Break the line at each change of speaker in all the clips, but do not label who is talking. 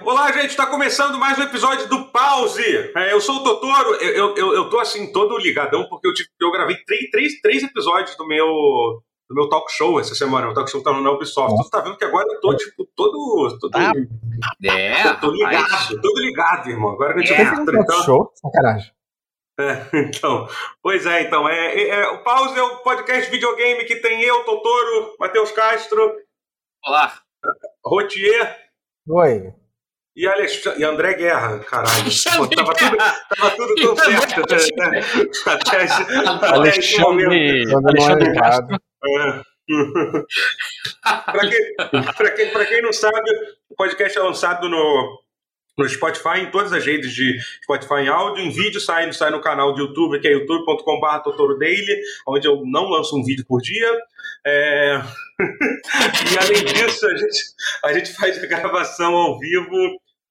Olá, gente, está começando mais um episódio do Pause. É, eu sou o Totoro, eu, eu, eu tô assim todo ligadão porque eu, tive- eu gravei três, três, três episódios do meu, do meu talk show essa semana. O talk show tá no Ubisoft. Tu tá vendo que agora eu tô, tipo, todo. todo
Ah,
É,
tô ligado,
rapaz.
todo ligado, irmão. Agora que a gente
É.
vai
Talk
tretando.
show? um Sacanagem.
Então, pois é, então. É, é- é, o Pause é o podcast videogame que tem eu, Totoro, Matheus Castro,
Olá.
Rotier
Oi.
e, Alex... e André Guerra. Caralho. Pô, tava tudo. Tava tudo tão
Também
certo. né? Até esse, até esse momento.
Alexandre,
Meu nome é
Alexandre Castro.
Eduardo.
É. Pra quem, pra quem- pra quem não sabe, o podcast é lançado no, no Spotify, em todas as redes de Spotify em áudio, em vídeo, sai, sai no canal do YouTube, que é youtube.com.br Totoro Daily, onde eu não lanço um vídeo por dia. É, e além disso, a gente, a gente faz a gravação ao vivo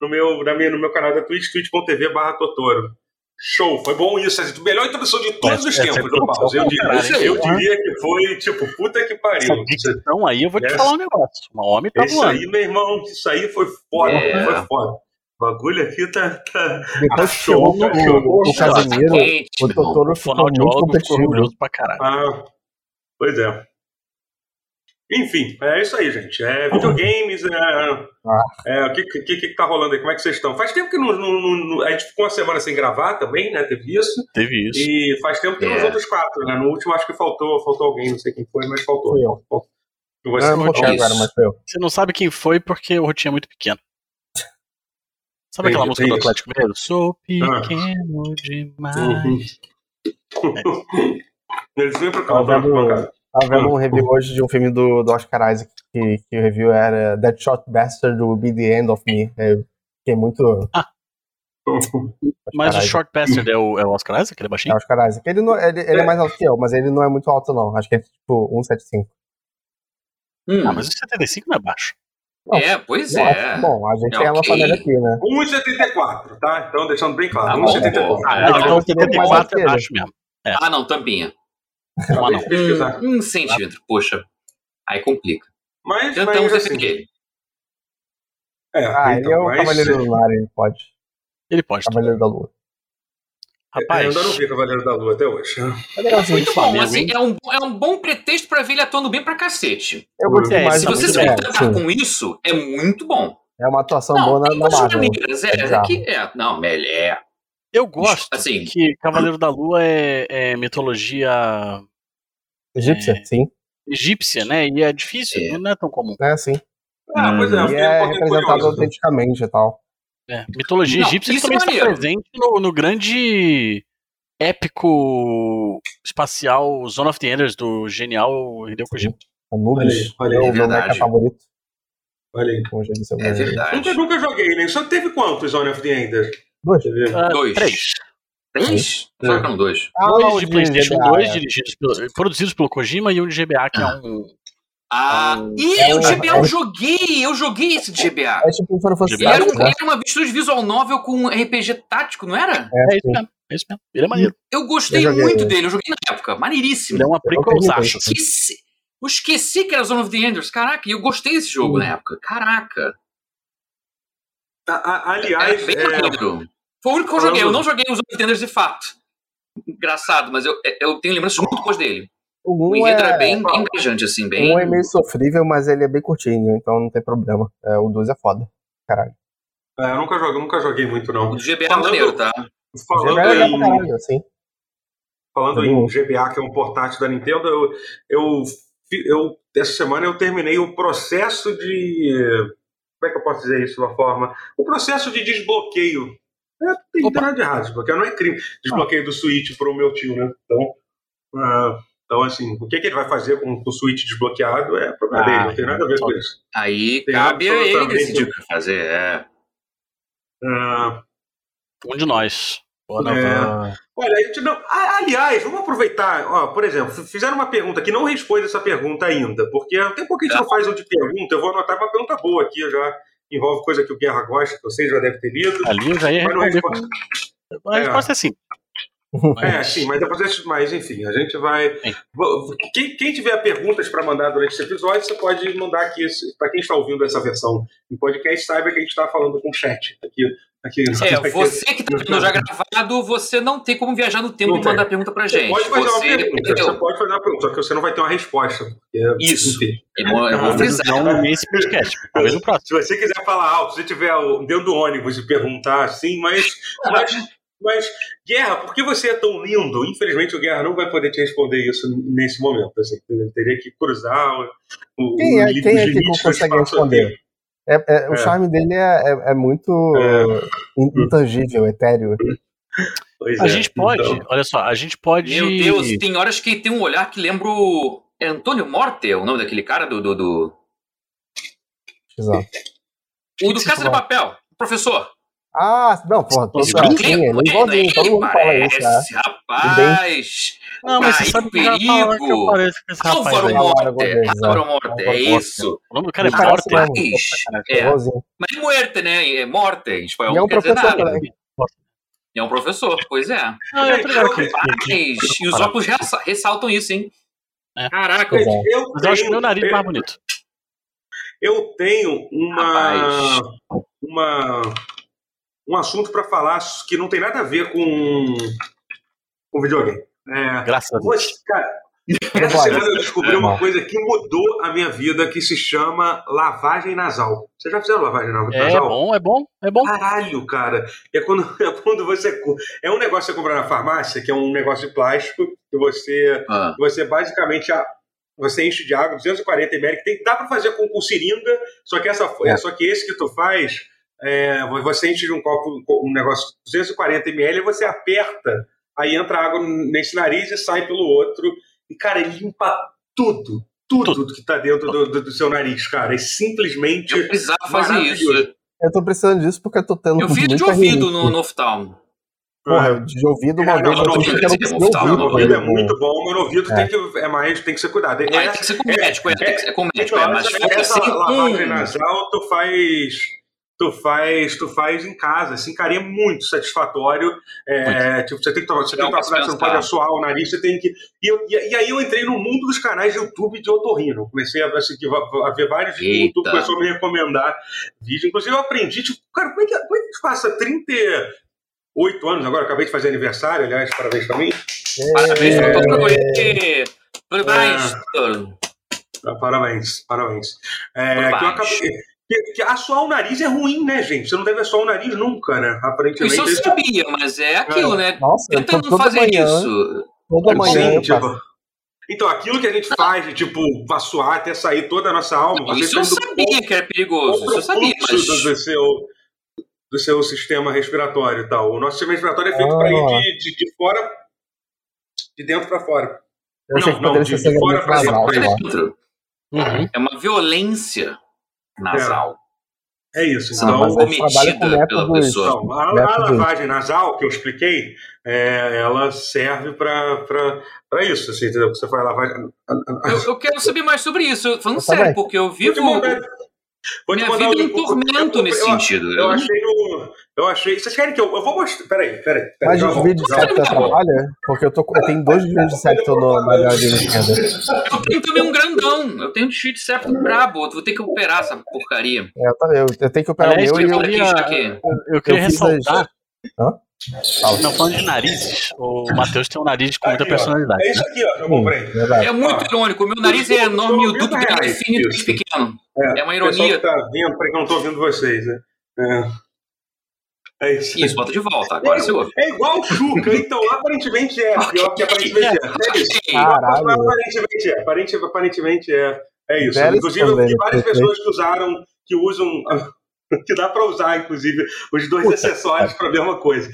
no meu, na minha, no meu canal da Twitch, twitch.tv Totoro. Show, foi bom isso. a gente- Melhor introdução de todos os
Essa
tempos,
introdução
João Paulo. Eu diria,
caralho,
eu
hein?
diria que foi tipo, puta que
Essa
pariu.
dicção aí, eu vou te
Essa-
falar um negócio. O homem tá
Isso
voando.
aí, meu irmão, isso aí foi foda,
É.
foi foda. O bagulho aqui tá. tá...
Ah,
Depois que
Achou,
chegou o, o, o
Nossa, tá
Casimiro,
quente,
o
meu irmão.
Totoro
O
ficou
Ronaldo
muito
Aldo ficou
competitivo. né?
orgulhoso pra caralho.
Ah, pois é. Enfim, é isso aí, gente. É videogames, é. é, o que, que, que tá rolando aí? Como é que vocês estão? Faz tempo que não, não- não- não- a gente ficou uma semana sem gravar também, né? Teve isso.
Teve isso.
E faz tempo que
É.
nos outros quatro, né? No último acho que faltou, faltou alguém, não sei quem foi, mas faltou.
Fui eu.
Não vai
Não,
É,
eu
ser
não vou
muito
tirar
Isso.
agora, mas foi eu.
Você não sabe quem foi porque o Rotinha é muito pequeno. Sabe aquela
Entendi,
música do
entendi.
Atlético Mineiro? Sou
Ah.
pequeno demais.
Eles vêm pro
Tava vendo,
canal.
tava vendo
Hum.
um review hoje de um filme do, do Oscar Isaac, que, que o review era That Shot Bastard Will Be the End of Me. Eu fiquei muito.
Mas
Caralho.
o Short Bastard é o, é o Oscar Isaac, ele é baixinho?
É o Oscar Isaac. Ele, não, ele, ele é mais alto que eu, mas ele não é muito alto, não. Acho que é tipo 175.
Hum,
Ah, mas o 75 não é baixo.
É, pois
Eu
é.
acho- Bom, a gente
É
é, uma
ok.
família aqui, né?
1,74, tá? Então, deixando bem claro.
Tá bom,
1,74.
bom. Ah,
Ah,
então
então
seria mais
74 é
alto
baixo mesmo.
Ah, não, tampinha. tá
Um
Acabei
anão.
de pesquisar.
Um, um centímetro, poxa. Aí complica. Então,
Mas, mas
Tentamos
assim,
defender.
é,
Ah, ele é
então,
o
mas,
Cavaleiro do Lunar, ele pode.
Ele pode.
Cavaleiro da Lua.
Eu
Rapaz,
ainda não vi Cavaleiro da Lua até hoje.
É legalzinho.
Muito bom,
Flamengo,
assim,
hein?
é um, é um bom pretexto pra ver ele atuando bem pra cacete.
Eu gostei
É,
mais
Se
Tá
do
você
muito
se
bem,
contentar
sim.
com isso, é muito bom.
É uma atuação
não,
boa na,
tem
na
boas
Marvel.
maneiras, é, é
Exato.
que- é, Não, ele é.
eu gosto
Assim.
que Cavaleiro da Lua é- é mitologia
Egípcia, sim.
egípcia, né? E é difícil,
É.
não é tão comum.
É, sim.
Hum,
Ah, pois é, eu
E
fiquei
é
um pouquinho
representado
curioso.
autenticamente e tal.
né? Mitologia
Não,
egípcia
isso é
também está
maneiro.
presente no, no grande épico espacial Zone of the Enders do genial Hideo Kojima.
Anubis,
Olha aí, olha aí,
meu,
é
meu
verdade.
mecha favorito.
Olha aí.
Como eu já disse
É
algumas vezes.
verdade.
Nunca, nunca joguei, né? Só teve quantos Zone of the Ender?
Dois.
Teve-
Ah,
Dois.
Três.
Três? Só que eram dois.
Ah,
dois
o
de PlayStation
GBA,
2,
é.
dirigidos pelo- produzidos pelo Kojima, e um de GBA, que é um.
Ah,
Hum.
e
É
o
um-
GBA
é um-
eu joguei! Eu joguei esse de GBA.
É tipo um Final Fantasy
E era, um,
VII, né?
era uma mistura de visual novel com RPG tático, não era?
É
É,
isso
sim.
mesmo. É isso mesmo. Ele é maneiro.
Eu gostei
Eu joguei,
muito
né?
dele, eu joguei na época, maneiríssimo.
Ele é uma prequelzaço.
Sim.
Esqueci, eu esqueci que era Zone of the Enders, caraca, e eu gostei desse jogo na época, caraca.
a- a-
Era
aliás,
Ah, bem
é,
maneiro. Foi o único que eu joguei, eu não joguei os Zone of the Enders de fato. Engraçado, mas eu, eu tenho lembranças muito boas dele.
O
O
1
enredo era
é,
bem, bem engajante, assim, bem...
um é meio sofrível, mas ele é bem curtinho, então não tem problema. É, o 2 é foda. Caralho.
é, eu nunca joguei, nunca joguei muito,
O
não.
do GBA é
Falando-
maneiro, tá?
O
Falando
GBA é legal pra
em,
caralho, assim.
falando
Uhum.
em GBA, que é um portátil da Nintendo, eu, eu, fi- eu- essa semana eu terminei o processo de. Como é que eu posso dizer isso de uma forma? O processo de desbloqueio. É, não tem
Opa.
nada de errado, desbloqueio não é crime. Desbloqueio do Switch pro meu tio, né? Então, ah, então assim, o que, que ele vai fazer com, com o Switch desbloqueado é problema
Ah,
dele, não tem nada a ver com isso.
Aí
Tem
cabe a ele
absolutamente-
decidir o que fazer, é.
Ah,
Um de nós. Boa,
É.
Navan.
Olha, a gente não. a- Aliás, vamos aproveitar. Ó, por exemplo, f- fizeram uma pergunta que não responde essa pergunta ainda, porque tem pouco que a gente
Tá.
não faz um de pergunta. Eu vou anotar uma pergunta boa aqui já. Envolve coisa que o Guerra gosta, que vocês já devem ter lido.
É,
Ali eu já ia
Mas não
responder.
responde.
com- A resposta é assim:
É, sim, mas depois a gente- mas enfim, a gente vai.
Sim.
Vo- Quem, quem tiver perguntas para mandar durante esse episódio, você pode mandar aqui. Para quem está ouvindo essa versão em podcast, saiba que a gente está falando com o chat aqui. aqui
É,
aqui.
você que tá vendo já gravado, você não tem como viajar no tempo
Não
e
tem.
mandar pergunta pra
Você
gente.
pode fazer uma
você
pergunta, você
entendeu?
pode fazer uma pergunta, só que você não vai ter uma resposta. porque-
Isso.
enfim.
Eu vou- eu vou
Talvez
frisar.
não nesse podcast, talvez no próximo.
Se você quiser falar alto, se tiver o- dentro do ônibus e perguntar assim, mas, mas, mas, Guerra, por que você é tão lindo? Infelizmente o Guerra não vai poder te responder isso nesse momento. assim, ele teria que cruzar o, o,
Quem é,
o li-
quem
os
é que
limites do
consegue
um espaço
responder?
dele.
É- é- o
É.
charme dele é, é- é muito
É.
in- intangível, etéreo.
Pois
A
é,
gente pode,
então.
olha só, a gente pode.
Meu Deus, tem horas que tem um olhar que lembra o. É Antônio Morte, o nome daquele cara do. do, do...
Exato.
O do
Esse
Caça de
cara.
Papel, o professor.
Ah, não, porra, todo
Esse cara.
mundo é igualzinho, todo mundo fala isso, né?
parece, rapaz.
Não, mas você
Ai,
sabe que
perigo.
já falaram que eu pareço com esse rapaz
Álvaro
aí.
Morte.
Morte, Álvaro Morte, é
Álvaro Morte.
isso.
O nome do cara é
Ele parece
Morte.
mesmo.
Rapaz,
É.
é.
Igualzinho.
Mas é muerte, né? É morte em espanhol.
E é
não
um
quer dizer
professor
nada.
também.
E é um professor, pois é.
Não, eu tô ligado que- que- que-
Rapaz, e os óculos ressa- ressaltam isso, hein?
É.
Caraca,
Pois é.
Eu
Mas eu acho
tenho-
meu nariz é
eu-
mais bonito.
Eu tenho uma,
Rapaz.
uma um assunto para falar que não tem nada a ver com com videogame. É,
Graças a Deus.
você- cara, essa
Vai.
semana eu
É,
descobri uma
Vai.
coisa que mudou a minha vida, que se chama lavagem nasal. Vocês já fizeram lavagem na-
É
nasal?
bom, é bom, é bom.
Caralho, cara. É quando, é quando você. co- É um negócio que você compra na farmácia, que é um negócio de plástico, que você
Ah,
você basicamente a- você enche de água 240 ml, que tem, dá para fazer com, com seringa, só que essa
É.
só que esse que tu faz é, vo- você enche de um copo um co- um negócio 240 ml e você aperta, aí entra água nesse nariz e sai pelo outro e cara, ele limpa tudo, tudo, que tá dentro do, do- do seu nariz, cara, é simplesmente
eu precisava fazer isso.
Maravilhoso.
Eu tô precisando disso porque eu tô tendo
Eu fiz de
muita
ouvido
rinite.
no, É, no oftalmo.
Porra, de ouvido uma
Não,
vez
não,
eu
não,
tive que
não,
eu não consegui
não,
o
ouvir.
não,
ouvido é
porra.
muito bom, mas o ouvido
É.
tem que é mais tem que ser cuidado. É-
Ah, tem que ser com médico, é, tem que ser com médico, é,
Então,
mas
essa,
foi
essa
assim.
lavagem né?
Hum,
nasal tu faz, tu faz, tu faz em casa, assim, cara, e é muito satisfatório. É, Tipo, você tem que tomar, você tem
Dá
que
uma
tomar cuidado, você não
descansada.
pode assoar o nariz, você tem que. E, eu- e- e aí eu entrei no mundo dos canais de YouTube de Otorrino. Eu Comecei a, seguir- a ver assim, vários vídeos no YouTube,
Eita.
começou a me recomendar vídeos. Inclusive, eu aprendi, tipo, cara, como é que, como é que passa 38 anos agora, acabei de fazer aniversário, aliás, parabéns pra mim.
Parabéns
É,
pra todo mundo.
É.
Parabéns, doutor.
Ah, Parabéns, parabéns. É,
Parabéns.
que eu acabei- que- que assoar o nariz é ruim, né, gente? Você não deve assoar o nariz nunca, né? Aparentemente.
Isso eu
isso-
sabia, mas é aquilo, né?
Nossa, eu
Tenta
tô
não
Então, toda
fazer
manhã,
isso.
toda manhã
Sim,
eu
tipo,
faço.
Então, aquilo que a gente faz de, tipo, assoar até sair toda a nossa alma, você
Isso eu
saindo
sabia que era perigoso. Isso eu sabia,
fluxo um do,
mas.
do seu, do seu sistema respiratório e tal. O nosso sistema respiratório é feito pra para
Ah.
ir de, de, de fora, de dentro para fora.
Eu achei que
Não, não,
poderia
de-
ser
de fora
segmento
pra dentro.
nasal, né?
Pra
sei lá.
dentro.
Uhum.
É uma violência nasal.
É isso.
Sim,
Então,
mas a gente trabalha
cometida
com
pela
métodos-
pessoa.
Então, a,
Né,
a
tudo
lavagem nasal que eu expliquei, é, ela serve para isso, assim, entendeu? Você faz lavagem.
Eu, eu quero saber mais sobre isso. Eu- Falando
Eu
sério,
também.
porque eu
É. Vou
vivo.
te mandar- um vou te
Minha
mandar
vida é um
o- o- eu-
tormento
eu-
nesse
eu-
sentido.
Eu achei no. Eu achei. Vocês querem que eu. Eu vou mostrar. Peraí, peraí. peraí
Mas
já
os
volto,
vídeos
já
de sexo
volto.
atrapalha? Porque eu, tô, eu tenho dois vídeos de sexo no na minha vida esquerda.
Eu tenho também um grandão. Eu tenho um cheat septo brabo. Eu Vou ter que operar essa porcaria.
É, eu, eu, eu tenho que operar o
Aliás,
meu
eu-
e
Olha
eu.
aqui,
ia-
isso aqui.
Eu queria
Eu fiz
ressaltar.
Hã? Fala.
Não, falando de narizes, o Matheus tem um nariz com muita
Aqui, ó.
personalidade.
É isso aqui, ó, que eu
Hum,
comprei.
verdade.
É muito
Ah.
irônico. Meu nariz é enorme e o duto
R$ 90
dele é fino e
isso.
pequeno. É uma
O pessoal que
ironia.
tá vendo, peraí que eu não tô ouvindo vocês, né? É. É isso.
Isso, bota de volta. Agora você ouve.
É igual o Chuca, então aparentemente é. Pior que aparentemente é. É isso.
Caralho.
Mas aparentemente é. Aparente- Aparentemente é. É isso.
Velho
inclusive, eu
também,
vi várias
né?
pessoas que usaram, que usam. Que dá pra usar, inclusive, os dois
Puta,
acessórios pra mesma coisa.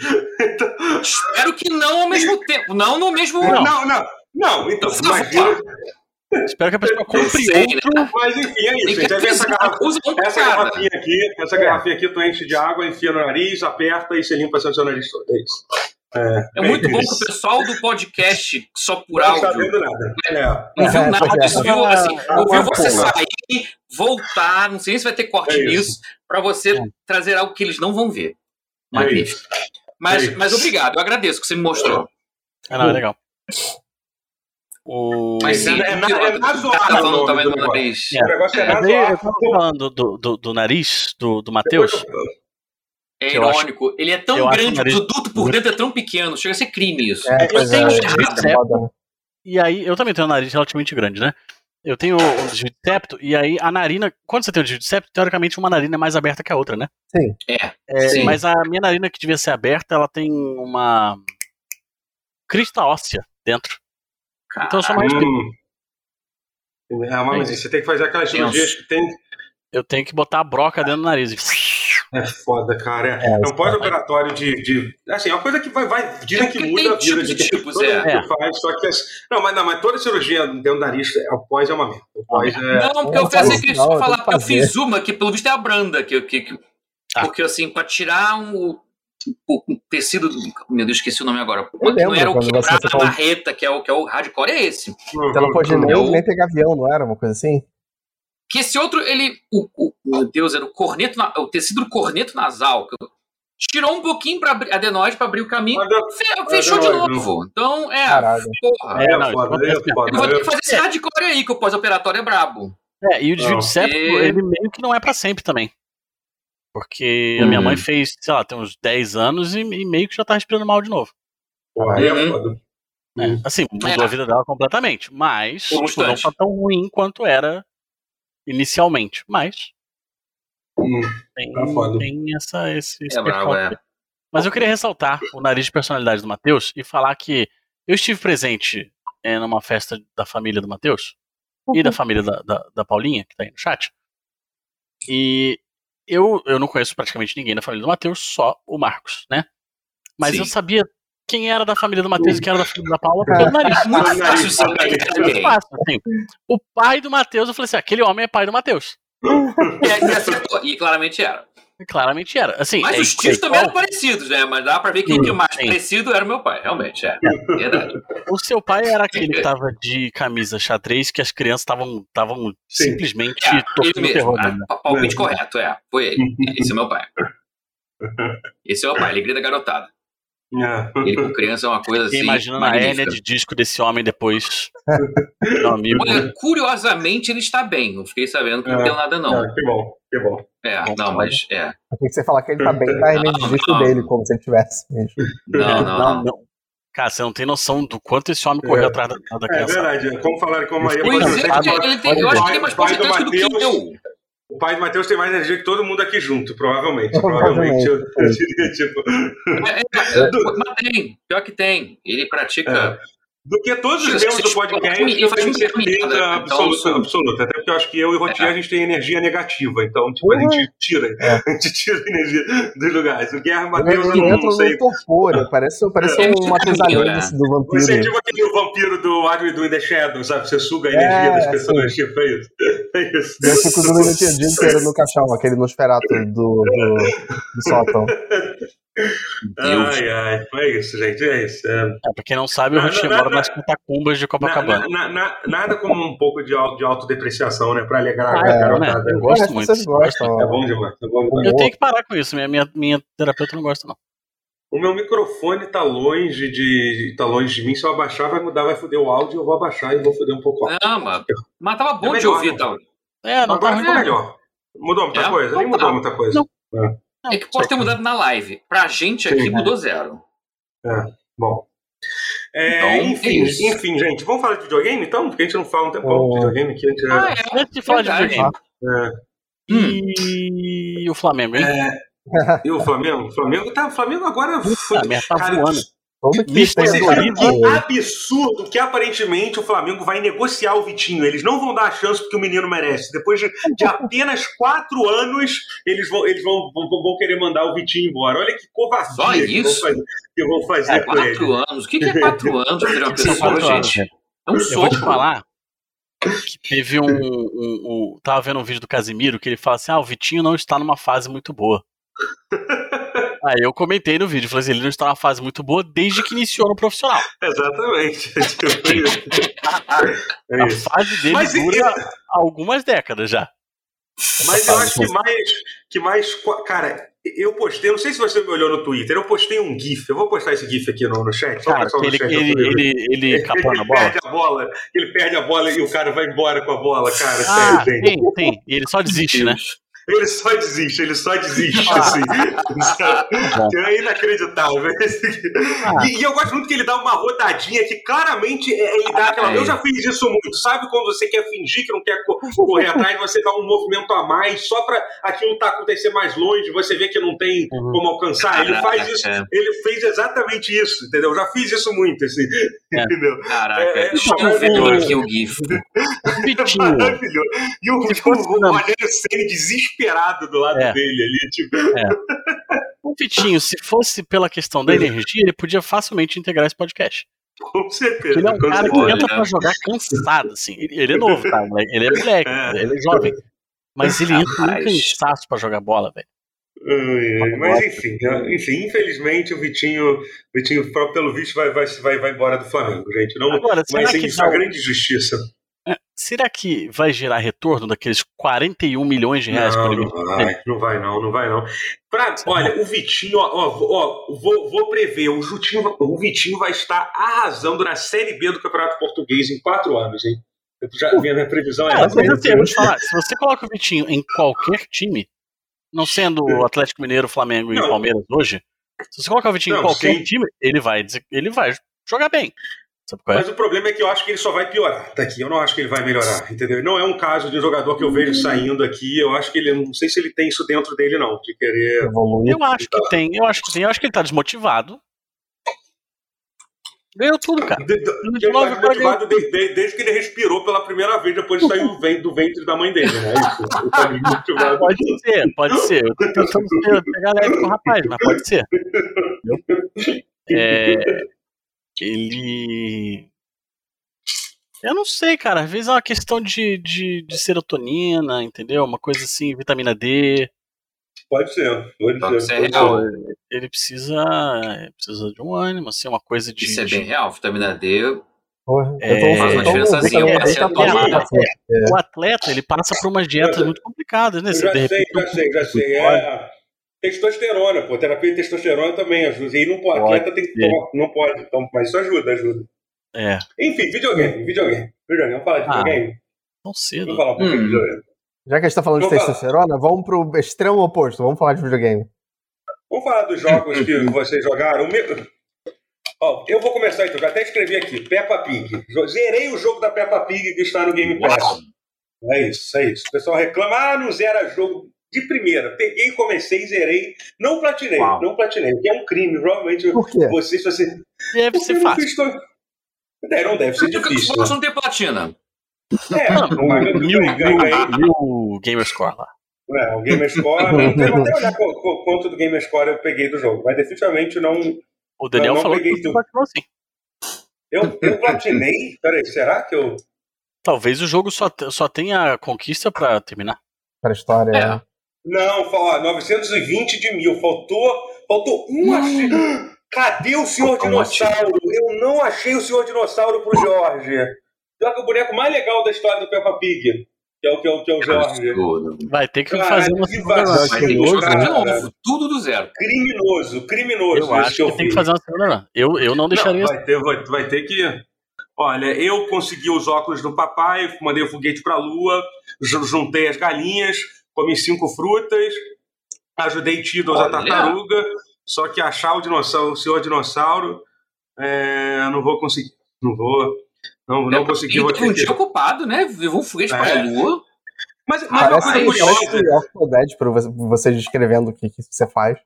Espero que não ao mesmo tempo. Não no mesmo.
Não.
não, não. Não, então,
Ufa,
imagina.
Espero que a pessoa compre
sei, né?
outro.
Mas enfim, é
Tem
isso.
que
Gente, aí vem essa garrafa.
frisar. Usa um pra
Essa
cada.
garrafinha aqui, essa garrafinha aqui, tu enche de água, enfia no nariz, aperta e você limpa seu seu nariz todo. É isso.
É muito bom que
isso.
o pessoal do podcast só por
Não está
áudio.
vendo nada. É.
Não viu
É,
nada,
pois é.
desviou assim.
Ah,
Ouviu
ah,
você
porra.
sair, voltar, não sei se vai ter corte
É isso.
nisso, pra você
É.
trazer algo que eles não vão ver.
É
Magnífico. Mas,
É isso.
mas obrigado, eu agradeço que você me mostrou.
É, não, é legal. O...
Mas sim,
é- é-
o piloto.
é razoável
Tá
o nome
falando também
do
do
negócio.
nariz.
O negócio é
Mas aí, eu
razoável.
tava falando do, do, do nariz do, do Matheus.
É
Eu acho-
irônico. Ele é tão
eu acho
grande,
o nariz-
o duto por dentro é tão pequeno. Chega a ser crime isso.
É, pois é,
tenho um
isso é foda.
E aí, eu também tenho um nariz relativamente grande, né? Eu tenho um desvio de septo, e aí a narina. Quando você tem um desvio de septo, teoricamente uma narina é mais aberta que a outra, né?
É.
É,
Sim.
Mas a minha narina que devia ser aberta, ela tem uma. crista óssea dentro. Então eu sou mais.
Hum. Ah, mas você tem que fazer aquelas
Tenso.
cirurgias que tem.
Eu tenho que botar a broca dentro do nariz. e-
É foda, cara.
É,
É, um
isso
pós-operatório de, de. Assim, é uma coisa que vai. vai dizem
É
que
porque
muda
tem
a vida
tipos
de
e tipos,
Todo
é.
mundo faz, só que. as- Não, mas, não, mas toda cirurgia dentro do nariz, é- o pós é uma merda. O pós é.
Não, porque eu
Não,
fiz
faz
essa
isso, não,
questão de falar,
tem que
porque eu
fazer. Tá.
fiz uma que pelo visto é a branda. Que, que, que-
Ah.
Porque assim, pra tirar um, o o tecido. do- Meu Deus, esqueci o nome agora.
Eu
Uma que não
lembro
era o
quando você um-
quebrado da
falou.
marreta, que é o, que é o hardcore, é esse.
Ela pode
Hum,
nem,
eu-
nem pegar avião, não era? Uma coisa assim?
Que esse outro, ele. O, o- meu Deus, era o corneto. na- o tecido do corneto nasal. que eu- tirou um pouquinho pra abrir, adenoide pra abrir o caminho.
Mas é dá-
fe- fechou de
adenoide,
novo. Então,
Ah.
é.
é Caralho.
Porra.
É,
É,
não, isso
foda,
acontece
é
mesmo.
foda.
Eu vou ter que
Eu-
fazer esse hardcore aí, que o pós-operatório é brabo.
É, e o desvio
Não.
Ah.
de septo,
E-
ele meio que não é pra sempre também. Porque a minha
Uhum.
mãe fez, sei lá, tem uns 10 anos e, e meio que já tá respirando mal de novo.
Pô, aí é foda.
né? Assim, mudou
É.
a vida dela completamente. Mas
Por um
tipo, não
instante.
tá tão ruim quanto era inicialmente. Mas
Hum,
tem,
Tá foda.
tem essa, esse, esse
É brabo,
percalço.
é.
Mas eu queria ressaltar o nariz de personalidade do Matheus e falar que eu estive presente é, numa festa da família do Matheus e
Uhum.
da família da, da, da Paulinha, que tá aí no chat. E eu, eu não conheço praticamente ninguém da família do Matheus, só o Marcos, né? Mas
Sim.
eu sabia quem era da família do Matheus e quem era da família da Paula pelo nariz.
Muito
Olha aí,
fácil sim.
olha aí.
Muito fácil, assim. O pai do Matheus, eu falei assim: aquele homem é pai do Matheus.
E, e acertou, e claramente era.
E Claramente era. Assim,
Mas
é
os tios
igual.
também eram parecidos, né? Mas dá pra ver que o que mais
Sim.
parecido era o meu pai, realmente, é. Verdade.
O seu pai era aquele que tava de camisa xadrez que as crianças estavam estavam
Sim.
simplesmente
É, ele
tocando
mesmo.
terror
Né?
nele, né?
Palpite correto, é. Foi ele. Esse é meu pai. Esse é meu pai, ele grita garotada.
É.
Ele com criança é uma coisa assim.
Fiquei imaginando a hérnia
magnífica.
de disco desse homem depois. Meu amigo. né?
Olha, curiosamente ele está bem. Não fiquei sabendo que não
É.
deu nada, não.
Ah, que bom, que bom.
É, não, mas é.
Achei que você falar que ele tá bem, tá remédio
Ah.
disco dele, como se ele tivesse. mesmo.
Não, não, não.
Cara, você não tem noção do quanto esse homem correu atrás da, da
É
criança.
verdade, é. como falaram com a Maria,
Pois
Pois
pode
é,
é,
ser,
ele, tem, eu acho que tem mais
Pai do
possibilidades do que
Mateus.
eu.
o pai do Matheus tem mais energia que todo mundo aqui junto, provavelmente. Provavelmente. Eu, eu diria, tipo,
É, é, é, mas tem, pior que tem. Ele pratica.
do que todos os membros do podcast,
Ele
eu
faz
tenho
muito caminho,
certeza
né? Então,
absoluta,
isso-
absoluta. Até porque eu acho que eu e o Rotier, a gente tem energia negativa. Então, tipo, a gente tira.
É.
A gente tira a energia dos lugares. O Guerra Matheus, eu
Ele
não,
entra
não
num
sei.
torpor, parece, parece
É,
uma
é,
pesadelo
é.
desse do
Você é
vampiro.
tipo aquele vampiro do Admin do In The Shadow, sabe? Você suga a energia
É,
das pessoas, tipo, é isso. É isso.
Eu fico usando ele o dia inteiro no caixão, aquele Nosferatu do, do, do sótão.
Ai, ai. É isso, gente. É isso. É,
É, pra quem não sabe, o
Não,
Rotinha
não,
mora
não.
nas catacumbas de
Na-
Copacabana.
na- na- nada como um pouco de, au- de autodepreciação, né? Pra alegrar a
Ah, é,
garotada.
né? Eu
É,
gosto
as
muito.
pessoas gostam.
É bom demais, é bom demais.
Eu tenho que parar com isso. Minha, minha, minha terapeuta não gosta, não.
O meu microfone tá longe de. tá longe de mim. Se eu abaixar, vai mudar, vai foder o áudio, eu vou abaixar e vou foder um pouco o áudio.
Não, mas, mas tava bom
É
de
melhor,
ouvir, então.
né?
tava.
É, não tá
Agora
ruim.
ficou
não.
melhor. Mudou muita
É?
coisa? Nem
Então tá.
mudou muita coisa.
Não.
É que pode ter mudado na live. Pra gente aqui
Sim.
mudou zero.
Bom. É,
Então,
enfim,
é isso.
enfim, gente. Vamos falar de videogame então? Porque a gente não fala um tempão de
Oh.
videogame aqui. A gente
Ah,
é...
é.
Antes de falar de
Verdade.
videogame.
É.
E o Flamengo, hein?
E o Flamengo? O Flamengo, tá, o Flamengo agora. foi-
Puta merda, tá
Cara,
voando.
Como que
Mister
tem
Você sabe
doido?
que absurdo que aparentemente o Flamengo vai negociar o Vitinho. Eles não vão dar a chance porque o menino merece. Depois de, de apenas quatro anos, eles, vão, eles vão, vão, vão querer mandar o Vitinho embora. Olha que covardia
Só
que vão
isso?
fazer, que vão fazer
É,
com ele.
Quatro anos. O que, que é quatro anos pra virar uma
que são
pessoa,
quatro anos,
né?
gente? É um
Eu vou te
soco.
falar que teve um, um- um- Tava vendo um vídeo do Casimiro que ele fala assim: ah, o Vitinho não está numa fase muito boa. Aí eu comentei no vídeo, falei assim, ele não está numa fase muito boa desde que iniciou no profissional.
Exatamente. Tipo isso. É
A
isso.
fase dele
Mas e-
dura algumas décadas já.
Mas eu acho que mais, que mais. qua- Cara, Eu postei, não sei se você me olhou no Twitter, eu postei um GIF. Eu vou postar esse GIF aqui no, no chat. Só
Cara,
o pessoal
ele,
no chat
ele,
eu tô vendo.
ele, ele, capou Tá na
ele
bola.
perde a bola, ele perde a bola e o cara vai embora com a bola, cara.
Ah,
sério, gente.
tem, tem. E ele só desiste, né?
Ele só desiste, ele só desiste, assim. é inacreditável. E, e eu gosto muito que ele dá uma rodadinha que claramente é- ele dá aquela.
É.
Eu já fiz isso muito. Sabe quando você quer fingir que não quer co- correr atrás, você dá um movimento a mais só pra aquilo tá acontecer mais longe, você vê que não tem
Uhum. é.
como alcançar. Ele faz isso.
Caraca,
Ele fez exatamente isso, entendeu? Eu já fiz isso muito, assim.
É.
Entendeu?
Caraca,
É, é,
estou
não,
vendo
o-
aqui o GIF.
O Vitinho.
Maravilhoso. E o,
Se
e
fosse-
o, o
não.
Rogério Ceni desesperado do lado
É.
dele ali, tipo.
O Um Vitinho, se fosse pela questão da energia, ele podia facilmente integrar esse podcast.
Com certeza.
Ele é um
com
cara que
certeza.
Olha.
entra pra jogar cansado, assim. Ele ele é novo, tá? moleque? Ele é moleque,
É.
ele é jovem. Mas ele entra num
Rapaz.
cansaço pra jogar bola, velho.
Ai, ai, Mas enfim, é, enfim, infelizmente o Vitinho, Vitinho próprio pelo visto, vai, vai, vai, vai embora do Flamengo, gente. Não,
Agora, será
mas
que,
sim, isso é uma
dá-
grande justiça.
será que vai gerar retorno daqueles 41 milhões de reais
Não,
por ele?
não vai, não vai não, não vai não. Pra- olha, o Vitinho, ó, ó, ó, vou, vou prever, o, Jutinho, o Vitinho vai estar arrasando na Série B do Campeonato Português em quatro anos, hein? Eu já, minha, minha previsão é
Uh, Cara,
essa.
mas assim, eu vou te falar, se você coloca o Vitinho em qualquer time, não sendo o Atlético Mineiro, Flamengo e
Não.
Palmeiras hoje, se você coloca o Vitinho
Não,
em qualquer
sim.
time, ele vai, dizer- ele vai jogar bem. Sabe qual é?
Mas o problema é que eu acho que ele só vai piorar daqui. Eu não acho que ele vai melhorar, entendeu? Não é um caso de um jogador que eu vejo saindo aqui. Eu acho que ele, não sei se ele tem isso dentro dele, não, de querer.
Evolui.
Eu acho que tem, eu acho que tem, eu acho que ele tá desmotivado. Ganhou tudo, cara.
De- de-
Não
Ele
resolve
tá
o cara
motivado de- de- desde que ele respirou pela primeira vez depois de sair do ven- do ventre da mãe dele, né? Isso, ele tá motivado.
Pode ser, pode ser. Eu tô tentando ser- pegar leve com o rapaz, mas pode ser. Entendeu? É, ele. Eu não sei, cara. Às vezes é uma questão de, de, de serotonina, entendeu? Uma coisa assim, vitamina D.
Pode ser. Pode
Pode
ser.
ser é real.
Ele precisa, ele precisa de um ânimo, assim, uma coisa de.
Isso é
de-
bem real. Vitamina D,
Porra,
É,
eu tô,
faz uma
eu tô-
diferençazinha,
eu tô-
pra ser
eu tô-
atualizado.
assim,
O atleta, ele passa por umas dietas muito complicadas, né?
Eu
Você,
já
de
sei,
repente,
já sei, já sei. É testosterona, pô. Terapia de testosterona também ajuda. E não pode,
Pode
atleta tem que
ser.
tomar, não pode. Então, mas isso ajuda, ajuda.
É,
Enfim, videogame, videogame. Videogame, vamos falar de
Ah.
videogame.
tão
Vamos
cedo.
falar um pouquinho de
Hum.
videogame.
Já que a gente tá falando de
Opa.
testosterona, vamos pro extremo oposto. Vamos falar de videogame.
Vamos falar dos jogos que vocês jogaram. O meu- Ó, eu vou começar então, já até escrevi aqui, Peppa Pig. Jo- Zerei o jogo da Peppa Pig que está no Game Pass.
Uau.
É isso, é isso. O pessoal reclama, ah, não zera jogo de primeira. Peguei, comecei, zerei. Não platinei,
Uau.
não platinei, o que é um crime. Provavelmente
Por quê?
você, se você...
Deve
Porque
ser
eu não
fácil. Ah,
fiz tão- É, não deve ser
Por que o
difícil. né?
Xbox não tem platina?
É, mas eu
Mil,
ganhei,
mil,
ganhei.
mil Gamerscore lá.
É, o GamerScore, eu vou até olhar qu- qu- quanto do GamerScore eu peguei do jogo, mas definitivamente não,
O Daniel
Não, não
falou
peguei
que
tudo.
platinou sim.
Eu, eu platinei? Peraí, será que eu.
Talvez o jogo só, te- só tenha a conquista pra terminar.
Pra história.
É.
né?
Não, fal- ó, 920 de mil. Faltou, faltou um achei. Cadê o senhor
Faltou um
assim?
dinossauro? Eu não achei o senhor dinossauro pro Jorge. Pior que o boneco mais legal da história do Peppa Pig. Que é o que é o, que é o Jorge.
Absurdo.
Vai ter que
Cara,
fazer uma
que
segunda
vacilo,
run.
Mas tem que
Absurdo,
né?
jogar de
cara.
novo, tudo do zero.
Criminoso, criminoso.
Eu
isso
acho que tem
fiz.
que fazer uma segunda run. Eu, eu não deixaria.
Não, vai, ter, vai, vai ter que. Olha, eu consegui os óculos do papai, mandei o foguete pra lua, ju- juntei as galinhas, comi cinco frutas, ajudei Tiddles a
Olha.
tartaruga, só que achar o dinossauro, o senhor dinossauro, é, não vou conseguir. Não vou. Não, não consegui, vou
Tem
ter
um
que.
dia ocupado, né? Levou um foguete
É.
pra lua.
Mas, mas uma
Parece
coisa curiosa.
Parabéns,
parece Octodad pra você, você descrevendo o que, que você faz.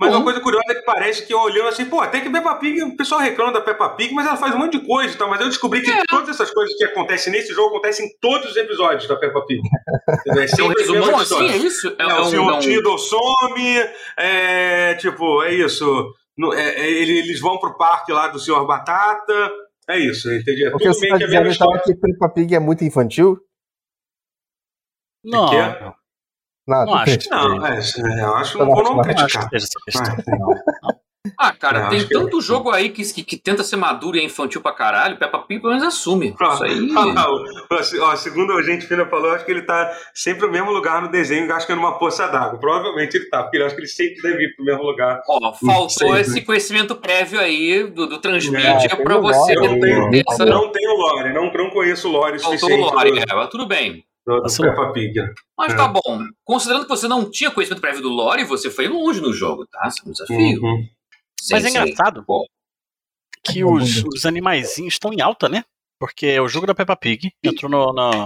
Mas
Bom.
uma coisa curiosa é que parece que eu olhando assim, pô, até que Peppa Pig, o pessoal reclama da Peppa Pig, mas ela faz um monte de coisa e tal. Mas eu descobri que todas essas coisas que acontecem nesse jogo acontecem em todos os episódios da Peppa Pig. Entendeu? É
É um
sempre as
resumão
mesmas
assim,
histórias.
é isso?
É, o senhor Tiddle some, é, tipo, é isso. No- é, é, ele- eles vão pro parque lá do senhor Batata. É isso, eu entendi. É
O que
tudo
você
meio
tá
que a mesma
dizendo então
história.
é que Peppa Pig é muito infantil?
Não,
que é?
Não,
não acho que
Não,
seja.
é, é, eu acho que não vou não
Não acho
criticar.
que seja essa questão.
Ah,
Não, não.
Ah, cara,
Não,
tem
acho que- é.
tanto jogo aí que, que, que tenta ser maduro e é infantil pra caralho, Peppa Pig pelo menos assume. Isso aí.
Ah, lá, o- ó, se- ó, segundo a gente fina falou, acho que ele tá sempre no mesmo lugar no desenho, acho que é numa poça d'água. Provavelmente ele tá, porque ele acho que ele sempre deve ir pro mesmo lugar.
Ó,
sei,
faltou
né?
esse conhecimento prévio aí do, do transmídia
É, tem
pra
um lore,
você
Eu
ter
tenho-
tem-
essa.
Não tem o Lore, não, não conheço o Lore
Faltou o
suficiente
lore, é.
do,
Léo, tudo bem.
do, do
Assim,
Peppa Pig.
Mas
É.
tá bom. Considerando que você não tinha conhecimento prévio do lore, você foi longe no jogo, tá? Isso é um desafio.
Uhum.
Sim,
Mas é
sim.
engraçado
Bom.
que os, os animaizinhos estão em alta, né? Porque o jogo da Peppa Pig entrou no. no-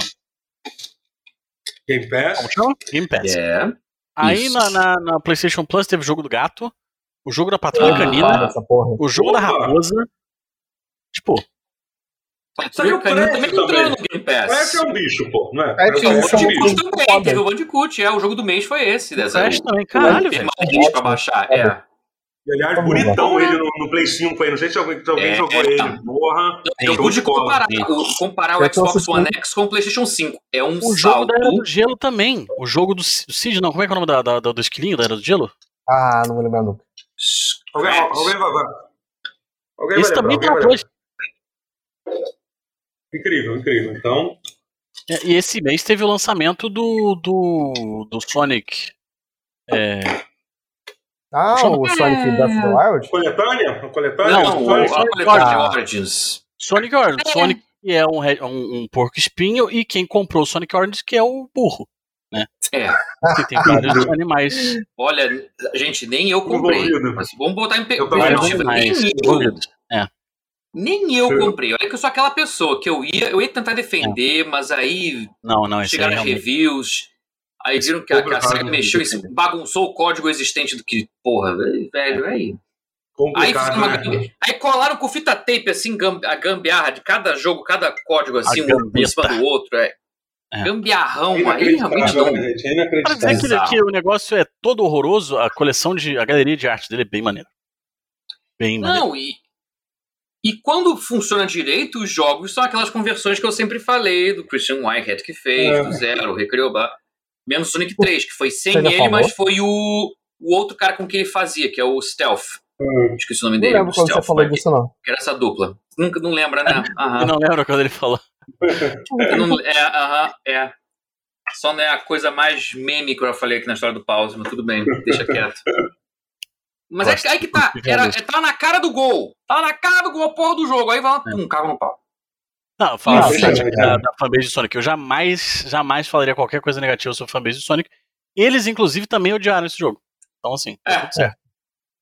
Game Pass.
como chama? Game Pass.
É.
Aí
isso.
na, na- na PlayStation Plus teve o jogo do gato, o jogo da patrulha
Ah.
canina,
essa porra.
o jogo da
Opa.
raposa. Tipo,
Saiu
o Canino
Crash
também entrou
também.
no Game Pass.
Parece é um bicho, pô, não é?
É,
Parece
Sim,
tinha
um
o
tipo,
um
monte de
jogo-
bicho.
Bandicoot também,
Foda.
teve o Bandicoot, é, o jogo do mês foi esse,
é
dessa
um
Crash também, caralho, velho.
permanente pra baixar. É.
E, Aliás,
Como
bonitão ele no, no Play 5 aí. Não sei se alguém, se alguém
É,
jogou
é,
ele.
tá.
Porra.
Eu
jogo
pude
de bola.
comparar o, comparar
Eu
o
tô
Xbox One
assistindo.
X com o PlayStation 5. É um
O jogo
salto.
da Era do Gelo também. O jogo do C- Cid, não, como é que é o nome da, da- da- do esquilinho da Era do Gelo?
Ah, não vou lembrar nunca.
Alguém, alguém vai. vai. Alguém
Esse
vai
também
lembrar,
tá
alguém
na
vai
Plus.
lembrar. Incrível, incrível. Então,
É, E esse mês teve o lançamento do, do, do Sonic. É,
Ah,
Jogo-
o Sonic Breath of the Wild?
coletânea? A coletânea? é
Não,
Os
não,
dois?
a coletânea Origins.
Sonic Orange. Sonic que é um, re- um, um porco espinho e quem comprou o Sonic Orange que é o burro.
É.
Que tem vários animais
Olha, gente, nem eu comprei.
Envolvido.
Mas vamos botar em pe-
Eu também não.
perspectiva. Nem
animais
eu,
envolvidos.
nem eu
Sim.
comprei. Olha que eu sou aquela pessoa que eu ia, eu ia tentar defender, mas aí
Não, não, esse aí
chegaram as
realmente.
reviews. Aí viram que a, que a SEGA
Complicado.
mexeu, em- bagunçou o código existente do que. Porra, velho, aí. Aí,
Complicado,
fizeram uma
né?
gambi- aí colaram com fita tape, assim, gam- a gambiarra de cada jogo, cada código, assim, um em
gambeta.
cima do outro. É.
É.
Gambiarrão, aí realmente
Inacreditável,
não.
né, gente? É
Pra dizer
Inacreditável.
que, que o negócio é todo horroroso, a coleção de. a galeria de arte dele é bem maneira. Bem maneira.
Não, e. E quando funciona direito, os jogos são aquelas conversões que eu sempre falei, do Christian Whitehead que fez,
É.
do Zero, recriou, bah. menos o Sonic 3, que foi sem
Você já
ele,
falou?
mas foi o, o outro cara com que ele fazia, que é o Stealth. Esqueci o nome
Não
dele.
lembro
o
quando
Stealth,
você falou
mas-
disso, não.
Que era essa dupla. Nunca, não lembra, né? Aham.
Eu não lembro quando ele falou.
Eu não- é, aham, é. Só não é a coisa mais meme que eu já falei aqui na história do pause, mas tudo bem, deixa quieto. Mas é, que- aí que tá. Era, é, tá na cara do gol. Tá na cara do gol, a porra do jogo. Aí vai lá,
É.
pum, cago no pau.
Não, falar
Não,
do
sim,
Sonic,
é
da,
verdade.
da fanbase de Sonic. Eu jamais, jamais falaria qualquer coisa negativa sobre a fanbase de Sonic. Eles, inclusive, também odiaram esse jogo. Então, assim, tá
É.
tudo certo.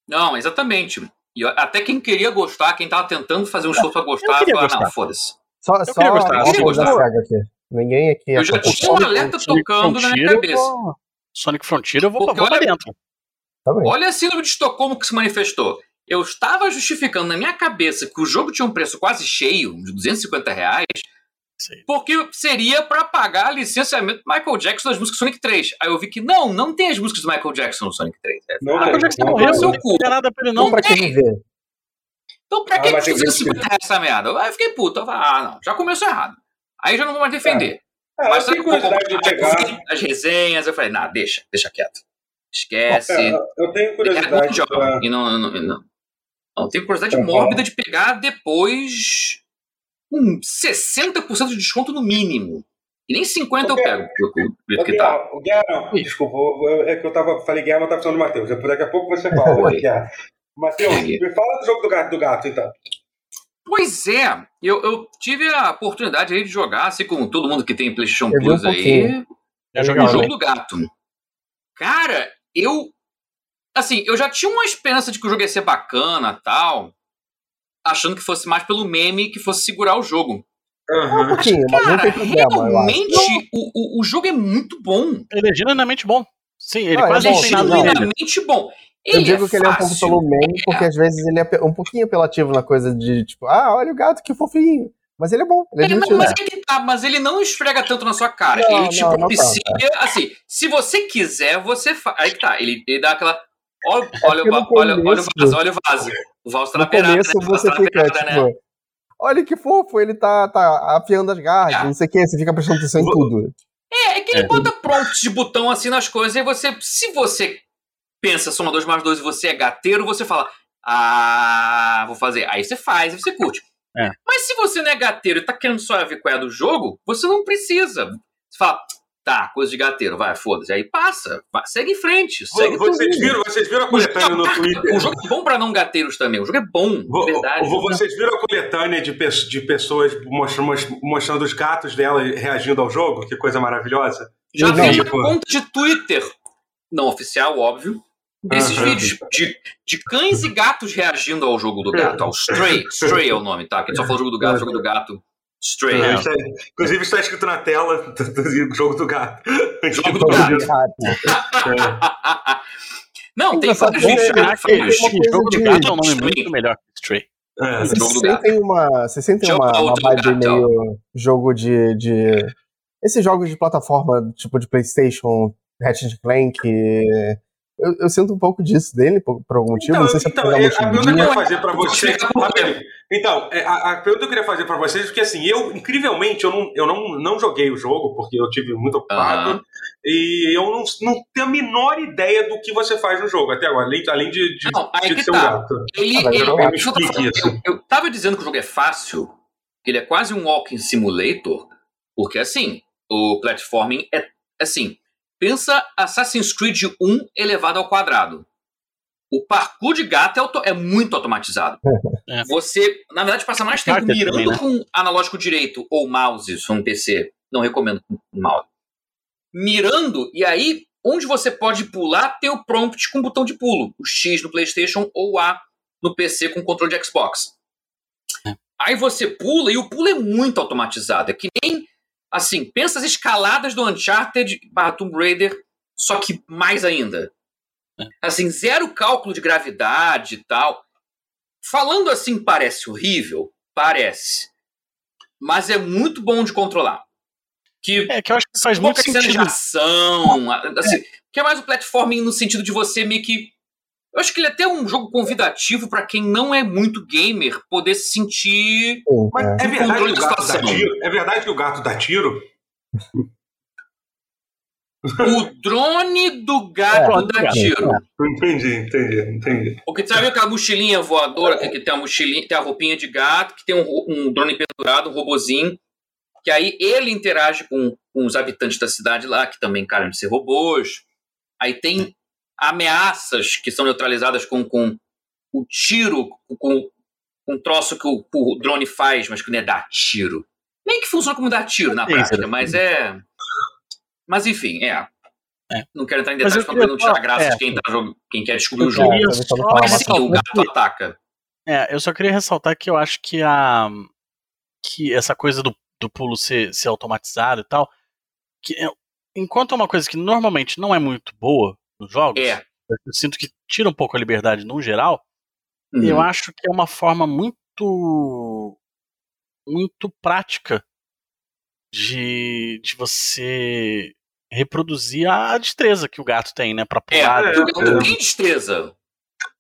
Não, exatamente. E ó, até quem queria gostar, quem tava tentando fazer um show pra gostar,
É. queria
falou, ah,
gostar.
não, foda-se.
Só,
queria
só
gostar,
uma
eu queria
coisa da
gostar.
SEGA aqui. Ninguém aqui é
Eu já
apontou
tinha um
Sonic,
alerta
Sonic
tocando na minha
Frontier, eu
cabeça.
vou- Sonic Frontier, eu vou, pra-
Porque
vou pra
olha-
dentro.
Também.
Olha a síndrome de Estocolmo que se manifestou. Eu estava justificando na minha cabeça que o jogo tinha um preço quase cheio, uns 250 reais,
Sei.
porque seria para pagar licenciamento do Michael Jackson das músicas do Sonic 3. Aí eu vi que não, não tem as músicas do Michael Jackson no Sonic 3. É,
Não,
ah,
não.
Michael Jackson
não,
morreu,
não.
não tem nada pra ele, não.
Então, pra quem vê?
Então pra
Ah,
que
mas tem
250 reais essa merda? Aí eu fiquei puto. Eu falei, ah, não, já começou errado. Aí já não vou mais defender.
Ah, eu
mas
tenho
sabe como é
curiosidade de
eu
pegar. é,
vi as resenhas, eu falei, não, deixa, deixa quieto. Esquece.
É, Eu tenho
Era muito
curiosidade
jovem.
pra.
E não, não, não, não. Não, tem curiosidade
Tá bom.
mórbida de pegar depois um 60% de desconto no mínimo. E nem 50 eu
Ok.
pego, do do jeito que tá.
Guerra, Guerra,
Ih.
desculpa, eu- eu- é que eu tava, falei Guerra, mas eu tava falando do Matheus. Daqui a pouco você fala, né,
Oi.
Guerra. Matheus, me fala do jogo do gato, do gato então.
Pois é, eu, eu tive a oportunidade aí de jogar, assim como todo mundo que tem PlayStation
Eu vi um
Plus aí,
pouquinho.
Eu joguei
Legal,
o
o
jogo
jogo.
do gato. Cara, eu. Assim, eu já tinha uma esperança de que o jogo ia ser bacana tal, achando que fosse mais pelo meme que fosse segurar o jogo. Ah,
Um pouquinho, mas não
Cara,
tem problema, eu acho.
realmente o, o, o jogo é muito bom.
Ele é genuinamente bom. Sim, ele
Não, é
quase
Ele
não
bom,
é
tem nada
sim, não.
nele.
genuinamente bom. Ele
Eu digo
é
que ele é um pouco
fácil. né?
pelo meme, porque às vezes ele é pe- um pouquinho apelativo na coisa de, tipo, ah, olha o gato, que fofinho. Mas ele é bom, ele é
Ele não-
divertido.
mas, ele, tá- mas ele não esfrega tanto na sua cara.
Não,
ele te
não, é. não
propicia, assim, se você quiser, você faz. Aí que tá, ele, ele dá aquela. Olha, olha, o
É porque
va-
no
olha, olha o
começo-
vaso, olha o vaso. O vaso tá na
No
perada, né?
começo
O vaso
você
tá na
fica,
perada, né?
tipo, olha que fofo, ele tá, tá afiando as garras,
É.
não sei o que, você fica prestando atenção em
Vou-
tudo.
É, é que ele
É.
bota prompts de botão assim nas coisas, e você, se você pensa soma dois mais dois e você é gateiro, você fala, Ah, vou fazer. Aí você faz, aí você curte.
É.
Mas se você não é gateiro e tá querendo só ver qual é a do jogo, você não precisa. Você fala, tá, coisa de gateiro, vai, foda-se. Aí passa, vai, segue em frente, segue
Vo- Vocês
teu rumo.
viram, vocês viram a
O jogo, é
coletânea no
uma carta. o
Twitter?
jogo é bom pra não gateiros também. O jogo é bom,
Vo-
de verdade. né?
vo- vocês viram a coletânea de, pe- de pessoas mostra- mos- mostrando os gatos dela reagindo ao jogo? Que coisa maravilhosa.
Já
Eu
vi
vi,
uma
pô.
conta de Twitter, não oficial, óbvio, desses
Aham.
vídeos de, de cães e gatos reagindo ao jogo do gato, ao Stray. Stray é o nome, tá? Que a gente só falou jogo do gato, jogo do gato. Stray.
É.
Está- inclusive está escrito na tela do, do- do jogo do gato.
Jogo do
Todo
gato.
de gato.
Não, tem
Engraçado,
vários vídeos
né?
já que
Caraca,
falam
Eles-
um esse
isso.
uma coisa
jogo do
de-
gato é um nome
Sim.
muito melhor que Stray.
É.
Esse jogo
Vocês
do gato.
sentem uma, vocês sentem
Jogo
uma,
do
uma
outro
vibe
gato.
meio jogo de, de. Esses jogos de plataforma, tipo de PlayStation, Ratchet Clank. Eu, eu sinto um pouco disso dele, por, por algum motivo.
Então,
não sei se é
então,
pela
é, a pergunta que eu
mochadinha.
ia fazer pra
Eu vou
vocês.
explicar por quê.
Rapidinho. Então, é, a, a pergunta que eu queria fazer pra vocês, porque assim, eu, incrivelmente, eu não, eu não, não joguei o jogo, porque eu tive muito ocupado,
Aham.
e eu não, não tenho a menor ideia do que você faz no jogo até agora, além, além de, de,
Não, aí
de
que
ser um
tá.
gato.
Ele,
Ah, mas
ele-
eu
não-
eu, deixa eu
explique
falar, assim,
isso.
eu- eu tava dizendo que o jogo é fácil, que ele é quase um walking simulator, porque assim, o platforming é assim, pensa Assassin's Creed 1 elevado ao quadrado. O parkour de gato é, auto- é muito automatizado.
É.
Você, na verdade, passa mais tempo
Uncharted
mirando
também, né?
com analógico direito ou mouse, se for um PC. Não recomendo com mouse. Mirando, e aí, onde você pode pular, tem o prompt com o botão de pulo. O X no PlayStation ou o A no PC com o controle de Xbox.
É.
Aí você pula, e o pulo é muito automatizado. É que nem, assim, pensa as escaladas do Uncharted barra Tomb Raider, só que mais ainda.
É.
Assim, zero cálculo de gravidade e tal. Falando assim, parece horrível? Parece. Mas é muito bom de controlar. Que
É que eu acho que faz muito
pouca cena de
sentido.
ação. a- Assim, Que é mais o platforming no sentido de você meio que. Eu acho que ele é até um jogo convidativo pra quem não é muito gamer poder se sentir.
Sim,
Mas
é.
é verdade que
controle
o
da
gato dá
situação.
tiro? É verdade que o gato dá tiro?
O drone do gato
É,
da
é,
tiro.
Entendi, entendi, entendi.
Porque tu sabe aquela mochilinha é voadora que, que tem a mochilinha, tem a roupinha de gato, que tem um, ro- um drone pendurado, um robozinho, que aí ele interage com, com os habitantes da cidade lá, que também caram de ser robôs. Aí tem ameaças que são neutralizadas com, com o tiro, com, com um troço que o, o drone faz, mas que não é dar tiro. Nem que funciona como dar tiro na
Sim,
prática,
sim.
mas é. Mas enfim, é.
É.
Não quero entrar em
Mas eu
detalhes pra não
queria
tirar
falar-
graça
é.
de quem, tá jogando, quem quer descobrir o
Eu
jogo.
queria
eu tava
só-
falando
Mas
uma
sim, o
coisa
gato ataca.
É, eu só queria ressaltar que eu acho que a que essa coisa do, do pulo ser, ser automatizado e tal, que é- enquanto é uma coisa que normalmente não é muito boa nos jogos,
É.
eu sinto que tira um pouco a liberdade no geral,
Uhum.
eu acho que é uma forma muito muito prática de, de você reproduzir a destreza que o gato tem, né, Pra
É,
pular.
é,
o gato
é.
tem destreza. assim,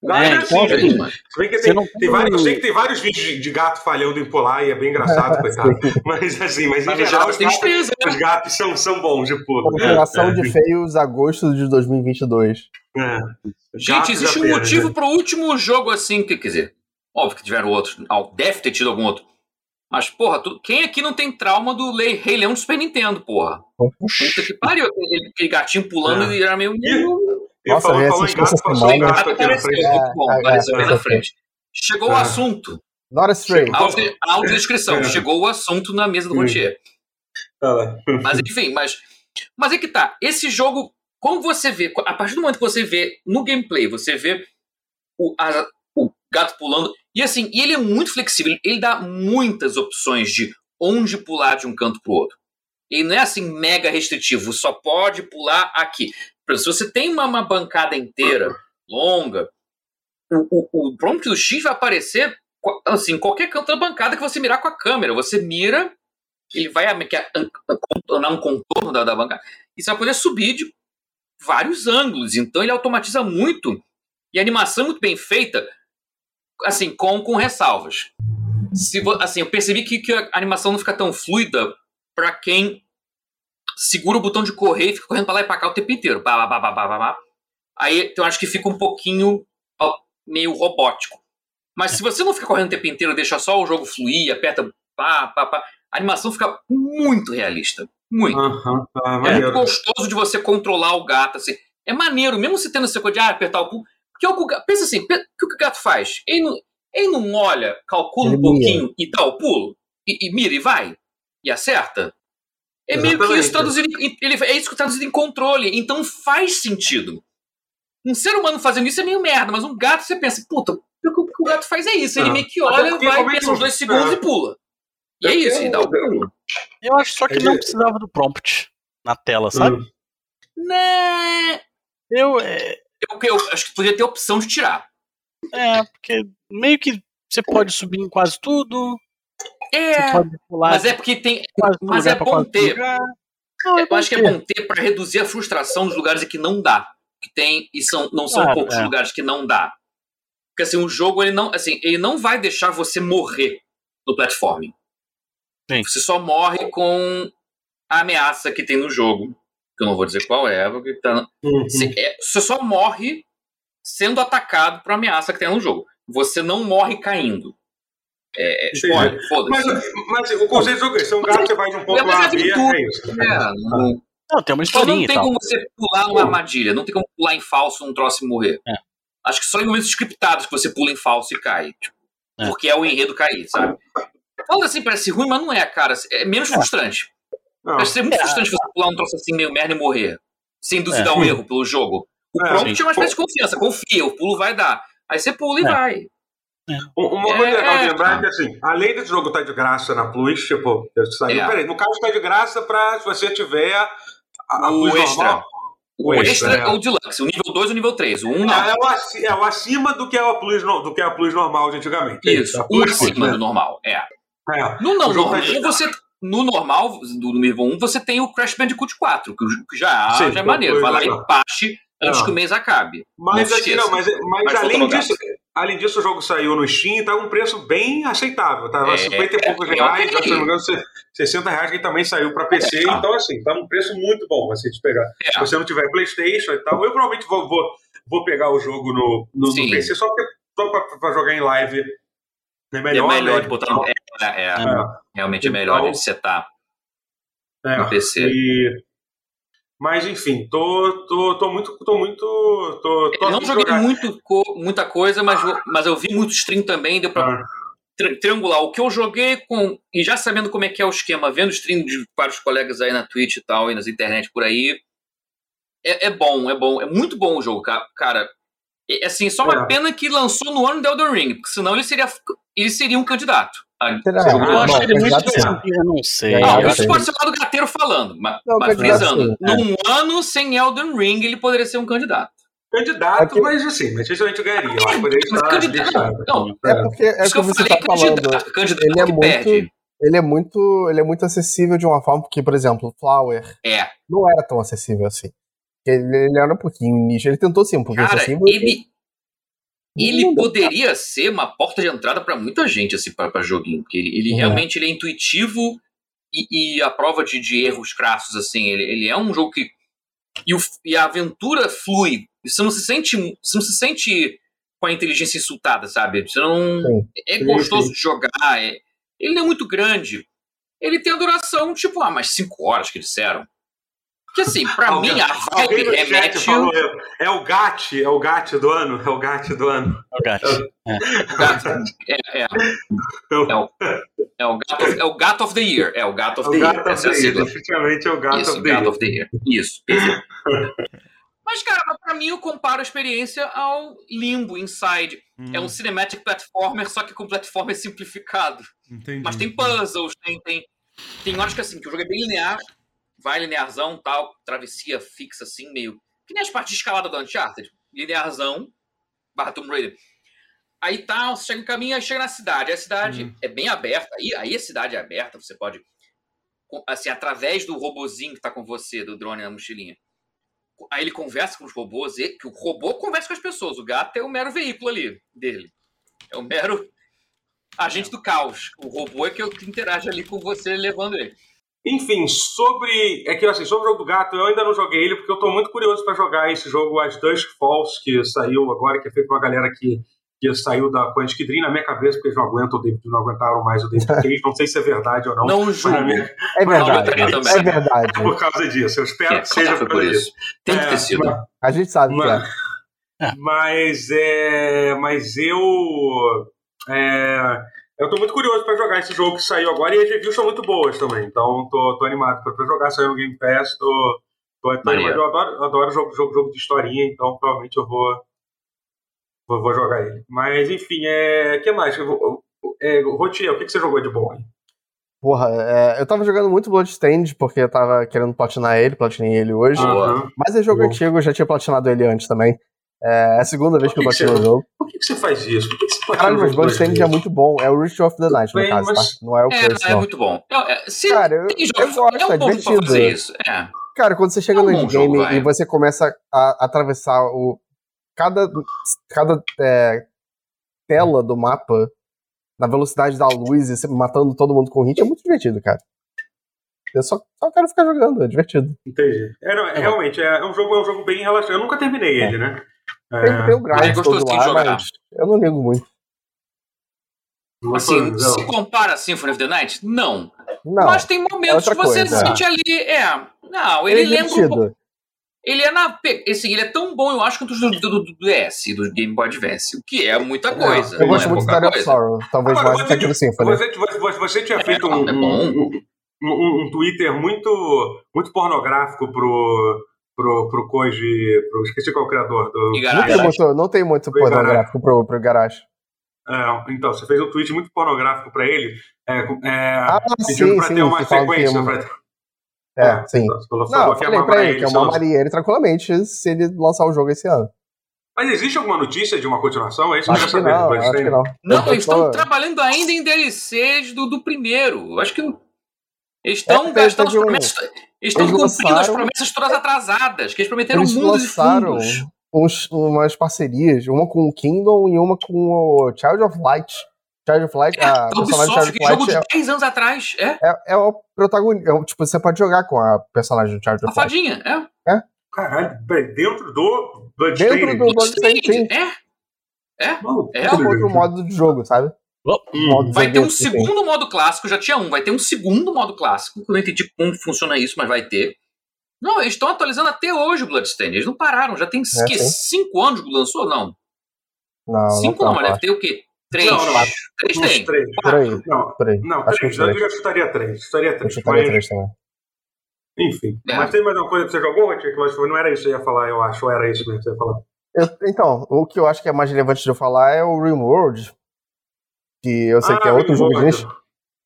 O
Ah,
gato
é,
não
então,
tem nenhuma.
Se bem que
Você
tem,
não
Hum.
tem vários, eu sei que tem vários vídeos de- de gato falhando em pular e é bem engraçado, coitado. Mas assim, mas em
Mas no
geral
geral
os
tem
gatos,
destreza. né?
os gatos são, são bons de pulo. né?
Comemoração de feios agosto de 2022.
É. Gatos
Gente, existe
já né?
um
perdem,
motivo pro último jogo assim, que quer dizer, óbvio que tiveram outros, ah, deve ter tido algum outro. Mas, porra, tu- quem aqui não tem trauma do Lei, Rei Leão do Super Nintendo, porra? Puta que pariu, aquele aquele gatinho pulando
É.
e era meio...
Eu
Nossa,
falou,
eu
falou em
assisti essa
gato, passou um
semana.
gato aqui na
Apareceu,
frente.
frente.
muito bom,
É, é,
apareceu bem
é,
na
é.
frente. Chegou o
É. Então-
assunto,
Nora Stray.
a audio- a audiodescrição,
É.
chegou o assunto na mesa do
Hum.
Rotier.
Tá lá.
Mas enfim, mas, mas é que tá. Esse jogo, como você vê, a partir do momento que você vê no gameplay, você vê o, a- o gato pulando. E assim, e ele é muito flexível. Ele dá muitas opções de onde pular de um canto pro outro. Ele não é assim mega restritivo, só pode pular aqui. Por exemplo, se você tem uma, uma bancada inteira, longa, o, o, o prompt do X vai aparecer co- assim, em qualquer canto da bancada que você mirar com a câmera. Você mira, ele vai meio que a- an- an- contornar um contorno da, da bancada, e você vai poder é subir de vários ângulos. Então ele automatiza muito. E a animação é muito bem feita, assim, com, com ressalvas. Se, vo- assim, eu percebi que, que a animação não fica tão fluida pra quem segura o botão de correr e fica correndo pra lá e pra cá o tempo inteiro. Bah, bah, bah, bah, bah, bah, bah. Aí então, eu acho que fica um pouquinho ó, meio robótico. Mas se você não fica correndo o tempo inteiro, deixa só o jogo fluir, aperta pá, pá, pá, a animação fica muito realista. Muito.
Aham, ah,
é
maneiro.
gostoso de você controlar o gato, assim. É maneiro, mesmo você tendo essa coisa de ah, apertar o pulo. Porque o gato, pensa assim, pe- o que o gato faz? Ele não, ele não olha, calcula um
Ele
pouquinho e dá o pulo, e, e mira e vai, e acerta. É meio que
Exatamente.
isso traduzido em, ele, é isso que traduzido em controle. Então faz sentido. Um ser humano fazendo isso é meio merda, mas um gato você pensa, puta, o que o- o que o gato faz é isso. Ele
Ah.
meio que
Até
olha,
porque
vai,
como é que
pensa uns
o-
dois segundos
Ah.
e pula. E é
Eu-
isso, e dá o pulo.
Eu acho só que
Ele-
é
não precisava do prompt na tela,
Uhum.
sabe?
Hum.
Né?
Eu, é,
Eu, eu acho que podia ter a opção de tirar.
é, porque meio que você pode subir em quase tudo, você
É.
pode pular
Mas
de
é porque tem.
quase
mas é
pra
bom
quase
ter.
lugar. Não,
Eu acho que é
ter.
bom ter para reduzir a frustração dos lugares em que não dá. Que tem e são, não são
Claro,
poucos
é.
lugares que não dá. Porque assim, o jogo ele não, assim, ele não vai deixar você morrer no platforming.
Sim.
Você só morre com a ameaça que tem no jogo. Que eu não vou dizer qual é, porque tá,
Uhum.
Você, é, você só morre sendo atacado por ameaça que tem no jogo. Você não morre caindo. É, é,
Sim.
olha, foda-se.
Mas, assim, mas o conceito é o quê? Se é um gato, você vai de um ponto
Mas
A
é
a B,
aventura.
é isso.
É, não,
Não,
só
tem uma
não
historinha e
tem
tal.
como você pular numa armadilha, não tem como pular em falso um troço e morrer.
É.
Acho que só em momentos scriptados que você pula em falso e cai. tipo,
É.
Porque é o enredo cair, sabe? Falando assim, parece ruim, mas não é, cara. É menos frustrante.
Não.
Parece ser muito
É.
frustrante você pular um troço assim meio merda e morrer. Sem induzir
É.
ao erro pelo jogo. O
É,
prompt
sim.
é uma espécie de confiança. Confia, o pulo vai dar. Aí você pula e
É.
vai.
Um- Uma coisa
É.
legal de lembrar é que, assim, além desse jogo estar de graça na Plus, tipo, saiu,
É.
peraí, no caso está de graça pra se você tiver a, a
O
Plus
extra.
normal.
O,
O
extra,
extra,
é
é.
o deluxe. O nível 2 e o nível 3. O 1 não.
É, o aci- é o acima do que é a Plus, no- do que é a Plus normal de antigamente. É
Isso,
a
um
Plus Plus,
acima
né?
do normal. É.
É.
No não
O jogo
normal,
tá de-
você. No normal, do nível 1, você tem o Crash Bandicoot 4, que que já,
Sim,
já
foi-
é maneiro.
foi
Vai lá e
legal.
baixe antes
Não.
que o mês acabe.
Mas,
Não se
assim, não, mas, Ah. mas
Mas
além
outro
disso, é além disso, o jogo saiu no Steam e tava um preço bem aceitável. Tava
É,
50 e poucos
é,
reais,
ok.
já, se não me engano, 60 reais que também saiu pra PC.
Ah.
Então, assim, tá um preço muito bom, assim, de pegar.
É.
Se você não tiver Playstation e tal, eu provavelmente vou, vou, vou pegar o jogo no, no, no
Sim.
PC só, porque, só pra, pra jogar em live. É
É
melhor,
melhor,
né?
de botar no. É, é, é, realmente é melhor
Então-
de setar
É.
no PC.
E- Mas enfim, tô, tô, tô muito. tô muito. tô, tô
Eu não
afim de
joguei
jogar.
muito, co- muita coisa, mas, vou- mas eu vi muito stream também, deu pra
Ah,
tri- triangular o que eu joguei com. E já sabendo como é que é o esquema, vendo stream de vários colegas aí na Twitch e tal, e nas internet por aí. É, é bom, é bom. É muito bom o jogo, ca- cara. É, assim, só uma
É.
pena que lançou no ano do Elden Ring, porque senão ele seria, ele seria um candidato. ah, a-
Será?
Sim,
Eu
Ah,
acho
Bom,
que ele é muito
candidato sim.
Eu não sei.
É,
eu
Não,
eu
acho
isso
sei.
pode ser lá do gateiro falando, mas,
Não,
mas
candidato
frisando.
sim, é.
Num ano sem Elden Ring, ele poderia ser um candidato.
Ah,
Candidato,
Aqui-
mas assim, mas isso a gente ganharia. Eu acho que poderia
Mas
estar né?
candidato.
listado.
Não,
É porque é o
isso
que você tá falando.
candidato. Candidato
Ele é
que
muito-
perde.
Ele é muito. Ele é muito acessível de uma forma, porque, por exemplo, Flower
É.
não era tão acessível assim. Ele, ele era um pouquinho nicho. Ele tentou ser um pouquinho
Cara,
acessível.
ele, ele
Não dá.
poderia ser uma porta de entrada para muita gente, assim, pra, pra joguinho. Porque ele, ele
É.
realmente ele é intuitivo e, e a prova de, de erros crassos, assim. Ele, ele é um jogo que. E, o- e a aventura flui. Você não se sente. Você não se sente com a inteligência insultada, sabe? Você não.
Sim.
É
Sim,
gostoso de jogar. é- ele não é muito grande. Ele tem a duração, tipo, ah, mais 5 horas que disseram. Que assim, pra
Alguém-
mim, a
Alguém
vibe é
no chat
remete.
falou, é, é o GAT, é o GAT do ano, é o GAT do ano.
que é o
Então,
gato.
É, é,
Então,
É o É o Gato of, é o Gato of the Year. É o Gato of
é
the
o
Year.
GAT of
Essa é
the
a
Year,
sigla.
definitivamente é o GAT
Isso,
of the
Gato
Year.
of the Year. Isso. perfeito. Mas, cara, mas pra mim eu comparo a experiência ao Limbo Inside. É
Hum.
um cinematic platformer, só que com platformer simplificado.
Entendi.
Mas tem puzzles, tem, tem. Tem horas que assim, que o jogo é bem linear, vai linearzão, tal, travessia fixa, assim, meio. Que nem as partes de escalada do Uncharted. Linearzão, barra Tomb Raider. Aí tá, você chega no caminho, aí chega na cidade. Aí A cidade
Uhum.
é bem aberta. Aí, aí a cidade é aberta, você pode. co- Assim, através do robozinho que tá com você, do drone na mochilinha. Aí ele conversa com os robôs, e que o robô conversa com as pessoas. O gato é o mero veículo ali dele. É o mero agente do caos. O robô é que eu- que interage ali com você levando ele.
Enfim, sobre. É que assim, sobre o jogo do gato, eu ainda não joguei ele, porque eu tô muito curioso pra jogar esse jogo As Dusk Falls, que saiu agora, que é feito uma galera que que saiu da Quantic Dream, na minha cabeça, porque eles não aguentam o David, não aguentaram mais o David Cage, não sei se é verdade ou não.
Não
mas na
julgo.
minha-
É
Mas não
verdade.
aguentaria
É
também. Tipo,
verdade.
é por causa disso, eu espero
É,
que seja
claro,
por,
foi por
isso.
isso. Tem que
É,
ter sido.
mas-
A gente sabe, é.
Mas-
cara.
Mas é, mas eu é, eu tô muito curioso pra jogar esse jogo que saiu agora e as reviews são muito boas também. Então tô, tô animado pra pra jogar, saiu no Game Pass, tô, tô, tô
Maneiro.
animado. Eu adoro, adoro jogo, jogo, jogo de historinha, então provavelmente eu vou vou, vou jogar ele. Mas enfim, é, que mais? Eu vou- É, Rotier, o que, que você jogou de bom? aí?
Porra, é, eu tava jogando muito Bloodstained porque eu tava querendo platinar ele, platinei ele hoje.
Ah, boa.
Aham.
Mas é jogo
boa.
antigo, eu já tinha platinado ele antes também. É a segunda vez que eu
Por que que
platino o
você-
jogo.
Por que, que você faz isso? Por que, que você platina
Caralho,
o
mas
jogo duas
Bloodstained é
vezes?
muito bom. É o Ritual of the Night, no
Bem,
caso,
mas-
tá? Não é o Curse,
É, é
não.
muito bom. Eu- é, se-
Cara, eu-
tem
eu gosto,
é
é
um bom jogo
divertido.
pra fazer isso. É.
Cara, quando você chega
É um
no
bom jogo,
endgame
vai.
e você começa a atravessar o. Cada, cada é, tela do mapa na velocidade da luz e você matando todo mundo com hit é muito divertido, cara. Eu só, só quero ficar jogando, é divertido.
Entendi. É, não, é,
É.
realmente, é, é um jogo, é um jogo bem relaxante. Eu nunca terminei ele, né?
Tem, tem um
Mas é
grind todo
gostosinho de
lá,
jogar.
mas eu não ligo muito.
não
Assim,
tô-
se
não.
compara a Symphony of the Night, não.
Não,
Mas tem momentos
outra
que você
coisa, é.
sente ali. É. Não,
ele
ele
é
lembra um pouco.
divertido.
Ele é na. pe- Esse ele é tão bom, eu acho, quanto os do, do, do DS, do Game Boy Advance, o que é muita coisa.
Eu
não
gosto
é
muito de
pouca
Story of
coisa.
Sorrow, talvez
Agora,
mais do que aquilo Symphony.
Você, é você, você tinha feito
não,
um,
é
um, um- um Twitter muito, muito pornográfico pro, pro, pro Koji. Pro, esqueci qual é o criador do.
Não tem
E garagem.
muito, não tem muito
Foi
pornográfico pro, pro garagem.
É, então, você fez um tweet muito pornográfico pra ele, é, com- é,
Ah,
pedindo
sim,
pra
sim.
ter uma
que falam que é
sequência.
um-
pra-
É, sim.
Então, você falou,
Não,
falou que
eu
ia
falei
mamar
pra ele que é eu
só não-
mamaria ele tranquilamente se ele lançar o jogo esse ano.
Mas existe alguma notícia de uma continuação? É isso
Acho que
eu quero saber.
não,
mas
acho
tem-
que não.
Não,
Eu
eles
tô-
estão trabalhando ainda em DLCs do, do primeiro. Eu Acho que. Eles
É,
estão
é,
gastando as
teve um-
promessas. Eles estão
eles
cumprindo as
lançaram-
promessas todas atrasadas, que eles prometeram
Eles
mundos
lançaram
e um fundos.
uns- umas parcerias, uma com o Kingdom e uma com o Child of Light. Child of Light, a
Da
personagem
É, Ubisoft,
Child of
que Então, jogo
Light
de
é,
10 anos atrás. É,
é, é o protagonista. tipo, você pode jogar com a personagem do Child
a
of Light.
fadinha. É.
Caralho, peraí, dentro do Bloodstained.
Dentro do Bloodstained, sim.
Sim, é.
Maluco,
É
É um outro modo de jogo, sabe?
Hum.
Modo de
Vai ter um
jogo que tem.
segundo modo clássico, já tinha um, vai ter um segundo modo clássico. que Eu não entendi como funciona isso, mas vai ter. Não, eles estão atualizando até hoje o Bloodstained. Eles não pararam, já tem
É,
que,
sim.
cinco anos que lançou? Não.
Não, não
cinco
tá,
não, mas
tá.
deve ter o quê? Três.
Não, não.
Três
Uns
tem.
três.
Por aí,
Não,
por aí.
não,
Acho que é
três. Eu
três.
já chutaria três. Chutaria
Eu
três.
chutaria
mas,
três também.
Enfim.
É.
Mas tem mais alguma coisa que você jogou, Rotinho? Que eu acho que Não era isso que eu ia falar, eu acho. Ou era isso mesmo que você ia falar?
Eu- então, o que eu acho que é mais relevante de eu falar é o Rimworld. Que eu sei
Ah,
que é outro jogo de nicho,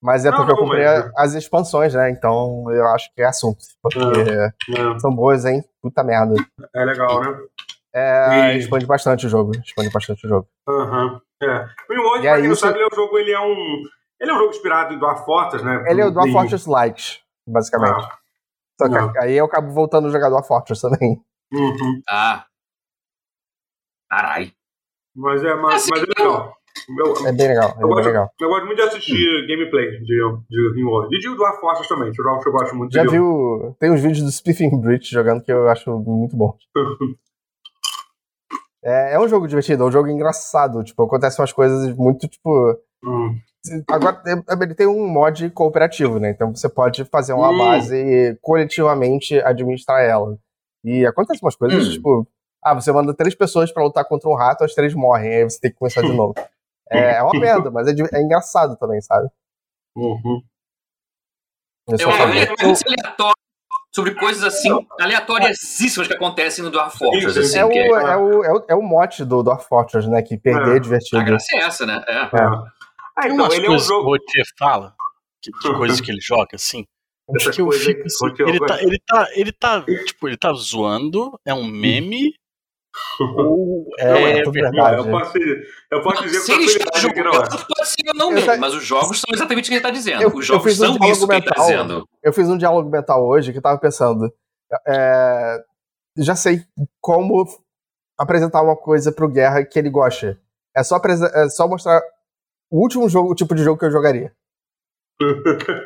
mas é
Não,
porque eu
não,
comprei
mas-
a- as expansões, né? Então eu acho que é assunto. Porque
É,
são boas, hein? Puta merda.
é legal, né?
É,
E-
expande bastante o jogo. Expande bastante o jogo.
Aham. É. O Reward,
E
pra
aí
quem não
você-
sabe, ele é um jogo, ele é um. Ele é um jogo inspirado em Dwarf Fortress, né?
Ele é o Dwarf
Em-
Fortress Light, basicamente.
Ah,
Só que
não.
aí eu acabo voltando a jogar Dwarf Fortress também.
uhum.
Ah. Caralho.
Mas é, mas,
Assim,
mas é
eu-
legal. Eu,
É bem legal, é
eu
bem
gosto,
legal.
eu gosto muito de assistir gameplay de, de Reward. E de Dwarf Fortress também, que é um jogo que eu gosto muito
Já
de
viu. Tem uns vídeos do Spiffing Bridge jogando que eu acho muito bom. É, é um jogo divertido, é um jogo engraçado. Tipo, acontecem umas coisas muito, tipo.
Hum.
Agora, tem- ele tem um mod cooperativo, né? Então você pode fazer uma
Hum.
base e coletivamente administrar ela. E acontecem umas coisas,
Hum.
tipo. Ah, você manda três pessoas pra lutar contra um rato, as três morrem, aí você tem que começar de novo. É, é uma merda, mas é, di- é engraçado também, sabe?
Uhum.
Isso
Eu
é uma
ouvi
falei-
merda.
elementos aleatórios sobre coisas assim, aleatoriasíssimas que acontecem no Dwarf Fortress.
Isso,
Assim,
é, o,
que é-
é, o, é, o, é o mote do Dwarf Fortress, né? Que perder
É.
é divertido.
A graça é essa, né? É.
É. Ah,
Tem
então,
umas
ele é um
coisas que o
jogo.
Rotier fala, que, de coisas que ele joga, assim.
Essas
que eu
coisas
fico
que
assim,
Rotier
ele
gosta.
tá, ele tá, ele tá, tipo, ele tá zoando, é um meme, ou
Não, é
é,
tudo
verdade?
Não, eu
Verdade.
posso, eu posso dizer
Se ele está
com tranquilidade que não é.
jogando, pode ser ou não
Eu
mesmo,
tá-
mas os jogos são exatamente o que ele está dizendo.
Eu- eu
os jogos
fiz um
são
diálogo
isso que ele está
mental.
dizendo.
eu fiz um diálogo mental hoje que eu tava pensando. é, já sei como apresentar uma coisa pro Guerra que ele gosta. É só, apresen- é só mostrar o último jogo, o tipo de jogo que eu jogaria.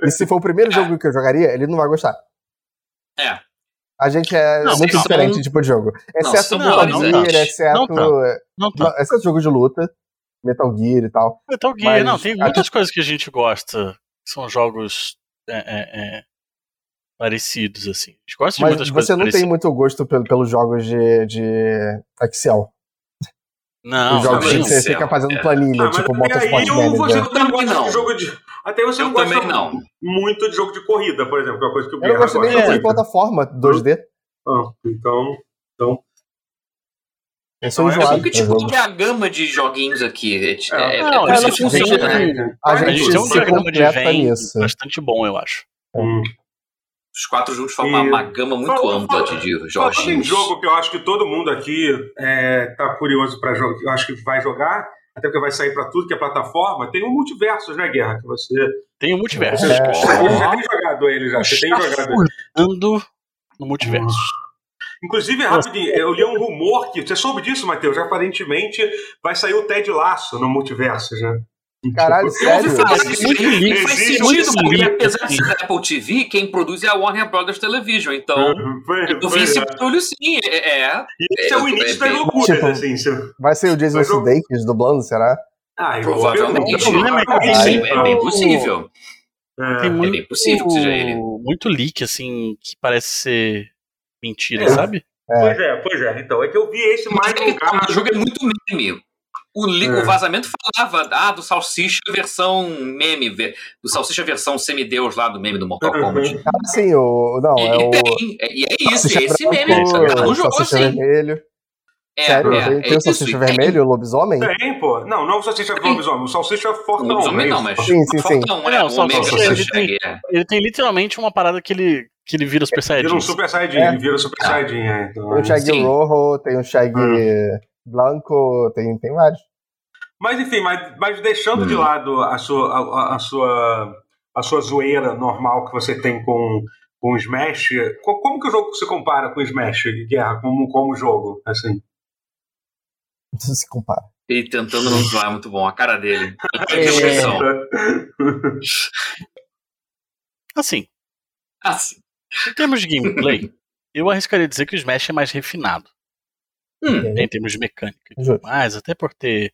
E se for o
É.
primeiro jogo que eu jogaria, ele não vai gostar.
É.
A gente é
Não, então-
muito
são-
diferente de tipo de jogo. Exceto
são
Metal
polarizantes.
Gear, exceto,
Não tá. Não tá.
não, exceto jogo de luta. Metal Gear e tal.
Metal Gear,
Mas
não, tem
a-
muitas coisas que a gente gosta, que são jogos é, é, é, parecidos, assim. A gente gosta de
Mas
muitas coisas
você não tem
parecidas.
muito gosto pel- pelos jogos de, de Excel.
Não,
Os jogos
também
que
não.
não.
você
Excel,
fica fazendo
é.
planilha,
Ah, mas
tipo
até aí eu-
Motorsport
você
Manager.
não
Eu
gosta
também
de
não.
jogo de. Até você
Eu
não gosta
também não.
muito de jogo de corrida, por exemplo, que é uma coisa que o
Eu não
Guerra
gosto nem de jogo de
gosta.
plataforma 2D.
Ah, então,
Eu sou
Não, é
enjoado.
Porque,
pra
tipo,
jogo.
que é a gama de joguinhos aqui? É, é, é,
Não,
por isso
ela
que
não
funciona,
é,
funciona.
né?
então,
A
A
gente
gente tem um
se
diagrama de
completa
Venn
nisso.
bastante bom, eu acho.
hum.
Os quatro juntos formam
E-
uma gama muito
Falando-
ampla de, de
Falando em
joguinhos.
um jogo que eu acho que todo mundo aqui é, tá curioso para jogar, eu acho que vai jogar, até porque vai sair para tudo que é plataforma, tem o Multiversos, né, Guerra? Que você,
Tem o multiverso.
É.
você
Ó,
já tem jogado ele, já. Você tem jogado ele.
Chafurdando no multiverso.
Inclusive, rapidinho, eu li um rumor que. Você soube disso, Matheus? Aparentemente vai sair o Ted Laço no Multiverso, já.
Caralho,
Eu ouvi
sério.
falar
Sério?
disso aí,
Existe um
faz
muito
sentido, porque
livro,
apesar de
sim.
ser da Apple TV, quem produz é a Warner Brothers Television, então...
Uhum. Foi- foi-
No fim, esse barulho sim, é, é,
E esse é o início das loucuras,
Tipo-
assim. você-
Vai ser o Jason
Mas eu-
Sudeikis dublando, será?
Ah, eu vou
provavelmente.
ver, eu vou ver,
Caralho.
sim, então,
É bem possível.
é.
Tem muito,
bem possível que seja ele.
muito leak, assim, que parece ser mentira,
É.
sabe?
Pois é, pois é. Então, é que eu vi esse mais
Mas é que
um
tá,
cara.
o jogo é muito meme. O, li-
É.
o vazamento falava ah, do Salsicha versão meme, ve- do Salsicha versão semideus lá do meme do Mortal Kombat.
Uhum.
Ah, sim, o. Não,
E,
é
e
o.
tem, é- e é isso,
Salsicha
é esse
branco,
meme. Tá no jogo,
salsicha
sim.
vermelho.
É,
Sério,
é,
tem,
é
tem o
isso,
salsicha
e tem-
vermelho, o lobisomem?
Tem, pô. Não, não é o salsicha
Tem.
lobisomem. O salsicha fortão.
Não, lobisomem
né?
não, mas.
Sim, sim, sim.
Fortão,
É,
é,
o
o Omega
Salsicha,
Salsicha,
ele
é.
Ele tem literalmente uma parada que ele, que ele vira o Super
Vira
Saiyajin.
um super saiyajin.
É.
Ele vira um super
Ah.
saiyajin. É, então,
Tem o
é.
Shaggy
Sim.
Rojo, tem o Shaggy
Hum.
Blanco, tem, tem vários.
Mas enfim, mas, mas deixando de
Hum.
lado a sua, a, a- a sua, a sua zoeira normal que você tem com, com o Smash, co- como que o jogo se compara com o Smash, Guerra, como, como jogo? Assim?
Não sei se compara.
Ele tentando não zoar, é muito bom, a cara dele.
É.
Descrição.
Assim,
Assim.
em termos de gameplay, eu arriscaria dizer que o Smash é mais refinado,
Hum,
né, em termos de mecânica e tudo
Justo.
mais, até por ter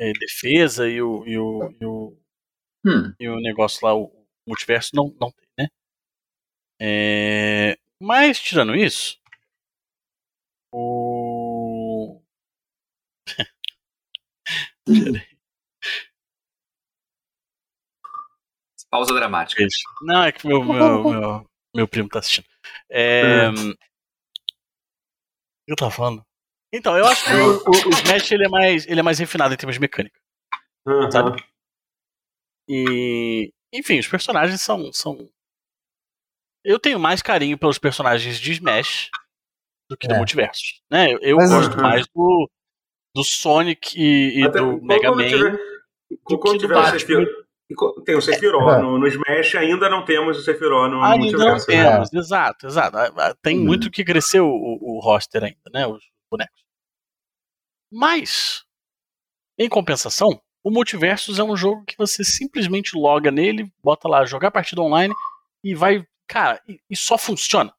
é, defesa e o, e, o, e, o,
hum.
e o negócio lá, o multiverso, não, não tem, né? É, mas, tirando isso, o.
Pausa dramática.
Beijo. Não, é que meu, meu, meu, meu primo tá assistindo. É, hum, Eu tava falando. Então, eu acho que o, o- o Smash ele é, mais, ele é mais refinado em termos de mecânica.
Aham.
Sabe? E, enfim, os personagens são, são. Eu tenho mais carinho pelos personagens de Smash do que do
É.
multiverso. Né? Eu, eu
Mas-
gosto
Uhum.
mais do, do Sonic e, e
Até
do
quando
Mega Man.
tiver-
do
quando
que do
tiver o
Batman.
Sephiroth- tem o Sephiroth no, no Smash, ainda não temos o Sephiroth no no
Ainda não
multiverso. né?
temos, exato, exato. Ah, ah, Tem
Uhum.
muito que crescer o, o, o roster ainda, né? Os bonecos. Mas, em compensação, o Multiversus é um jogo que você simplesmente loga nele, bota lá jogar partida online e vai. Cara, e, e só funciona.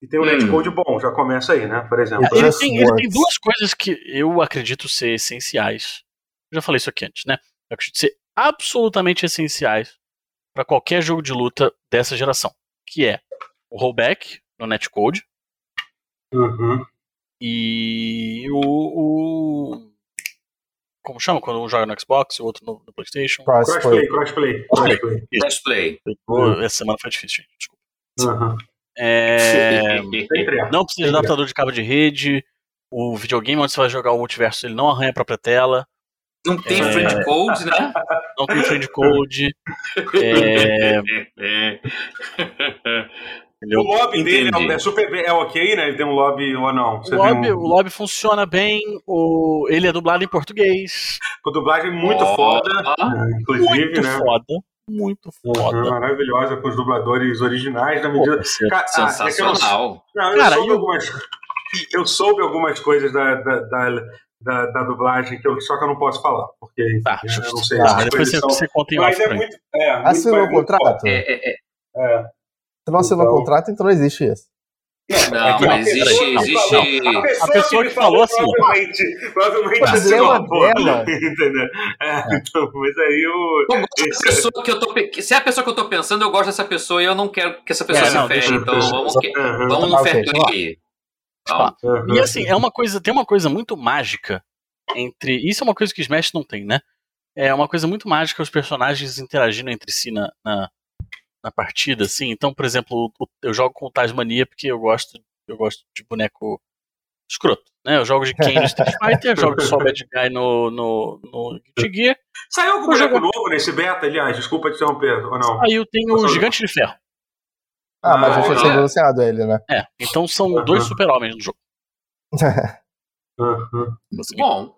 E tem um
Hum.
netcode bom, já começa aí, né? Por exemplo.
Então,
Ele
just
tem, ele tem
works.
duas coisas que eu acredito ser essenciais. Eu já falei isso aqui antes, né? Eu acredito ser absolutamente essenciais para qualquer jogo de luta dessa geração, que é o rollback no netcode,
Uhum.
E o, o- Como chama? Quando um joga no Xbox e o outro no, no PlayStation.
Crossplay.
Crossplay, crossplay, crossplay.
Let's play.
Pô, Essa semana foi difícil, gente. Desculpa.
Uhum.
É,
Sempre é.
não precisa de
Entendi.
adaptador de cabo de rede. O videogame onde você vai jogar o multiverso ele não arranha a própria tela.
Não tem
É.
friend code, né?
Não tem friend code. É, entendeu?
O lobby dele
Entendi.
é, é super é ok, né? Ele tem um lobby ou não.
O
Você
lobby,
tem um,
o lobby funciona bem. O, ele é dublado em português.
com dublagem muito
Ó,
foda,
ó.
né? inclusive,
Muito
né?
foda. Muito
Uhum,
foda.
maravilhosa com os dubladores originais na medida.
Pô,
Ca- ah, é que eu não-
Sensacional.
Não, eu,
Cara,
soube
e o-
algumas, eu soube algumas coisas da, da, da, da- da dublagem, que eu, só que eu não posso falar, porque enfim,
Tá,
eu não sei.
tá,
essas
depois
coisas
você,
são-
você conta em off
Mas é
pra mim.
muito. É, muito-
Assinou
é
o
muito
contrato?
É, é, é.
foda. É.
Se não assinou o
Então-
contrato, então não existe isso.
É
É
Não, mas existe.
Não,
existe...
A pessoa,
A pessoa
me
que falou assim, ó.
Provavelmente, provavelmente
Mas
assim,
é
ó,
uma
pô,
dela.
Entendeu? É, então, mas aí o.
Eu gosto da pessoa que eu tô pe- Se é a pessoa que eu tô pensando, eu gosto dessa pessoa e eu não quero que essa pessoa
É,
se
não,
ferre.
deixa-
Então
deixa-
vamos, que-
Aham,
vamos
Ah,
no
ok,
fair
vamos lá.
play.
Deixa eu falar.
aham.
E assim, é uma coisa, tem uma coisa muito mágica entre. Isso é uma coisa que Smash não tem, né? É uma coisa muito mágica os personagens interagindo entre si na, na, na partida, assim. Então, por exemplo, o- eu jogo com o Tasmania porque eu gosto, eu gosto de boneco escroto, né? Eu jogo de Ken no Street Fighter, eu jogo de Soul Bad Guy no, no, no Guilty Gear.
Saiu algum boneco novo nesse beta, aliás? Desculpa te interromper, ou não?
Aí eu tenho o Gigante de Ferro.
Ah, mas já
Ah,
foi
é.
sendo anunciado ele, né?
É, então são
Aham.
dois super-homens no jogo.
Aham,
assim.
Bom,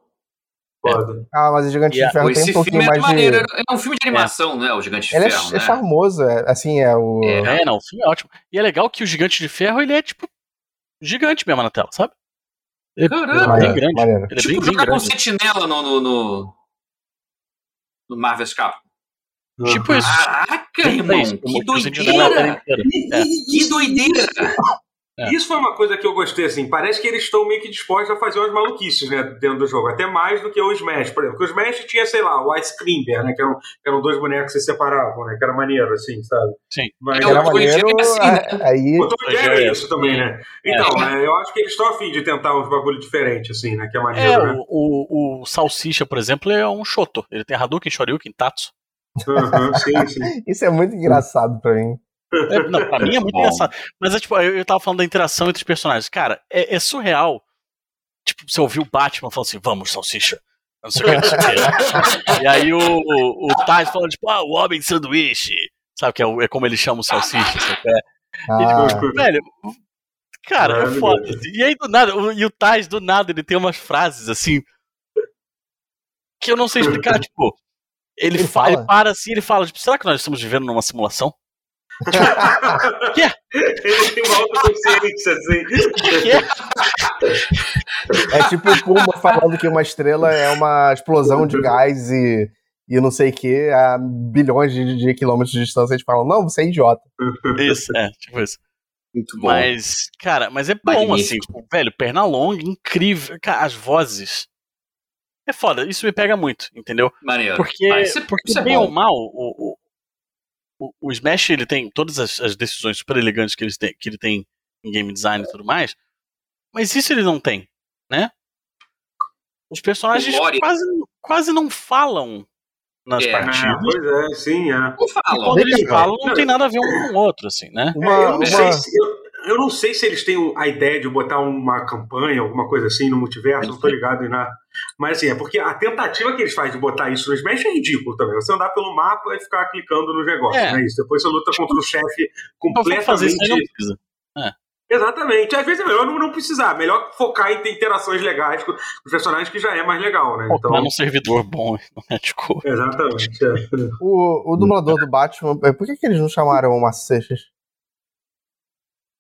Foda.
Ah, mas o Gigante
Yeah,
de Ferro
esse
tem um pouquinho
filme é
mais
maneiro.
de.
É um filme de animação, né? O Gigante de
Ele é,
Ferro.
é
né?
charmoso, é- assim, é o.
É.
É, não, o filme é ótimo. E é legal que o Gigante de Ferro, ele é tipo gigante mesmo na tela, sabe? Ele
Caramba.
é bem grande.
maneiro.
Ele é bem,
Tipo,
bem
jogar com
grande.
sentinela no. no, no... No Marvel's Cap.
Tipo isso.
Caraca,
Bem
Ah, irmão!
isso, como
Que
o Sentinela é a tela
doideira!
inteira. É.
Que doideira!
É.
Isso foi uma coisa que eu gostei, assim. Parece que eles estão meio que dispostos a fazer umas maluquices, né? Dentro do jogo. Até mais do que o Smash, por exemplo. Porque o Smash tinha, sei lá, o Ice Cream Bear, né? Que eram, que eram dois bonecos que se separavam, né? Que era maneiro, assim, sabe?
Sim.
Mas
Era
É, o Tom e
maneiro.
Jerry é assim,
a- Aí.
o Tom Jerry é isso também, né? Então,
É.
né, eu acho que eles estão afim de tentar uns bagulho diferente, assim, né? Que é maneiro,
É,
né?
o, o, o Salsicha, por exemplo, é um Shoto. Ele tem Hadouken, Shoryuken, Tatsu.
Aham, sim, sim.
Isso é muito engraçado pra mim.
É, não, pra mim é muito
Bom.
engraçado. Mas é tipo, eu, eu tava falando da interação entre os personagens. Cara, é, é surreal. Tipo, você ouvir o Batman falando assim, vamos, salsicha. Não sei o que, não sei o que. E aí o, o, o Taz falando, tipo, ah, o homem sanduíche. Sabe que é, o- é como eles chamam o salsicha. sabe? é
Ah,
Velho, cara, é
Maravilhoso.
foda. E aí, do nada, o, e o Tais, do nada, ele tem umas frases assim. Que eu não sei explicar, tipo. Ele,
Ele
fa- ele
fala?
para assim, ele fala, tipo, será que nós estamos vivendo numa simulação?
Ele tem uma outra consciência, assim.
é tipo o Pumba falando que uma estrela é uma explosão de gás e, e não sei o que a bilhões de, de quilômetros de distância. Eles falam, não, você é idiota.
Isso, é, tipo isso.
Muito bom.
Mas, cara, mas é bom,
Magnífico.
assim, tipo, velho, perna longa, incrível. Cara, as vozes. É foda, isso me pega muito, entendeu?
Maneiro.
Porque,
Ah, isso é-
porque um-
isso é
bem
bom.
ou mal, o, o- o, o Smash ele tem todas as, as decisões super elegantes que ele, tem, que ele tem em game design e tudo mais, mas isso ele não tem, né? Os personagens
Memória.
quase, quase não falam nas
É.
Ah,
partidas.
pois é, sim, é.
Não
E
falam.
quando eles
Legal.
falam, não tem nada a ver um com o outro, assim, né?
É,
Uma,
É, eu, não
uma-
sei se, eu, eu não sei se eles têm a ideia de botar uma campanha, alguma coisa assim no multiverso, não tô ligado em nada. Mas assim, é porque a tentativa que eles fazem de botar isso no Smash é ridículo também. Você andar pelo mapa e ficar clicando nos negócios,
É.
né? Isso. Depois você luta contra o chefe
Então, vamos fazer isso aí não
completamente.
precisa.
Exatamente. Às vezes é melhor não, não precisar, melhor focar em ter interações legais com os personagens que já é mais legal, né?
Focar
Então.
num um servidor bom, né? Tipo,
Exatamente. é.
o, o dublador do Batman, é, por que, que eles não chamaram o Márcio Seixas?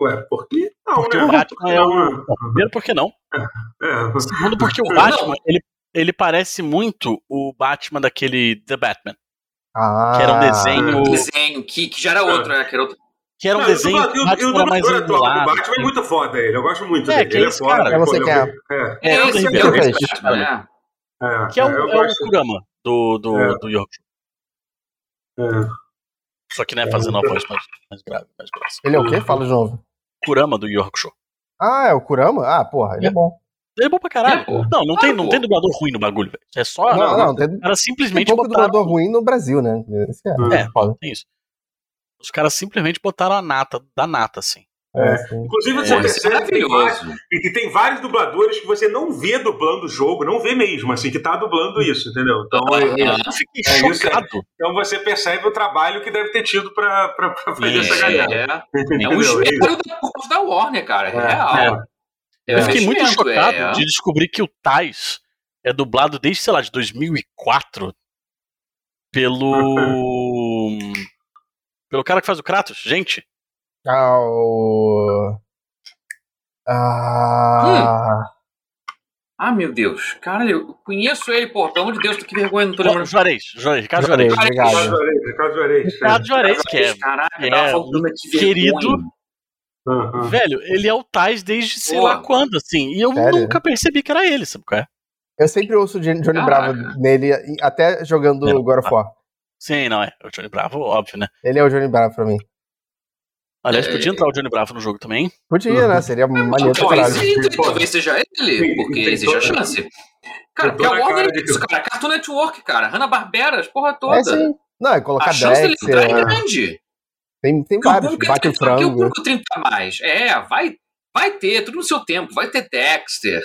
Ué, por que não,
Porque
né?
o Batman é um
Não,
o. Primeiro, por que não?
é.
Segundo, porque o Batman, ele, ele parece muito o Batman daquele The Batman.
Ah,
que era um É. desenho.
Desenho, que, que já era outro, né? Que era outro.
Que era um
Não,
desenho.
eu tô- eu-
Batman
eu tô
era mais
adorando a troca do
angulado,
Batman é muito foda ele. Eu gosto muito
É,
dele.
que
ele
é
é
esse
foda.
cara.
ele
Eu não sei
pô,
quem
eu- é,
É,
É
o
esse
Henry
que
Cavill
era o
fez.
tipo,
Batman, né?
é,
Que é o,
eu
é o
gosto,
Kurama do, do,
É.
do Yorkshire. um-
é.
Só que não é fazendo uma voz mais, mais grave, mais grossa.
Ele é o quê? Fala de novo.
Kurama do Yorkshire.
Ah, é o Kurama? Ah, porra, ele é bom.
Ele é bom pra caralho.
É, pô.
não, não, tem,
Ah,
não
pô.
tem dublador ruim no bagulho, velho. É só.
Ah,
Não, não, tem,
Os caras
tem
simplesmente
Um pouco
botaram.
dublador ruim no Brasil, né? Esse é,
É.
foda.
Tem isso. Os caras simplesmente botaram a nata, da nata, assim.
É,
É.
assim.
Inclusive, você
Pô, isso é
percebe que tem, vários,
maravilhoso.
e que tem vários dubladores que você não vê dublando o jogo, não vê mesmo, assim, que tá dublando isso, entendeu? Então, é-
Eu fiquei
É isso, é.
chocado.
então você percebe o trabalho que deve ter tido pra, pra, pra fazer
É.
essa galera.
É, é um
Entendeu?
esmero da, por causa da Warner, cara. É real. É,
Eu fiquei muito
investimento,
chocado
é.
de descobrir que o Tais é dublado desde, sei lá, de 2004 pelo. pelo cara que faz o Kratos. Gente,
Ah, o... Ah...
Ah, meu Deus. Cara, eu conheço ele, pô. Pelo amor de Deus, que vergonha, não tô
o
lembrando.
Juarez, Juarez, Ricardo
Juarez,
Juarez.
Ricardo
obrigado.
Juarez, Ricardo Juarez.
Ricardo Juarez, que é.
Caraca,
é
tava faltando,
um
que vergonha.
querido
Aham.
Velho, ele é o Tais desde sei
Porra.
lá quando, assim. E eu
Sério?
nunca percebi que era ele, sabe qual é?
Eu sempre ouço Johnny Johnny
Caraca.
Bravo nele, e- até jogando
Não.
God of War.
Sim, não é. É o Johnny Bravo, óbvio, né?
Ele é o Johnny Bravo pra mim.
Aliás,
É,
podia
é.
entrar o Johnny Bravo no jogo também.
Podia, né? Seria maneiro pra
olha,
caralho.
Talvez,
É,
esse-
seja- então, talvez seja ele, porque
Tem
existe a
toda-
chance. Cara,
tem
porque
toda
a
a
Warner
cara
é
de
isso,
que-
cara. Cartoon Network, cara. Hanna-Barbera, as porra
É
toda.
sim. Não, é
a
colocar
chance dele
Dex,
entrar é
é,
grande.
tem, tem
Porque o
vários,
público,
bate o
só que o
frango.
público 30 a mais. É, vai, vai ter, tudo no seu tempo. Vai ter Dexter.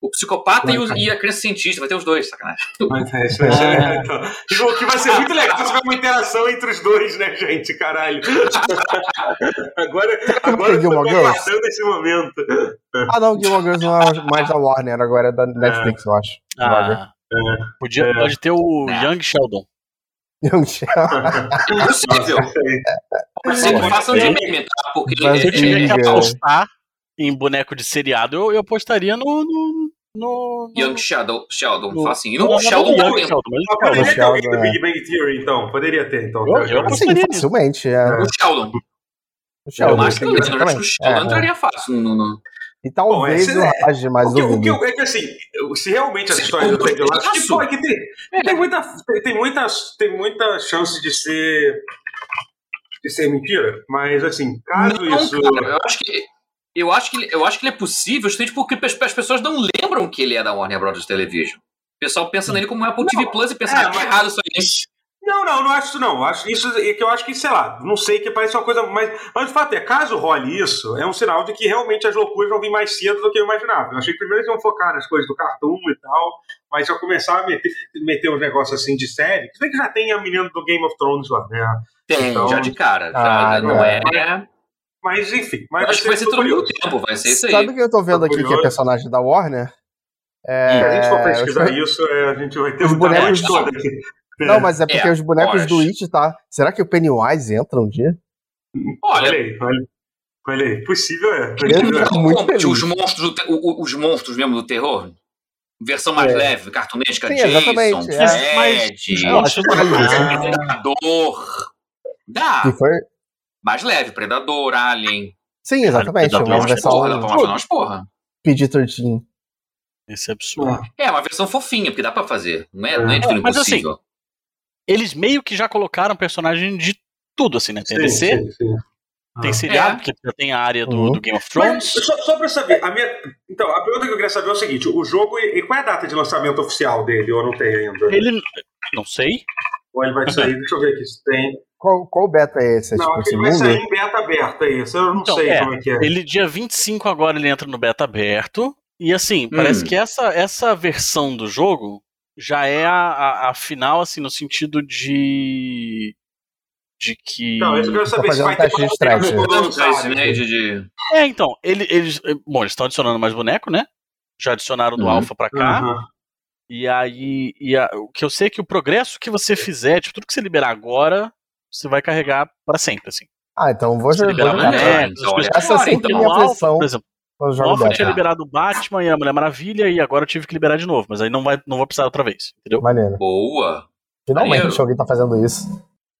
O psicopata e, o- e a criança cientista, vai ter os dois, sacanagem.
Mas é, isso vai ser- então, digo, O que vai ser muito legal se tiver uma interação entre os dois, né, gente? Caralho. Agora, agora eu
Gilmore
tô
Girls?
aguardando esse momento.
Ah não, Gilmore Girls não é mais da Warner, agora é da Netflix, eu acho. Droga.
Ah, podia, Pode ter o
É.
Young Sheldon.
Young Sheldon.
É possível. Pode ser que façam de meme, tá? Porque
Mas
Se eu tiver que
Young Sheldon.
apostar em boneco de seriado, eu, eu apostaria no. no, no, no-
Young Sheldon, Sheldon,
No-
fala assim.
não,
Não,
não,
Sheldon
não,
tá
Young
dentro.
Sheldon, mas
Ah,
Sheldon.
poderia ter alguém do
é.
Big Bang Theory, então. Poderia ter, então.
Eu- eu
Assim,
Gostaria disso.
facilmente. É.
O Sheldon.
Eu
O
Eu
Sheldon.
acho que
também.
não, eu acho que o
é.
Sheldon entraria fácil. no- no-
E talvez
Bom, esse
o
é-
Raj mais
O que, o que
ouvido.
eu- é que assim, eu- se realmente essa
Se
história do
compra-
Ted Lasso, que,
Lasso.
pô, é que tem,
É.
tem, muita, tem, tem muita, tem muita chance de ser, de ser mentira, mas assim, caso
Não,
isso...
cara, eu acho que. Eu acho, que, ele- eu acho que ele é possível, justamente porque as, as pessoas não lembram que ele é da Warner Brothers Television. O pessoal pensa nele como Apple TV Plus e pensa,
É,
ah, que
mas-
errado isso aí.
Não, não, não acho isso não. Acho isso é que eu acho que, sei lá, não sei que parece uma coisa mais. Mas de fato é, caso role isso, é um sinal de que realmente as loucuras vão vir mais cedo do que eu imaginava. Eu achei que primeiro eles iam focar nas coisas do cartoon e tal, mas já começar a meter, meter uns negócios assim de série. Se bem que já tem a menina do Game of Thrones lá, né?
Tem,
Então-
já de cara. Já,
Ah,
não é.
Mas enfim,
Eu
mas
acho que vai ser
tô
todo meu
curioso.
tempo, vai ser é isso aí.
Sabe o que eu tô vendo aqui que é
Curioso.
personagem da Warner?
Se a gente for
É,
pesquisar
os-
isso, é, a gente vai ter
os
um
bonecos-
toda aqui.
Não, mas é porque
É,
os bonecos do
Boris.
It, tá? Será que o Pennywise entra um dia?
Olha
Olha,
aí, olha, olha aí. Possível é.
Eu
Possível é.
tô muito
como que
feliz.
os monstros, do te- o- o- os monstros mesmo do terror, versão mais
É.
leve, cartunesca,
Sim,
Jason,
exatamente, é.
Fred,
Eu acho que- é
Ah.
Predador.
Que
Dá,
foi...
mais leve, Predador, Alien.
Sim, exatamente.
Caralho,
Uma
Mas
Mas
é
porra, dá pra
versão
mostrar umas porra.
PG-13.
Isso é absurdo.
É, uma versão fofinha, porque dá pra fazer. Não é, não é de tudo
Mas assim,
impossível.
Eles meio que já colocaram personagem de tudo, assim, né? Tem
Sim,
DC,
sim, sim.
tem
Ah.
seriado,
É.
porque já tem a área do,
Uhum.
do Game of
Mas,
Thrones.
só, só pra eu saber, a minha, então, a pergunta que eu queria saber é o seguinte: o jogo, e, e qual é a data de lançamento oficial dele? Ou não tem ainda?
Ele. Não sei.
Ou ele vai sair? Deixa eu ver aqui se tem.
Qual, qual beta é esse? É
não, aqui
tipo esse
ele vai sair
mundo?
em beta aberta, é isso. Eu não
Então,
sei
é,
como é que é.
Ele, dia 25 agora, ele entra no beta aberto. E assim, parece
Hum.
que essa, essa versão do jogo já é a, a- a final, assim, no sentido de. De que.
Então, isso eu quero saber se
tá fazendo um
vai ter
teste de strike.
mais quando
Vamos usar
lançar,
esse,
né?
né, de- de-
É, então, ele- eles. Bom, eles estão adicionando mais boneco, né? Já adicionaram do
Uhum.
Alpha pra cá.
Aham.
E aí. E a- o que eu sei é que o progresso que você fizer, tipo, tudo que você liberar agora, você vai carregar pra sempre, assim.
Ah, então vou
Você liberar
jogar.
né?
Né?
bonecos, as coisas.
Essa é sempre
Então,
minha
o Alpha,
pressão.
por exemplo,
Quando eu
o
jogo
Alpha
beta.
tinha
Dota.
liberado o Batman e a Mulher Maravilha, e agora eu tive que liberar de novo, mas aí não, vai, não vou precisar outra vez, entendeu?
Maneiro.
Boa.
Finalmente
Maneiro.
alguém tá fazendo isso.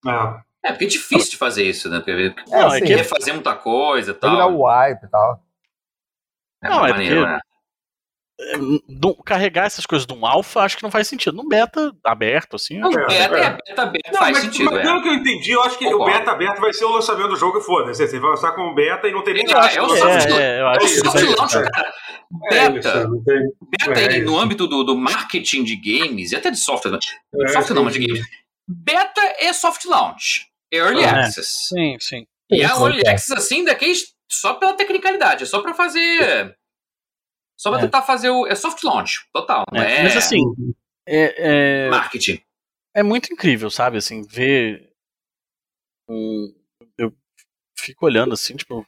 É.
É, porque é difícil de fazer isso, né? Porque
É,
Não, é
assim,
que-
tem
queria
que
fazer muita coisa e
dar um- o
tal.
wipe e tal.
É
Não, é
maneiro,
porque-
né?
É, não- carregar essas coisas de um Alpha, acho que não faz sentido. Num beta aberto, assim.
Não,
acho-
É,
beta
é.
é beta aberta,
Não,
faz
mas,
sentido,
mas
é.
pelo que eu entendi, eu acho que o
Concordo.
beta aberto vai ser o lançamento do jogo e foda-se. Você vai lançar como beta e não tem nem
Eu
graça. de
acho que
lançar.
é,
é, eu
É
acho
o
que isso
soft
aí-
launch, cara.
É
Beta.
isso, não tem-
Beta,
É
ele,
isso.
no âmbito do, do marketing de games, e até de software, né?
é,
software não, mas de
entendi.
games. Beta é soft launch, é early
Ah, é.
access.
Sim, sim.
E a
Isso,
early
cara.
access, assim, daqueles só pela tecnicalidade, é só pra fazer... Só pra
É.
tentar fazer o... É soft launch, total, não
É,
é,
Mas assim, é- é-
marketing.
é muito incrível, sabe? Assim, ver. um- Eu fico olhando assim, tipo,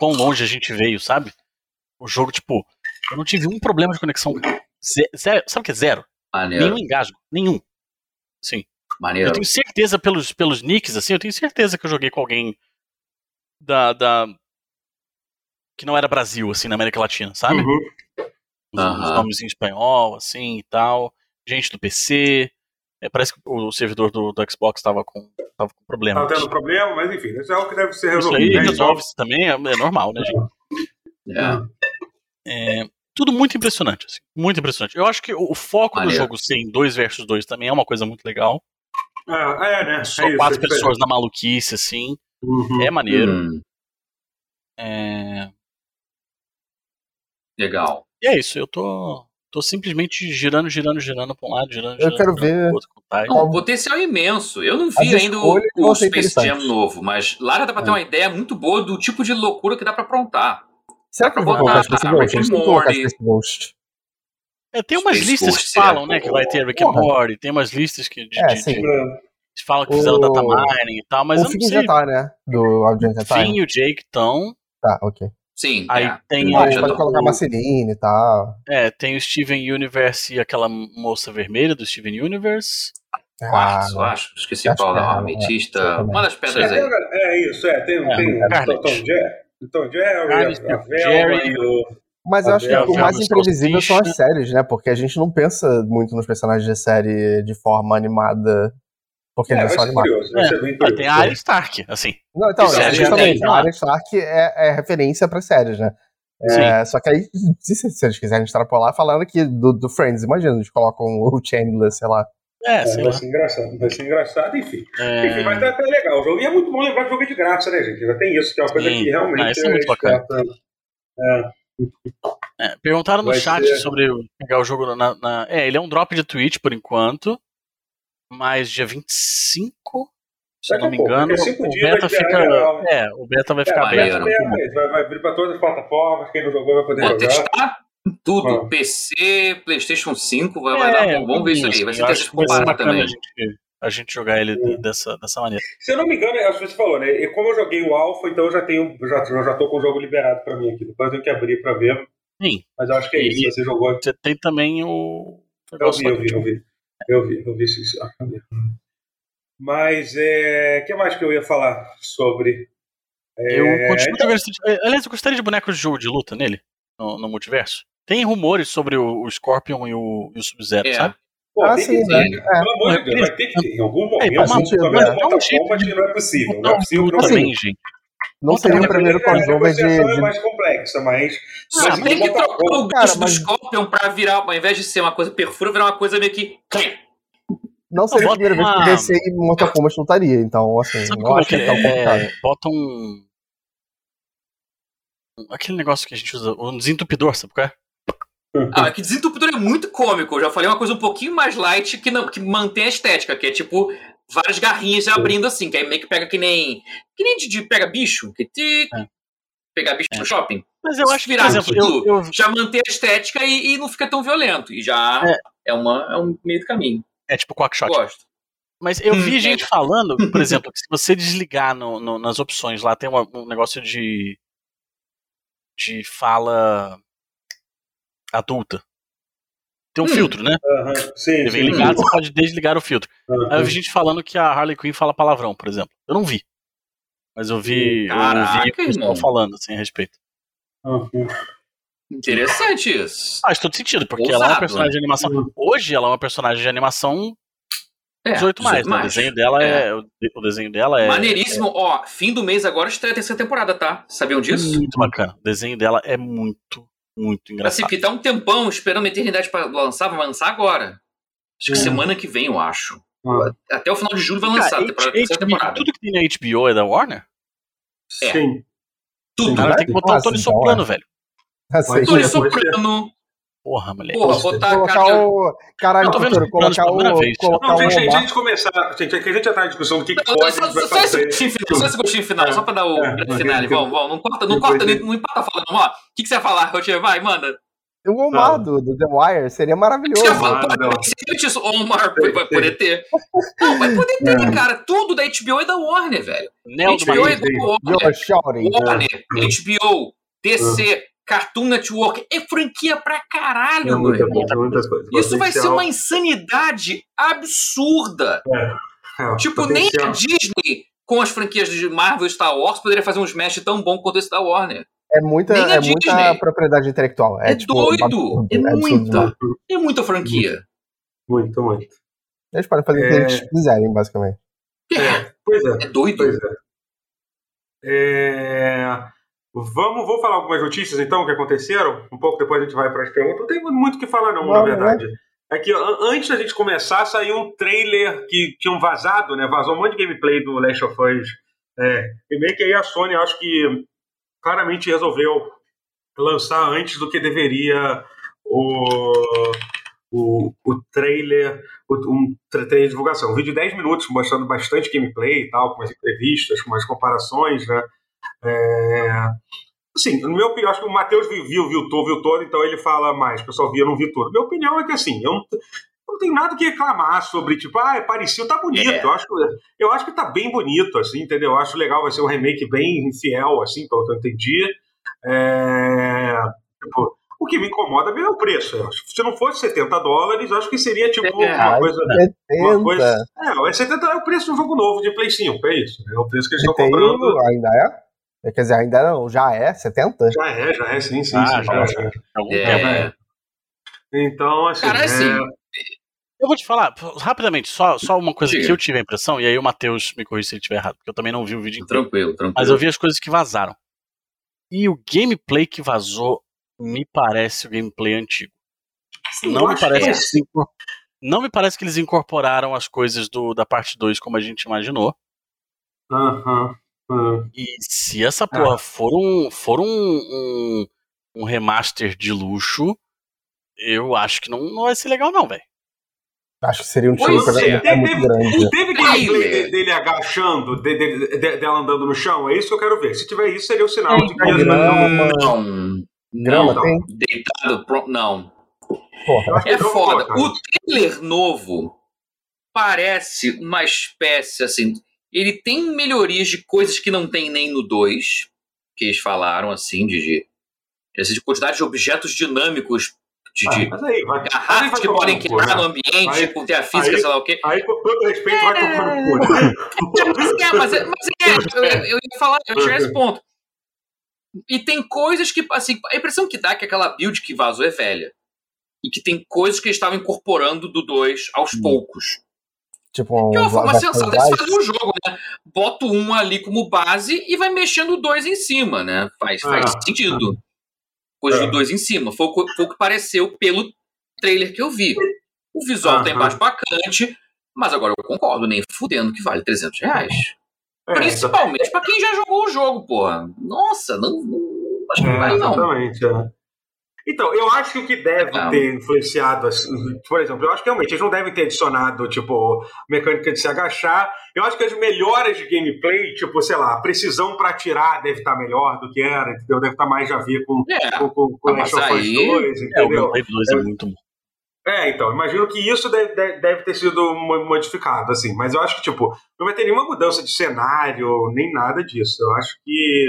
quão longe a gente veio, sabe? O jogo, tipo, eu não tive um problema de conexão. Ze- zero- sabe o que é zero?
Maneiro,
Nenhum engasgo, nenhum. Sim.
maneiro.
Eu tenho certeza pelos, pelos nicks, assim, eu tenho certeza que eu joguei com alguém da. da- que não era Brasil, assim, na América Latina, sabe?
Uhum.
Os, os
Aham.
nomes em espanhol, assim e tal. Gente do PC. É, parece que o servidor do, do Xbox estava com, tava com problema.
Tá tendo problema, mas enfim, isso é algo que deve ser
Isso
resolvido.
aí
né?
resolve-se também, é, é normal, né, gente? um
É.
É, tudo muito impressionante, assim, muito impressionante. Eu acho que o, o foco do
Maneiro.
jogo ser em 2 versus 2 também é uma coisa muito legal.
Ah, é, né?
Só
é isso,
quatro
é isso aí.
pessoas na maluquice, assim,
Uhum.
é maneiro.
Hum,
É,
legal.
E é isso, eu tô, tô simplesmente girando, girando, girando pra um lado, girando,
Eu
girando
quero
girando
ver.
pro outro, com o Titan.
Não,
Como-
potencial imenso. Eu não
As
vi ainda o,
escolhas
o
vão ser
Space Jam
interessantes.
novo, mas Lara dá pra ter
É.
uma ideia muito boa do tipo de loucura que dá pra aprontar.
Será que
Dá
eles
pra
vão colocar
botar
Space
a
Ghost?
Rick
Eles têm que
and
colocar
Morty.
Space Ghost.
É, tem umas
Space
listas
Ghost
que falam,
seria
né, que vai ter Rick and
Porra.
Morty, tem umas listas que de,
É,
de-
sim.
de-
É.
que falam que
O-
fizeram data mining e tal, mas
o
eu não
filme
sei.
já tá, né? Do Audience já tá.
Finn e o Jake estão,
Tá, ok.
Sim.
Aí
é.
tem
Eu
a-
Não,
já
já
pode
tô-
colocar Marceline e tal.
é, tem o Steven Universe e aquela moça vermelha do Steven Universe.
quartzo,
Ah,
acho. Esqueci
acho
qual
que é,
da
é,
ametista.
exatamente.
Uma das pedras
É,
aí.
é isso, é. Tem,
É,
tem
Scarlet.
o Tom Jerry. Tom Jerry,
Scarlet,
a, a Velma
Jerry.
e o.
Mas eu acho que
Adele,
o mais
Elvis
imprevisível são as
Costello.
séries, né? Porque a gente não pensa muito nos personagens de série de forma animada. Porque
É, vai
eles são
ser
animados.
curioso, vai
É.
ser bem
Ah,
curioso.
tem a Arya Stark, assim.
Não, então,
Isso,
é,
a gente
justamente,
tem,
a
né?
Arya Stark é, é referência para séries, né? É, só que aí, se, se- se eles quiserem extrapolar, falando aqui do, do Friends, imagina, eles colocam o Chandler, sei lá.
É,
É,
sei
vai
lá.
ser engraçado, vai ser engraçado, enfim.
É,
Enfim, mas tá, tá legal o jogo. E é muito bom lembrar que o jogo é de graça, né, gente? Já tem isso, que é uma coisa
Sim.
que realmente.
Ah, isso é muito
a gente
bacana.
tá- tá-
é, perguntaram no
Vai
chat
ser-
sobre pegar o jogo na, na- É, ele é um drop de Twitch por enquanto. Mas dia 25,
Daqui
se eu
a
não me
pouco,
engano,
daqui a cinco
o
dias
beta
vai liberar
fica.
geral, né?
É, o beta vai
É,
ficar
vai,
maneiro.
aberto.
abrir, é, vai, vai abrir pra todas as plataformas, quem não jogou vai poder
Vou
jogar.
testar tudo.
Ah.
PC, Playstation 5, vai, vai dar bom. Vamos ver isso aí. Vai ser
É, eu acho
interessante
que vai ser
comparar
bacana a
também.
gente, a gente jogar ele
Hum.
dessa, dessa maneira.
Se eu não me engano, acho que você falou, né? E como eu joguei o Alpha, então eu já tenho, eu já, eu já tô com o jogo liberado pra mim aqui. Depois eu tenho que abrir pra ver.
Sim.
Mas eu acho que é isso.
E-
Você jogou aqui.
Você tem também o.
Eu vi, eu vi, eu vi. Eu vi, eu vi isso. isso. Ah, cadê? Mas é. O que mais que eu ia falar sobre?
Eu continuo
então-
jogando Street Fighter. Aliás, eu gostaria de bonecos de jogo de luta nele, no, no multiverso. Tem rumores sobre o, o Scorpion e o, e o Sub-Zero,
É.
sabe?
Pô,
ah,
tem
sim,
que
né?
ter.
É.
Pelo amor de Deus, vai ter que ter. Em algum momento,
mas-
vamos
mas-
cometer um
mas-
Mortal Kombat que não é possível. Não é
Então,
possível que não
eu
seja.
também, gente.
Não
Outra
seria o
coisa
primeiro
A
crossover um de,
negociação é
de
mais complexa, mas.
Ah,
mas
tem
igual
que
Mortal
trocar
Kombat,
o gancho
Cara,
do
mas-
Scorpion pra virar, ao invés de ser uma coisa perfura, virar uma coisa meio que.
Não seria a
Bota
primeira
uma-
vez que DC e Mortal Kombat lutaria, então, assim,
Sabe
não
como é
acho
que
que é tão complicado.
é? Bota um. um- Aquele negócio que a gente usa, um desentupidor, sabe qual é?
Ah, que desentupidor é muito cômico. Eu já falei uma coisa um pouquinho mais light que, não, que mantém a estética, que é tipo várias garrinhas abrindo assim, que aí meio que pega que nem. Que nem de, de pega bicho, que ti,
É.
pegar bicho no shopping.
Mas eu acho que, por
Virar
exemplo, eu,
tudo.
eu-
Já mantém a estética e, e não fica tão violento. E já
É.
é, uma, é um meio do caminho.
É tipo Quackshot.
Gosto.
Mas eu
Hum,
vi
é.
gente falando, por exemplo, que se você desligar no- no- nas opções lá, tem uma- um negócio de. de fala. adulta. Tem um
Hum.
filtro, né?
Aham, Sim,
Ele
sim.
vem ligado, você pode desligar o filtro. Aí eu
Aham.
vi gente falando que a Harley Quinn fala palavrão, por exemplo. Eu não vi. Mas eu vi. eu
Caraca,
vi o que eles
irmão.
estão falando, assim, a respeito.
Aham.
Interessante isso.
Ah, Faz todo sentido, porque ela é
Ousado, né?
uma personagem de animação.
Uhum.
Hoje ela é uma personagem de animação
É,
18 mais. né? O desenho dela é. o de- o desenho dela é.
Maneiríssimo. Ó, fim do mês agora estreia a terceira temporada, tá?
Hum,
Sabiam disso?
Muito bacana. O desenho dela é muito, muito
Assim,
engraçado.
porque tá um tempão esperando a eternidade pra lançar, vai lançar agora. Acho que
Hum.
semana que vem, eu acho.
Ah,
Até o final de julho vai lançar a temporada- a terceira temporada.
tudo que tem na HBO é da Warner?
É.
Sim.
Tudo.
Cara, tem que botar o
Nossa,
Tony
então,
Soprano, velho.
Assim,
Tony
Sim,
Soprano.
Porra, moleque.
Porra,
Poxa,
botar a
colocar
cara.
o. Caralho,
Eu tô vendo
Totoro,
planos
colocar
pela
o.
primeira vez.
Colocar
Não,
o.
gente, gente,
Omar-
antes de começar, Então, gente, é que a gente já tá na discussão do que, que
Não,
pode,
só,
a gente vai
só esse
fazer.
minutinho final, só esse gostinho final,
É.
só pra dar o
É,
grande
mas
final.
eu-
Vamos, vamos. Não corta, não
eu-
corta,
eu-
não, não empata falando. Ó, o que, que você ia falar, Rotier? Vai, manda.
O Omar do, do The Wire seria
Você ia
maravilhoso.
falar,
não,
pode
Ah, não.
ser isso, Omar,
Sei,
vai
sei.
poder ter. Não, vai poder ter, né, cara? Tudo da HBO é da Warner, velho.
Neo do
HBO é
Maneiro.
igual a Warner.
Yo, shouting.
Warner, HBO, DC, Cartoon Network, é franquia pra caralho, meu
É muita
irmão.
coisa, muita coisa.
Isso vai ser
Potencial.
uma insanidade absurda.
É,
Tipo, nem a Disney com as franquias de Marvel e Star Wars poderia fazer um smash tão bom quanto esse da Warner.
É muita,
Nem a
é muita
Disney.
propriedade intelectual. É,
É
tipo,
doido,
absurdo,
é
absurdo
muita.
demais.
potencial.
É muita franquia.
Muito, muito.
Eles podem fazer o que
É.
eles quiserem, basicamente.
É,
Pois é.
é doido.
Pois é. É, Vamos, vou falar algumas notícias então que aconteceram. Um pouco depois a gente vai para as perguntas. Não tem muito o que falar, não, na
Não,
verdade. Aqui, ó, antes da gente começar, saiu um trailer que tinham vazado, né? Vazou um monte de gameplay do Last of Us. É, e meio que aí a Sony acho que claramente resolveu lançar antes do que deveria o, o, o trailer, o, um tra- trailer de divulgação. Um vídeo de 10 minutos mostrando bastante gameplay e tal, com umas entrevistas, com umas comparações, né? É, Assim, no meu opinião, acho que o Matheus viu, viu, viu todo, viu todo, então ele fala mais. O pessoal viu, não viu todo. Minha opinião é que assim, eu não, eu não tenho nada que reclamar sobre, tipo, ah, pareceu, tá bonito.
É.
Eu, acho, que- eu acho que tá bem bonito, assim, entendeu? Eu acho legal, vai ser um remake bem fiel, assim, pelo que eu entendi. É, tipo, o que me incomoda mesmo é o preço. eu acho. Se não fosse 70 dólares, eu acho que seria, tipo,
É,
uma coisa. Uma coisa,
70.
é, mas 70 é o preço de um jogo novo de Play 5, é isso. É o preço que eles estão
70
comprando.
ainda é? Quer dizer, ainda não, já é 70?
Já é, já é, sim, sim.
Ah,
sim,
já,
já é.
algum tempo.
É,
Então, assim.
Cara,
é-
assim,
Eu vou te falar, pô, rapidamente, só, só uma coisa
Diga.
que eu tive a impressão, e aí o Matheus me corrija se ele estiver errado, porque eu também não vi o vídeo inteiro.
tranquilo, tranquilo.
Mas eu vi as coisas que vazaram. E o gameplay que vazou me parece o gameplay antigo.
sim, eu
Não me
acho que
parece que
é.
eles incor- não me parece que eles incorporaram as coisas do, da parte 2 como a gente imaginou.
Aham, aham.
E se
Ah.
essa porra for, um, for um, um, um remaster de luxo, eu acho que não, não vai ser legal, não, velho.
Acho que seria um tiro
Pois é.
é. muito grande.
Teve gameplay de- dele agachando, de- de- de- dela andando no chão? É isso que eu quero ver. Se tiver isso, seria o sinal de que.
Grama,
Não,
grama
Não.
tem?
deitado, pronto, não.
Porra.
acho que
É
não
foda.
colocaram.
O trailer novo parece uma espécie assim. Ele tem melhorias de coisas que não tem nem no 2, que eles falaram assim, de, de, assim, de quantidade de objetos dinâmicos, de,
Ah,
de
mas aí, vai. aí vai
garrafas que
tomar
podem
no cu,
quebrar
né?
no ambiente,
Aí-
tipo, ter a física,
aí-
sei lá o quê.
Aí, com todo respeito, vai tomar no cu. né?
Mas é, mas é, mas é, eu, eu ia falar, eu ia chegar nesse ponto. E tem coisas que, assim, a impressão que dá é que aquela build que vazou é velha. E que tem coisas que eles estavam incorporando do 2 aos poucos.
Tipo um.
Que é uma forma
Black
sensata de se
Lives.
fazer um jogo, né? Bota um ali como base e vai mexendo o 2 em cima, né? Faz, faz
Ah,
sentido. Coisa
Ah.
do 2 em cima. Foi, o co- foi o que pareceu pelo trailer que eu vi. O visual tá
Aham.
embaixo bacante, mas agora eu concordo, nem fudendo que vale 300 reais.
É,
Principalmente pra quem já jogou o jogo, porra. Nossa, não. não- acho que não
É,
vai, não.
exatamente. é. Então, eu acho que o que deve
Não.
ter influenciado, assim, por exemplo, eu acho que realmente eles não devem ter adicionado, tipo, mecânica de se agachar. Eu acho que as melhoras de gameplay, tipo, sei lá, a precisão pra atirar deve estar melhor do que era, entendeu? Deve estar mais já vir com,
É.
com, com, com
Ah, mas
Last of Us
aí-
2,
É, o
entendeu?
gameplay do 2 é muito bom.
É, então, imagino que isso deve, deve- deve ter sido mo- modificado, assim. Mas eu acho que, tipo, não vai ter nenhuma mudança de cenário, nem nada disso. Eu acho que.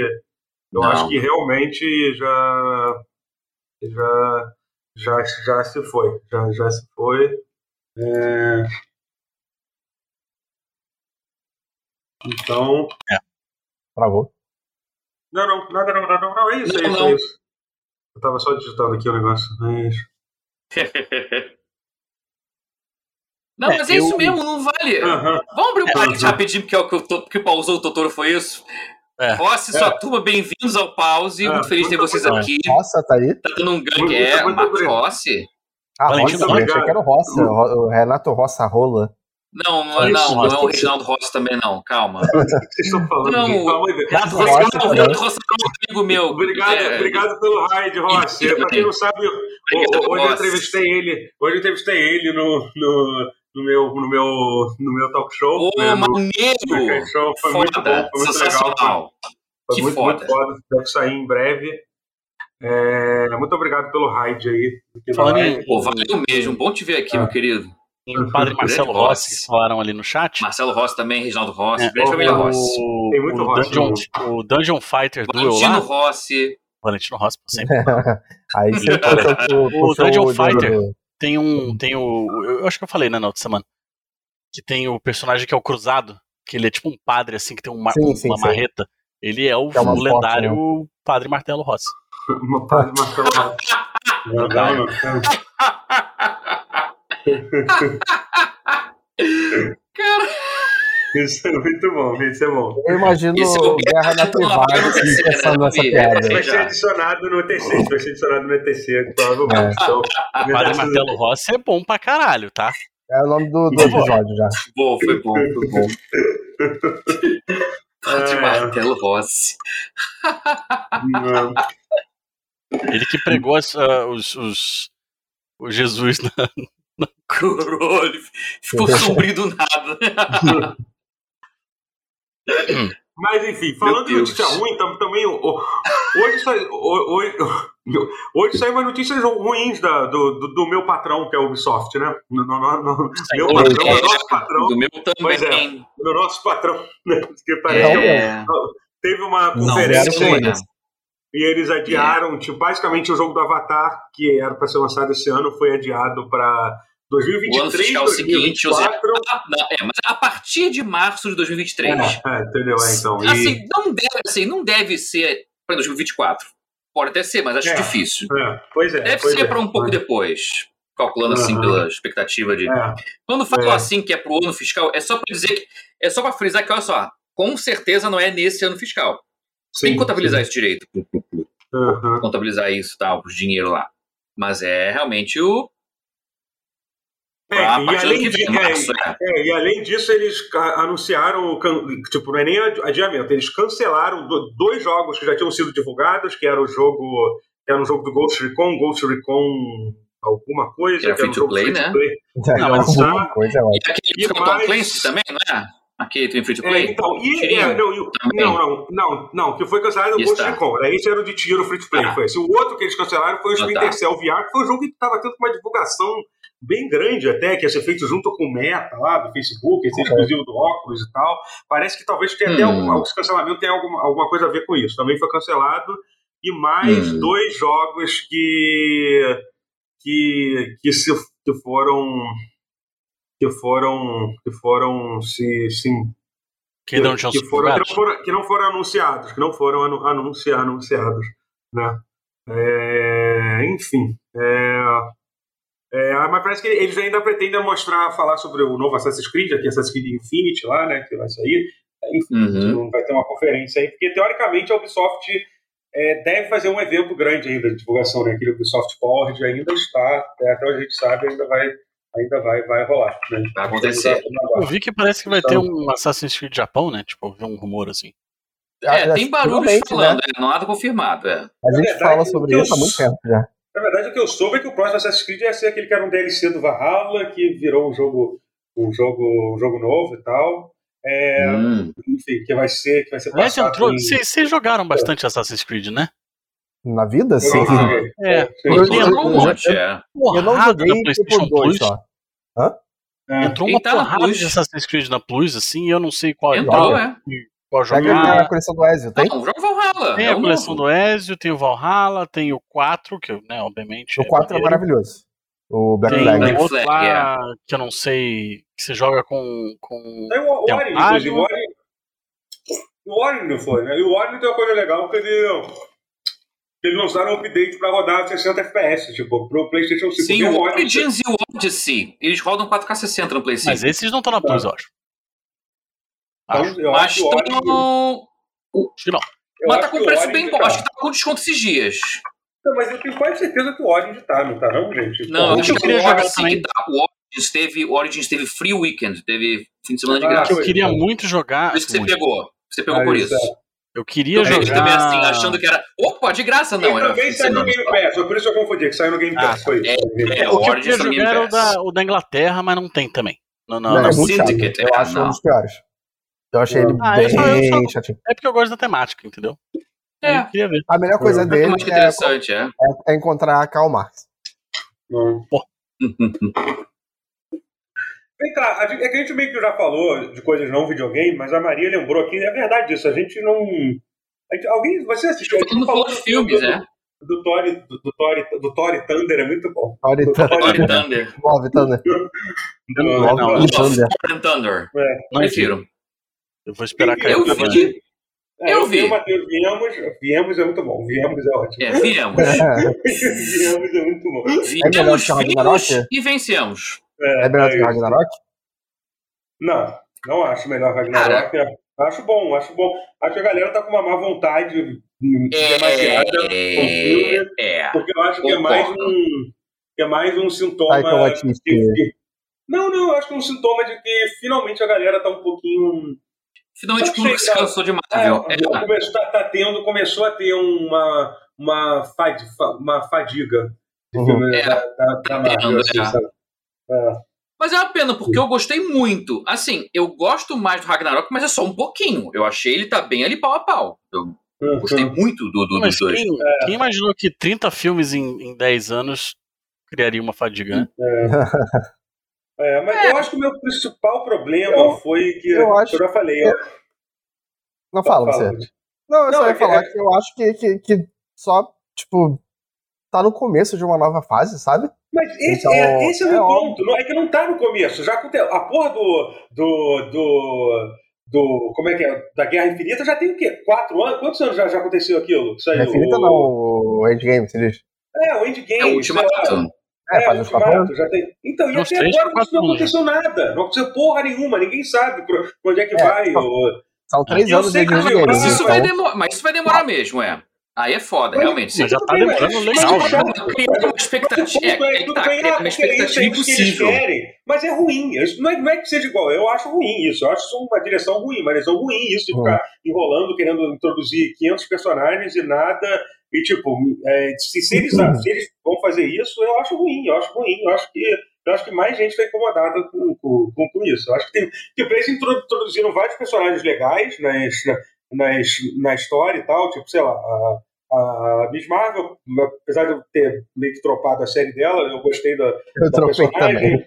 Eu
Não.
acho que realmente já. Já. Já, já se foi. Já, já se foi. É. Então.
Travou.
Não, não, nada, não, não, não, não, é isso, é
Não,
isso,
não.
é isso. Eu tava só digitando aqui o negócio. É isso.
Não,
É,
mas é
eu-
isso mesmo, não vale.
Aham.
Vamos abrir um
É.
parênteses rapidinho, porque é o que, eu tô- que pausou o Totoro foi isso.
É.
Rossi, sua turma, bem-vindos ao Pause.
É,
Muito feliz de ter
muito
vocês
obrigado.
aqui.
Roça tá aí?
Tá dando um gangue.
Muito,
É,
muito
Marcos
obrigado.
Roça?
Ah,
Valentino,
Roça, eu achei
obrigado.
que era o Roça. o Ro- O Renato Roça Rola.
Não, não, é-
Isso,
não, não é o
Rossi.
Reginaldo Rossi também, não. Calma.
O que vocês estão falando,
Não,
gente? Pelo amor de Deus.
Renato
Rossi
Rossi é um
também.
Renato Rossi, é um amigo meu.
Obrigado,
É,
obrigado pelo raid, Rossi.
Isso,
Pra quem não sabe, eu-
obrigado,
ho- ho- hoje eu
Rossi.
entrevistei ele. Hoje eu entrevistei ele no, no, no meu, no, meu, no meu talk show.
Ô,
né, no- no
maneiro!
Crash show. Foi muito bom, foi
Foda,
muito legal. Foi,
sensacional.
foi
Que
muito,
foda.
muito foda. Deve sair em breve. É, muito obrigado pelo raid aí. é, aqui no
Falando
raid.
em,
Pô, valeu mesmo. Bom te ver
Ah.
aqui, meu querido.
em um Padre Marcelo
Grande
Rossi,
Rossi.
que falaram ali no chat.
Marcelo Rossi também, Reginaldo Rossi.
É,
grande
o-
família Rossi.
O,
Tem muito
o
Rossi
Dungeon,
no-
o Dungeon Fighter Duel
Valentino
lá.
Rossi.
Valentino Rossi, por sempre.
aí você puxa pro,
O
puxa
Dungeon
o-
Fighter. Tem um. Tem o. Eu eu acho que eu falei, né, na outra semana. Que tem o personagem que é o Cruzado, que ele é tipo um padre, assim, que tem um mar-
Sim,
uma
sim, sim.
marreta. Ele é o,
Que é uma
o lendário
foto,
Padre Martelo Rossi.
Uma paz, Marcelo Rossi. Não, não, não.
Cara,
Isso é muito bom, isso é bom.
Eu imagino
Isso é o que
Guerra na
tá dando uma
privada
vaga no
assim,
é
terceiro, né?
pensando nessa
Sim,
piada.
Isso vai
já.
ser adicionado no ETC, isso vai ser adicionado no ETC, provavelmente. Então,
O Padre Martelo Rossi é bom pra caralho, tá?
É o nome do, do
Tipo,
episódio já.
bom, foi bom, foi bom. Padre
É.
Martelo Rossi.
não,
Ele que pregou as, ah, os, os- o Jesus né, na.
Caralho, ficou sombrio do nada.
Mas enfim, falando de
Deus.
notícia ruim, tam- também o- o- hoje, sa- o- hoje, hoje saiu uma notícia ruins da- do, do- do meu patrão, que é o Ubisoft, né? No- no- no- no- meu
Saiu
patrão,
hoje.
o nosso patrão,
É, Do meu
Pois é.
também.
do nosso patrão, né? Porque parece que
É.
teve uma
Não, É.
conferência
zero
aí,
foi, né?
e eles adiaram, tipo, basicamente o jogo do Avatar, que era para ser lançado esse ano, foi adiado para
O ano
2023,
fiscal seguinte, ou seja,
2024.
Ah, não, é, mas a partir de março de 2023.
É, entendeu? É, então. e-
Assim, não deve, assim, não deve ser para 2024. Pode até ser, mas acho
É.
difícil.
é, pois é.
Deve
pois
ser
é.
para um pouco depois. Calculando assim
Aham.
pela expectativa de.
É.
Quando falam
É.
assim que é pro ano fiscal, é só para dizer que. É só para frisar que, olha só, com certeza não é nesse ano fiscal. Tem
Sim,
que contabilizar isso direito.
sim. Aham.
Contabilizar isso e tal, os dinheiro lá. Mas é realmente o.
É,
a
e,
partir do que
além
vem,
de- é,
março, é.
É, e além disso, eles ca- anunciaram, o can- tipo, não é nem adi- adiamento, eles cancelaram do- dois jogos que já tinham sido divulgados, que era o jogo, que era um jogo do Ghost Recon, Ghost Recon alguma coisa,
Que era free
um
to
jogo
play,
free to
né?
play.
É
Não, mas
alguma
tá-
coisa, eu acho.
E É aquele
E
com o Tom
mais-
Clancy também, não é? Aquele tem free to
É,
play?
então, e,
Tirinho
é, não, e o-
também.
não, não, não, não, que foi cancelado o
Isso
Ghost
tá.
Recon, né? esse era o de tiro free to play,
Ah.
foi esse. O outro que eles cancelaram foi o
Ah, tá.
Splinter Cell VR, que foi um jogo que estava tendo uma divulgação bem grande até, que ia ser feito junto com o Meta lá do Facebook, ia ser exclusivo do óculos e tal. Parece que talvez tenha até
Hum.
algum, alguns cancelamentos tenha alguma, alguma coisa a ver com isso. Também foi cancelado. E mais
Hum.
dois jogos que. que. que, se, que foram. que foram. que foram se. se
Que não tinham
que, foram, que, não
divulgados.
foram, que não foram anunciados, que não foram anu, anuncia- anunciados, né? É, enfim, é, é, ah, mas parece que eles ainda pretendem mostrar, falar sobre o novo Assassin's Creed, aqui Assassin's Creed Infinity lá, né, que vai sair. Enfim,
Uhum.
vai ter uma conferência aí, porque teoricamente a Ubisoft é, deve fazer um evento grande ainda de divulgação, né? Aquele Ubisoft Forge ainda está, até, até onde a gente sabe, ainda vai, ainda vai, vai rolar. Né?
Vai acontecer.
Eu vi que parece que vai
Então.
ter um Assassin's Creed Japão, né? Tipo, eu vi um rumor assim.
É,
Ah,
tem
já-
barulhos
finalmente,
falando,
né?
é, não há nada confirmado. É.
A gente
verdade,
fala sobre
eu-
isso há muito tempo já.
Na verdade, o que eu soube é que o próximo Assassin's Creed ia ser aquele que era um DLC do Valhalla, que virou um jogo, um jogo, um jogo novo e tal. É,
Hum.
Enfim, que vai ser, que vai ser
é um
Aliás,
passado
entrou.
em-
Vocês vocês jogaram bastante Assassin's Creed, né?
Na vida, sim.
Não, não, não.
É.
Sim.
Eu-
Entrou
eu-
um
eu-
monte, é.
Eu não
Porrada
joguei
da
tipo
PlayStation
dois
Plus.
só.
Entrou
É.
Quem
uma
tá na
porrada
Plus?
de Assassin's Creed na Plus, assim, e eu não sei qual
Entrou,
qual,
é.
qual
Pega né?
jogar.
a coleção do Ezio, tem?
Não, joga o Valhalla.
Tem
é
a
o
coleção
novo.
do Ezio, tem o Valhalla, tem o 4, que, né, obviamente.
O 4 é
maneiro.
maravilhoso. O Black
Tem
Flag.
Black
um outro
Flag, é.
lá que eu não sei, que você joga com. com...
Saiu o Ori,
Tem um
inclusive. O Ori, o Ori não foi, né? E o Ori tem uma coisa legal que ele. que Eles lançaram um update pra rodar 60 FPS, tipo, pro PlayStation 5.
Sim,
Tem
o
Ori-
Origins e o Odyssey, eles rodam 4K60 no Play 5.
Mas esses não estão na Plus, eu acho.
Então,
Acho,
eu
Mas
acho que o Ori-
tão-
acho que não.
eu
Mas tá
acho
com
que
um
o
preço
Ori
bem
ainda
bom.
tá.
Acho que tá com desconto esses dias.
Não, Mas eu tenho quase certeza que o Orange tá, não tá não, gente?
Não,
eu
acho
que
que o
queria jogar
Odyssey
também.
que tá. O Origins teve, o Origins teve free weekend, teve fim de semana de
Ah,
Que
graça.
eu queria muito jogar.
tá, Por isso que você
muito.
pegou. Você pegou por
Ah,
isso.
isso é.
Eu queria
Eu joguei também
jogar.
assim, achando que era. Opa, de graça não.
e
Era fim
também
de
saiu no
semana.
Game Pass, foi por isso que eu confundi, que saiu no Game Pass, foi isso.
É, o
o que eu
Origins
queria
tá no Game
jogar era o
Pass.
da, o da Inglaterra, mas não tem também. Não, não,
Não,
não.
é muito chato.
Syndicate,
Eu
é,
acho um
não.
dos piores. Eu achei ele
Ah, eu só- eu
bem
só-
chatinho.
É porque eu gosto da temática, entendeu? Aí Eu
É.
queria ver.
A melhor coisa
Eu-
dele
Muito
é,
interessante, é.
é- é encontrar a Karl Marx.
Não. Vem cá, a gente- é que a gente meio que já falou de coisas não videogame, mas a Maria lembrou aqui, é verdade isso, a gente não... a gente- alguém, você assistiu, a gente
Todo mundo
não
falou de filmes,
do,
né?
do, Tori, do, do Tori, do Tori Thunder, é muito bom.
Olha,
Do
tá-
Tori
Thor Thunder.
Love Thunder.
Thunder.
Não,
Love Thunder.
Thor Thunder.
É.
Não, enfim,
Prefiro.
eu vou esperar cair.
Eu
pra ver.
vi.
É,
Eu
eu vi.
vi.
o Matheus, viemos, viemos é muito bom, viemos é ótimo.
É, viemos.
É,
viemos é muito bom.
Viemos,
melhor que o Ragnarok?
vimos e vencemos.
é melhor que o Ragnarok?
é, Não, não acho melhor Ragnarok. Acho bom, acho bom. Acho que a galera tá com uma má vontade demasiada com o filme,
é.
porque eu acho que é mais
Concordo.
um, que é mais um sintoma.
Taika Waititi.
de que- não, não, eu acho que é um sintoma de que finalmente a galera tá um pouquinho
Finalmente o público se cansou de
É,
Marvel.
já
É.
começou, tá, tá tendo, começou a ter uma, uma, fadi- fa- uma fadiga de
Uhum.
filme né,
É,
da, da, da Marvel.
tendo,
assim,
é.
sabe? É.
Mas é uma pena, porque eu gostei muito. Assim, eu gosto mais do Ragnarok, mas é só um pouquinho. Eu achei ele tá bem ali pau a pau. Eu
Uhum.
gostei muito do, do-
Mas
dos dois.
quem, quem imaginou que 30 filmes em, em 10 anos criaria uma fadiga? né?
É, mas eu acho que o meu principal problema
Eu-
foi que,
eu acho-
eu já falei,
eu-
eu-
Não fala, você. Não,
Não,
eu só
é
ia
que-
falar que eu acho que, que, que só, tipo, tá no começo de uma nova fase, sabe?
Mas esse,
Então,
é, esse é o meu
é óbvio.
ponto. Não, é que não tá no começo. Já aconteceu. A porra do. do. do. do- como é que é? Da Guerra Infinita já tem o quê? Quatro anos? Quantos anos já, já aconteceu aquilo? Que saiu
É infinita
o-
não, o Endgame, você diz.
É, o Endgame.
É o último
sei lá.
É, faz uns quatro anos.
Ultimato, já tem. Então, e
Uns
até
três,
agora
quatro
não
anos,
aconteceu nada. Não aconteceu porra nenhuma, ninguém sabe pra pra onde é que
É,
vai.
não.
o-
São três
Eu
anos
sei
desde
que
o
eu
Endgame. né?
Mas isso,
Então-
Uhum.
vai demorar, mas isso vai demorar mesmo, é. Aí é foda,
Mas-
realmente.
Mas já tá
tudo bem,
demorando
mas-
legal.
mas-
já.
mas-
tá Criando uma expectativa.
Tudo
É,
bem,
é que
tudo
tá,
bem,
criando
ah,
uma
porque é isso,
expectativa
é isso que eles
impossível.
querem. Mas é ruim. Isso não, é, não é que seja igual. Eu acho ruim isso. Eu acho isso uma direção ruim, uma direção ruim isso de
Hum.
ficar enrolando, querendo introduzir 500 personagens e nada. E tipo, é, se, se eles,
Uhum.
se eles vão fazer isso, eu acho ruim. Eu acho ruim. Eu acho que, eu acho que mais gente foi incomodada com, com, com, com isso. Eu acho que tem, Tipo, eles intro- introduziram vários personagens legais nas, nas, na história e tal, tipo, sei lá, a, a Miss Marvel, apesar de eu ter meio que tropado a série dela, eu gostei da, da
Eu tropei também.
personagem.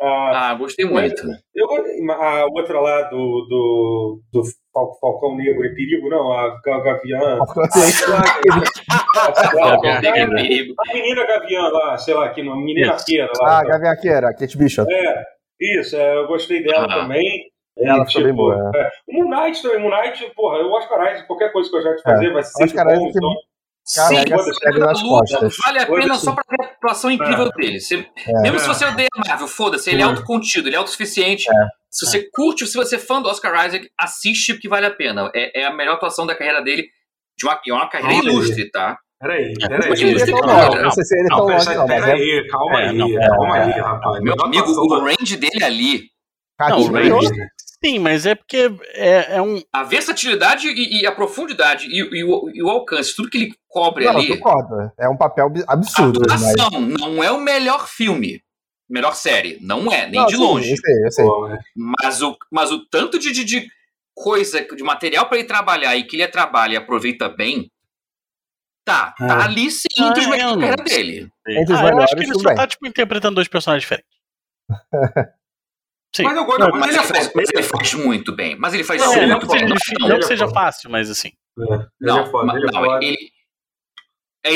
A,
Ah, gostei muito.
eu, a outra lá do, do, do Fal- Falcão Negro em Perigo, não, a Ga- Ah, Gaviã.
Falcão
A,
Negro em Perigo.
a menina Gaviã lá, sei lá, que não, menina
Isso.
feira lá.
Ah, Gavião Arqueira, Kate Bishop.
É, isso, é, eu gostei dela
Ah.
também.
Ela
E,
ficou bem boa, né?
é, O Moon Knight também, Moon Knight, porra, eu acho caralho, qualquer coisa que eu já te fazer vai ser
Oscar Isaac
bom,
É, que-
então,
Cara,
Sim,
pega-
você
pega
tá
nas
maluco,
costas.
Vale a
Olha
pela
assim.
só pra ver a atuação incrível dele. Você- Mesmo
É.
se você odeia Marvel, foda-se, ele é
É.
autocontido, ele é autossuficiente. Se você curte, se você é fã do Oscar Isaac, assiste porque vale a pena. É, é a melhor atuação da carreira dele. De uma, e é uma carreira
Olha aí.
ilustre, tá?
Peraí,
Mas
Não
peraí.
sei se ele é tão
Não,
longe,
não,
não sei se ele é
Não,
tão
pera-
longe, não, mas é
peraí, calma
É,
aí,
não, é,
calma aí,
é,
rapaz.
Meu
Não tá
amigo,
passando-
o range dele ali,
Não,
Kate
o
Bishop.
Randy- Sim, mas é porque é, é um.
a versatilidade e, e a profundidade e, e o, e o alcance, tudo que ele cobre
Não, eu
ali.
concordo. É um papel bi-
A
absurdo. mas-
atuação não é o melhor filme. Melhor série. Não é, nem
Não,
de
sim,
longe.
Eu sei, eu sei.
Pô, é.
Mas o, mas o tanto de, de, de coisa, de material pra ele trabalhar e que ele trabalha e aproveita bem, tá. Tá
É.
ali sim
Ah,
entre os
eu
melhores da
não
carreira dele.
Entre os
Ah, eu
melhores,
acho que ele
tudo
só
bem.
tá tipo, interpretando dois personagens diferentes. Sim.
Mas eu gosto,
Não,
mas
Mas
ele
ele,
é
faz,
foda.
mas ele faz muito bem. Mas ele faz
Não,
Não,
ele
é,
é
não,
muito
foda.
que seja
bem.
difícil,
Não,
não
ele
que
é
seja
foda.
fácil, mas assim.
Ele é
não,
foda,
ma-
ele é
não,
foda.
ele- A
Já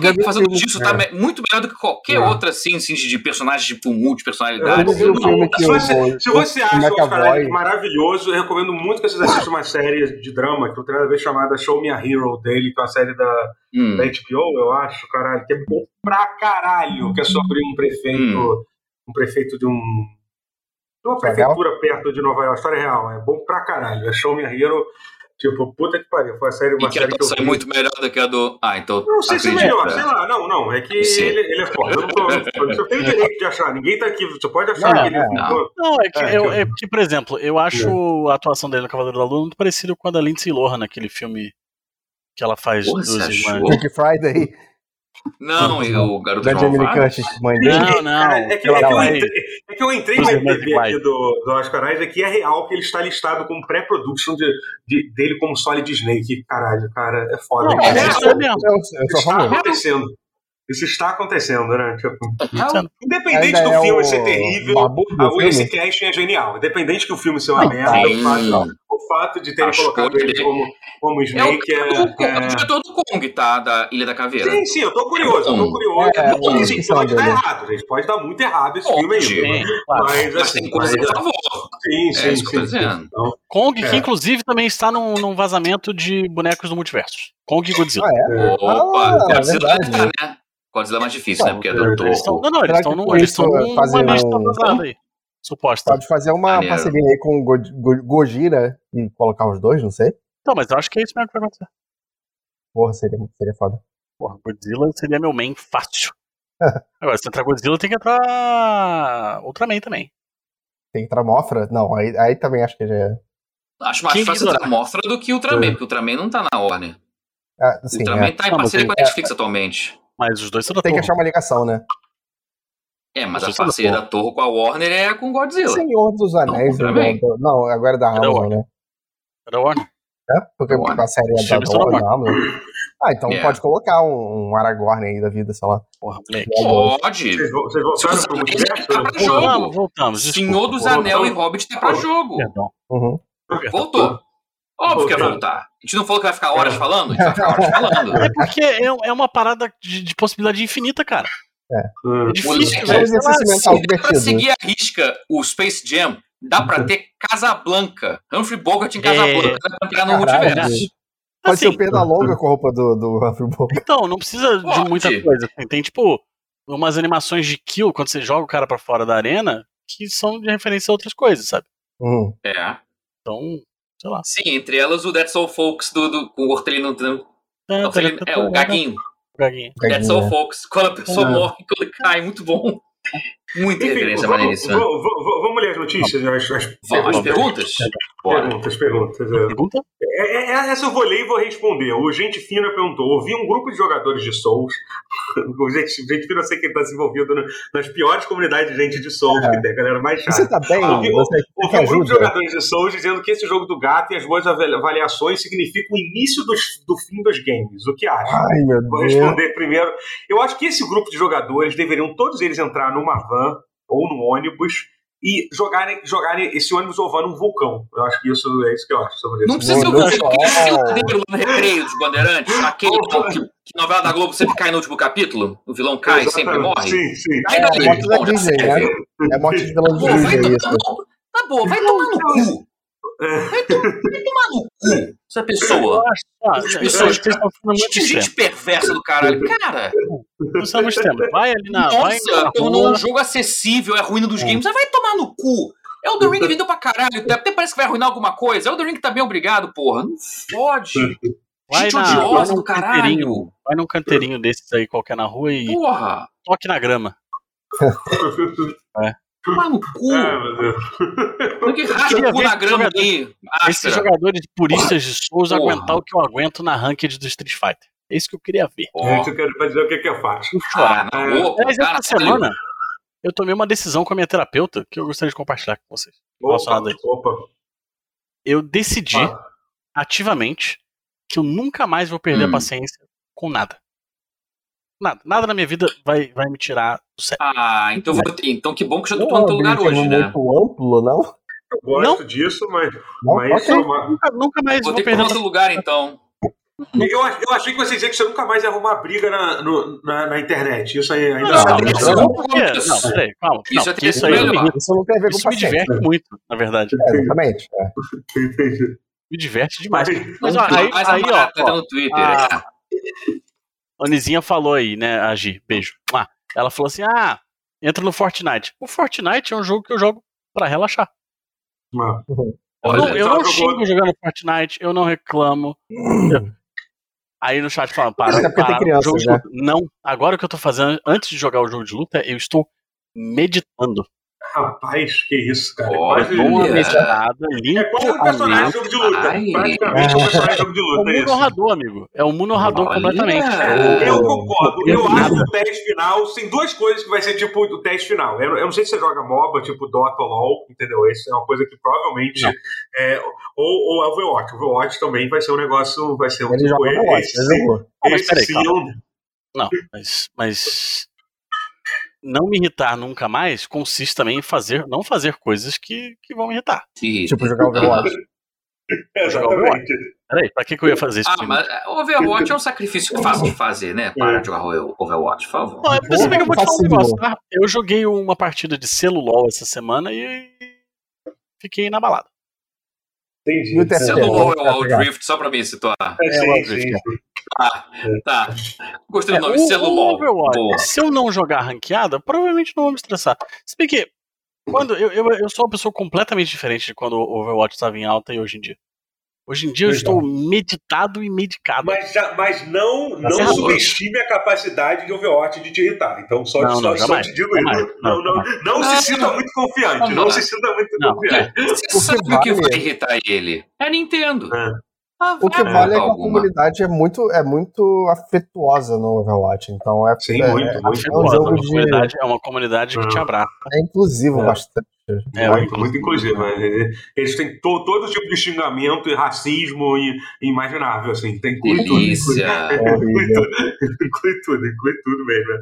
vi-
que
já
ele tá
vi
fazendo
filme-
disso tá me- muito melhor do que qualquer
É.
outra, assim, assim, de personagem, tipo,
Eu
multipersonalidade.
não vi o
Não,
filme que
se
o- é
você, se
o-
você
o
acha o Oscar
McAvoy-
Isaac maravilhoso, eu recomendo muito que vocês assistam uma série de drama que eu tenho a ver chamada Show Me a Hero dele, que é uma série da,
Hum.
da HBO, eu acho, caralho, que é bom pra caralho, que é sobre um prefeito,
Hum.
um prefeito de um de uma
História
prefeitura perto de Nova York, história real, é bom pra caralho, é show me hero, tipo, puta que pariu, foi a série, uma
E que a
série que eu
atuação é
vi.
muito melhor do que a do. Ah, então.
Não sei se é
acredita.
melhor, sei lá, não, não, é que
Sim.
ele, ele é foda, eu não tô, eu tenho direito de achar, ninguém tá aqui, você pode achar
Não,
que ele...
não,
não.
Não, é que,
É,
eu-
então.
é que, por exemplo, eu acho a atuação dele no Cavaleiro da Lua muito parecida com a da Lindsay Lohan naquele filme que ela faz
Porra,
dos
você
irmãs.
achou?
Pink Friday,
Não, e o garoto
da Jamie Lee
malvado.
Curtis, mãe dele.
Não, não.
Cara, é, que, é que eu
Ela-
entrei, é que eu entrei no
Os irmãos
IMDB aqui
iguais.
do, do Oscar Isaac que é real que ele está listado como pré-production de, de- dele como Solid Snake. Caralho, cara, é foda.
Não,
Isso
é
está-
real. mesmo.
Eu, eu sou
está
famoso.
acontecendo. Isso está acontecendo, né? Tipo,
acontecendo.
independente
Ainda
do
é
filme
o
ser terrível,
Babu do
a-
filme?
esse casting é genial. Independente que o filme seja uma
Não,
merda,
tá,
o fato,
Sim.
o fato de terem
Acho
colocado
que-
ele como, como
É o,
Snake é.
o- é o
é-
diretor do Kong, tá? Da Ilha da Caveira.
Sim, sim, eu tô curioso, eu tô curioso.
É,
Porque,
é,
assim,
é,
pode dar
dele.
errado, gente. Pode dar muito errado esse
Pode.
filme aí.
Sim, claro.
Mas,
Mas
assim,
tem coisa
mas-
a favor.
Sim, sim,
É isso que eu
sim.
tô
sim.
dizendo.
Então,
Kong,
É.
que inclusive também está num, num vazamento de bonecos do multiverso. Kong e Godzilla.
Ah, é?
é.
Opa,
Ah,
Godzilla
verdade.
tá, né? Godzilla é mais difícil, né? Porque é
Eles
do
Eles tão-
Toho.
não, não, eles
Será que
estão num.
por
Eles
isso
estão numa
fazem
lista
um-
vazada aí. Suposta.
Pode fazer uma
Maneiro.
parceria aí com o Go- Go- Gojira e colocar os dois, não sei.
Então, mas eu acho que é isso mesmo que vai acontecer.
Porra, seria, seria foda.
Porra, Godzilla seria meu main fácil. Agora, se entrar Godzilla, tem que entrar Ultraman também.
Tem que tramofra? Não, aí, aí também acho que já é.
Acho mais
Quem
fácil
ignorar?
entrar Mofra do que Ultraman, porque Ultraman não tá na Warner.
Ah, sim,
Ultraman
é.
tá em
Não, mas
parceria
tem-
com a Netflix atualmente.
Mas os dois são da
Tem que
Torre.
achar uma ligação, né?
É, mas
Isso
a
é da
parceria
porra.
da Torre com a Warner é com Godzilla.
Senhor dos Anéis.
Não,
Não,
também.
não, não, agora é da
Era
Amazon, né?
Da Warner.
É? Porque
Warner.
a série é
Os
da,
filmes são da
da Amazon. Ah, então
É.
pode colocar um, um Aragorn aí da vida, sei lá.
Porra, moleque.
Pode.
Vocês vo- vocês voltaram pro
Tá pra
multiverso?
Um jogo.
Voltamos, voltamos. desculpa.
Senhor dos
Voltou.
Anel e Hobbit tá pra
Voltou.
jogo.
Perdão.
Uhum.
Voltou. Óbvio que vai
Voltou.
voltar. A gente não falou que vai ficar horas falando? A gente vai ficar horas falando.
É porque é, é uma parada de, de possibilidade infinita, cara. É
Hum.
difícil,
Moleque,
É um
velho. Sei lá,
exercício mental
Se dá pra
divertido.
seguir a risca o Space Jam, dá pra ter Casablanca. Humphrey Bogart em Casablanca. Dá pra entrar no
Caralho.
multiverso.
Pode ser
assim,
o perna longa com a roupa do, do Humphrey Bogart.
Então, não precisa
Pode.
de muita coisa. assim. Tem, tipo, umas animações de kill, quando você joga o cara pra fora da arena, que são de referência a outras coisas, sabe?
Uhum.
É.
Então, sei lá.
Sim, entre elas o That's All Folks do, do, com o Hortelino. Hortelino é o Gaguinho.
Gaguinho.
That's All Folks. Quando a pessoa morre, quando cai. Muito bom. Muita
Enfim,
referência maneira
vamos,
isso. né?
vamos- vamos- vamos ler as notícias? né? As, as
Vamos às
perguntas,
perguntas? Bora.
perguntas, perguntas, é.
Pergunta?
É, é, é, essa eu vou ler e vou responder. O Gente Fina perguntou: ouvi um grupo de jogadores de Souls. O gente, gente Fina, eu sei que ele está se envolvendo no- nas piores comunidades de gente de Souls que tem, a galera mais chata.
É. Você tá bem?
Ah, eu-
Você
Houve
que
um grupo de
ajuda?
jogadores de Souls dizendo que esse jogo do gato e as boas avali- avaliações significam o início dos- do fim dos games. O que acha?
Ai, meu
Vou
Deus.
responder primeiro. Eu acho que esse grupo de jogadores deveriam todos eles entrar numa van ou num ônibus e jogarem, jogarem esse ônibus ou van num vulcão. Eu acho que isso é isso que eu acho sobre isso.
Não precisa ser o
Mudou
Ganso,
só.
porque esse ladeiro lá no recreio dos bandeirantes, aquele que, que novela da Globo sempre cai no último capítulo, o vilão cai e sempre
Exatamente.
morre.
Sim, sim.
Aí não
É,
tem
morte
muito
da
bom, já
Disney,
serve.
né? É morte de vilão de
Pô,
é
vai
Disney, é isso.
tomar no cu. Tá bom, vai tomar no cu. Vai to- vai tomar no cu essa pessoa.
Ah,
As
eu
pessoas-
acho que vocês estão ficando muito
Gente,
tempo.
gente perversa do caralho. Cara,
Estão ficando muito tempo. Vai ali na. vai Hum. na
nossa, tornou
rua.
um jogo acessível, é a ruína dos games. Ah, vai tomar no cu. Elden Ring vendeu pra caralho, tá, até parece que vai arruinar alguma coisa. Elden Ring tá bem obrigado, porra. Não fode.
Hum. Vai
gente
na-
odiosa
vai
do
num canteirinho.
caralho.
Vai num canteirinho desses aí qualquer na rua e
Porra.
toque na grama.
Tomar no cu.
Ah, meu Deus.
Por que rasga
Queria
o cu
ver
na
esse
grama
jogador-
aqui?
Esses
Áspera.
jogadores puristas de Souls
Porra.
aguentar o que eu aguento na ranked do Street Fighter. É isso que eu queria ver.
Ó,
Isso eu quero pra dizer o que, que eu faço.
Eu chorar.
ah, na boa, pô,
Aliás,
cara, tá
essa semana eu tomei uma decisão com a minha terapeuta que eu gostaria de compartilhar com vocês. Relacionado a isso.
opa.
Eu decidi
Ah,
ativamente que eu nunca mais vou perder
Hum.
a paciência com nada. Nada. Nada na minha vida vai, vai me tirar do sério.
Ah, então, vou- então que bom que eu já
Não
tô
é
tomando
um
teu lugar
objetivo
hoje, né?
muito amplo, não?
eu gosto disso, mas,
Não,
mas
ok.
isso é uma-
Nunca, nunca mais
Vou
vou,
ter que
perder
tomar
a
outro lugar,
paciência.
então.
eu, ach- eu achei que você dizia que você nunca mais ia arrumar briga na, no- na, na internet. Isso aí ainda
Não,
né?
Não, não,
mas
não,
não
não, porque-
acontece.
não, peraí, calma.
Isso
não,
é
porque
ter sido
isso aí me
melhor.
irrita,
Isso não tem a ver com
isso me
paciência.
diverte muito, na verdade.
É, exatamente. É.
Entendi.
Me diverte demais.
Mas-
Mas ó, aí,
mais
aí,
uma
ó,
barata né?
ó,
no Twitter.
ah, A Anizinha falou aí, né, a Gi, beijo. Ah, ela falou assim: ah, entra no Fortnite. O Fortnite é um jogo que eu jogo pra relaxar.
Ah,
Eu
Olha,
não, eu
só
não
jogou-
xingo jogando Fortnite, eu não reclamo. Aí no chat falam, para,
Mas é porque tem
para,
criança,
jogo de
né?
luta. Não, agora o que eu tô fazendo, antes de jogar o jogo de luta, eu estou meditando.
Rapaz, que isso, cara.
Olha.
Quase-
Dou uma
Olha.
meditada,
É
limpo
quase um
a
personagem de
mente.
jogo de luta.
Ai.
Praticamente um personagem de jogo de
É o
luta, é
mundo
isso.
honrador, amigo. É o mundo honrador
Olha.
completamente.
Eu concordo.
Eu
Eu
nada.
acho que o teste final. Tem duas coisas que vai ser tipo o teste final. Eu, eu não sei se você joga MOBA, tipo Dota ou LOL, entendeu? Isso é uma coisa que provavelmente.
Não.
É, ou, ou Overwatch. Overwatch também vai ser um negócio. Vai ser um
Ele joga no Watch,
esse sim,
ele jogou.
Ah, mas
esse
peraí,
sim
calma.
é um-
Não, mas, mas não me irritar nunca mais consiste também em fazer, não fazer coisas que, que vão me irritar.
Sim.
Tipo, jogar o Overwatch.
Exatamente.
Peraí, pra que, que eu ia fazer isso?
Ah, mas Overwatch é um sacrifício fácil de fazer, né? Para de jogar Overwatch, por favor.
Não, é porque se bem que eu vou te falar um
Fascínio.
negócio. tá? Eu joguei uma partida de celular essa semana e fiquei na balada.
E o
Entendi.
TFT?
Você
Eu
anulou
vou
o
tá
tentar
Wild
pegar.
Rift só pra me situar.
É,
É,
sim,
Overwatch,
um sim,
é.
sim.
Ah, tá. Gostei do
É,
nome,
o- o
Celulol.
Overwatch,
Boa.
se eu não jogar ranqueada, provavelmente não vou me estressar. Se bem que Quando, eu, eu, eu sou uma pessoa completamente diferente de quando o Overwatch estava em alta e hoje em dia. Hoje em dia eu
Legal.
estou meditado e medicado.
Mas, já- mas não,
Tá
não
certo.
subestime a capacidade de Overwatch de te irritar. Então, só,
Não,
só,
não,
só
jamais.
te digo isso.
Jamais.
Não, não, não se
Ah,
sinta muito confiante. Não
Jamais.
se sinta muito
Não.
confiante.
É, Você
que
sabe o que
vale-
vai irritar ele. É a Nintendo.
É.
Ah,
O que
vai
vale é que a
alguma.
comunidade é muito, é muito afetuosa no Overwatch. Então é,
Sim,
é,
muito, muito.
É
um
uma
jogo de-
comunidade, é uma comunidade que
Não.
te abraça.
é inclusivo
É.
bastante.
É,
muito,
inclusive.
muito inclusivo. né? Eles têm to- todo tipo de xingamento e racismo e, e imaginável, assim. Tem inclui tudo. Inclui,
Delícia.
É
inclui
horrível.
tudo, inclui tudo, inclui tudo mesmo. né?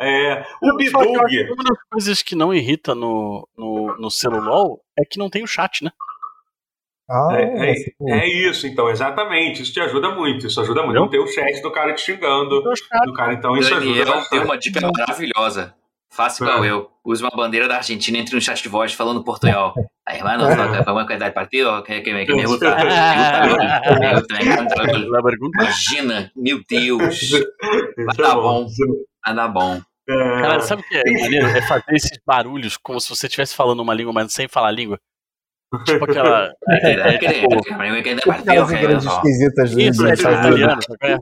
É, o
Só que eu acho que
Bidug.
Uma das coisas que não irrita no, no, no celular é que não tem o chat, né?
Ah,
É,
sim.
É isso, então, exatamente. Isso te ajuda muito. Isso ajuda muito.
Entendeu?
Não ter o chat do cara te xingando.
Tem o chat.
Do cara, então isso ajuda
um-
Daniel
bastante.
tem uma dica maravilhosa. Faça igual eu. Use uma bandeira da Argentina entre um chat de voz falando portunhol. A irmã não toca para uma qualidade de partido, que que que me
É,
gusta. Me gusta, me encanta.
Na pergunta.
Imagina, meu Deus.
Isso
Vai dar bom. Vai dar bom.
É,
Ah, tá Cara, sabe o que é maneiro? É fazer esses barulhos como se você estivesse falando uma língua, mas sem falar a língua. Tipo aquela.
É, que é partido,
Aquelas
que é
igrejas
só.
esquisitas de,
Isso,
de
é
Estados Unidos.
italiano, sabe qual é?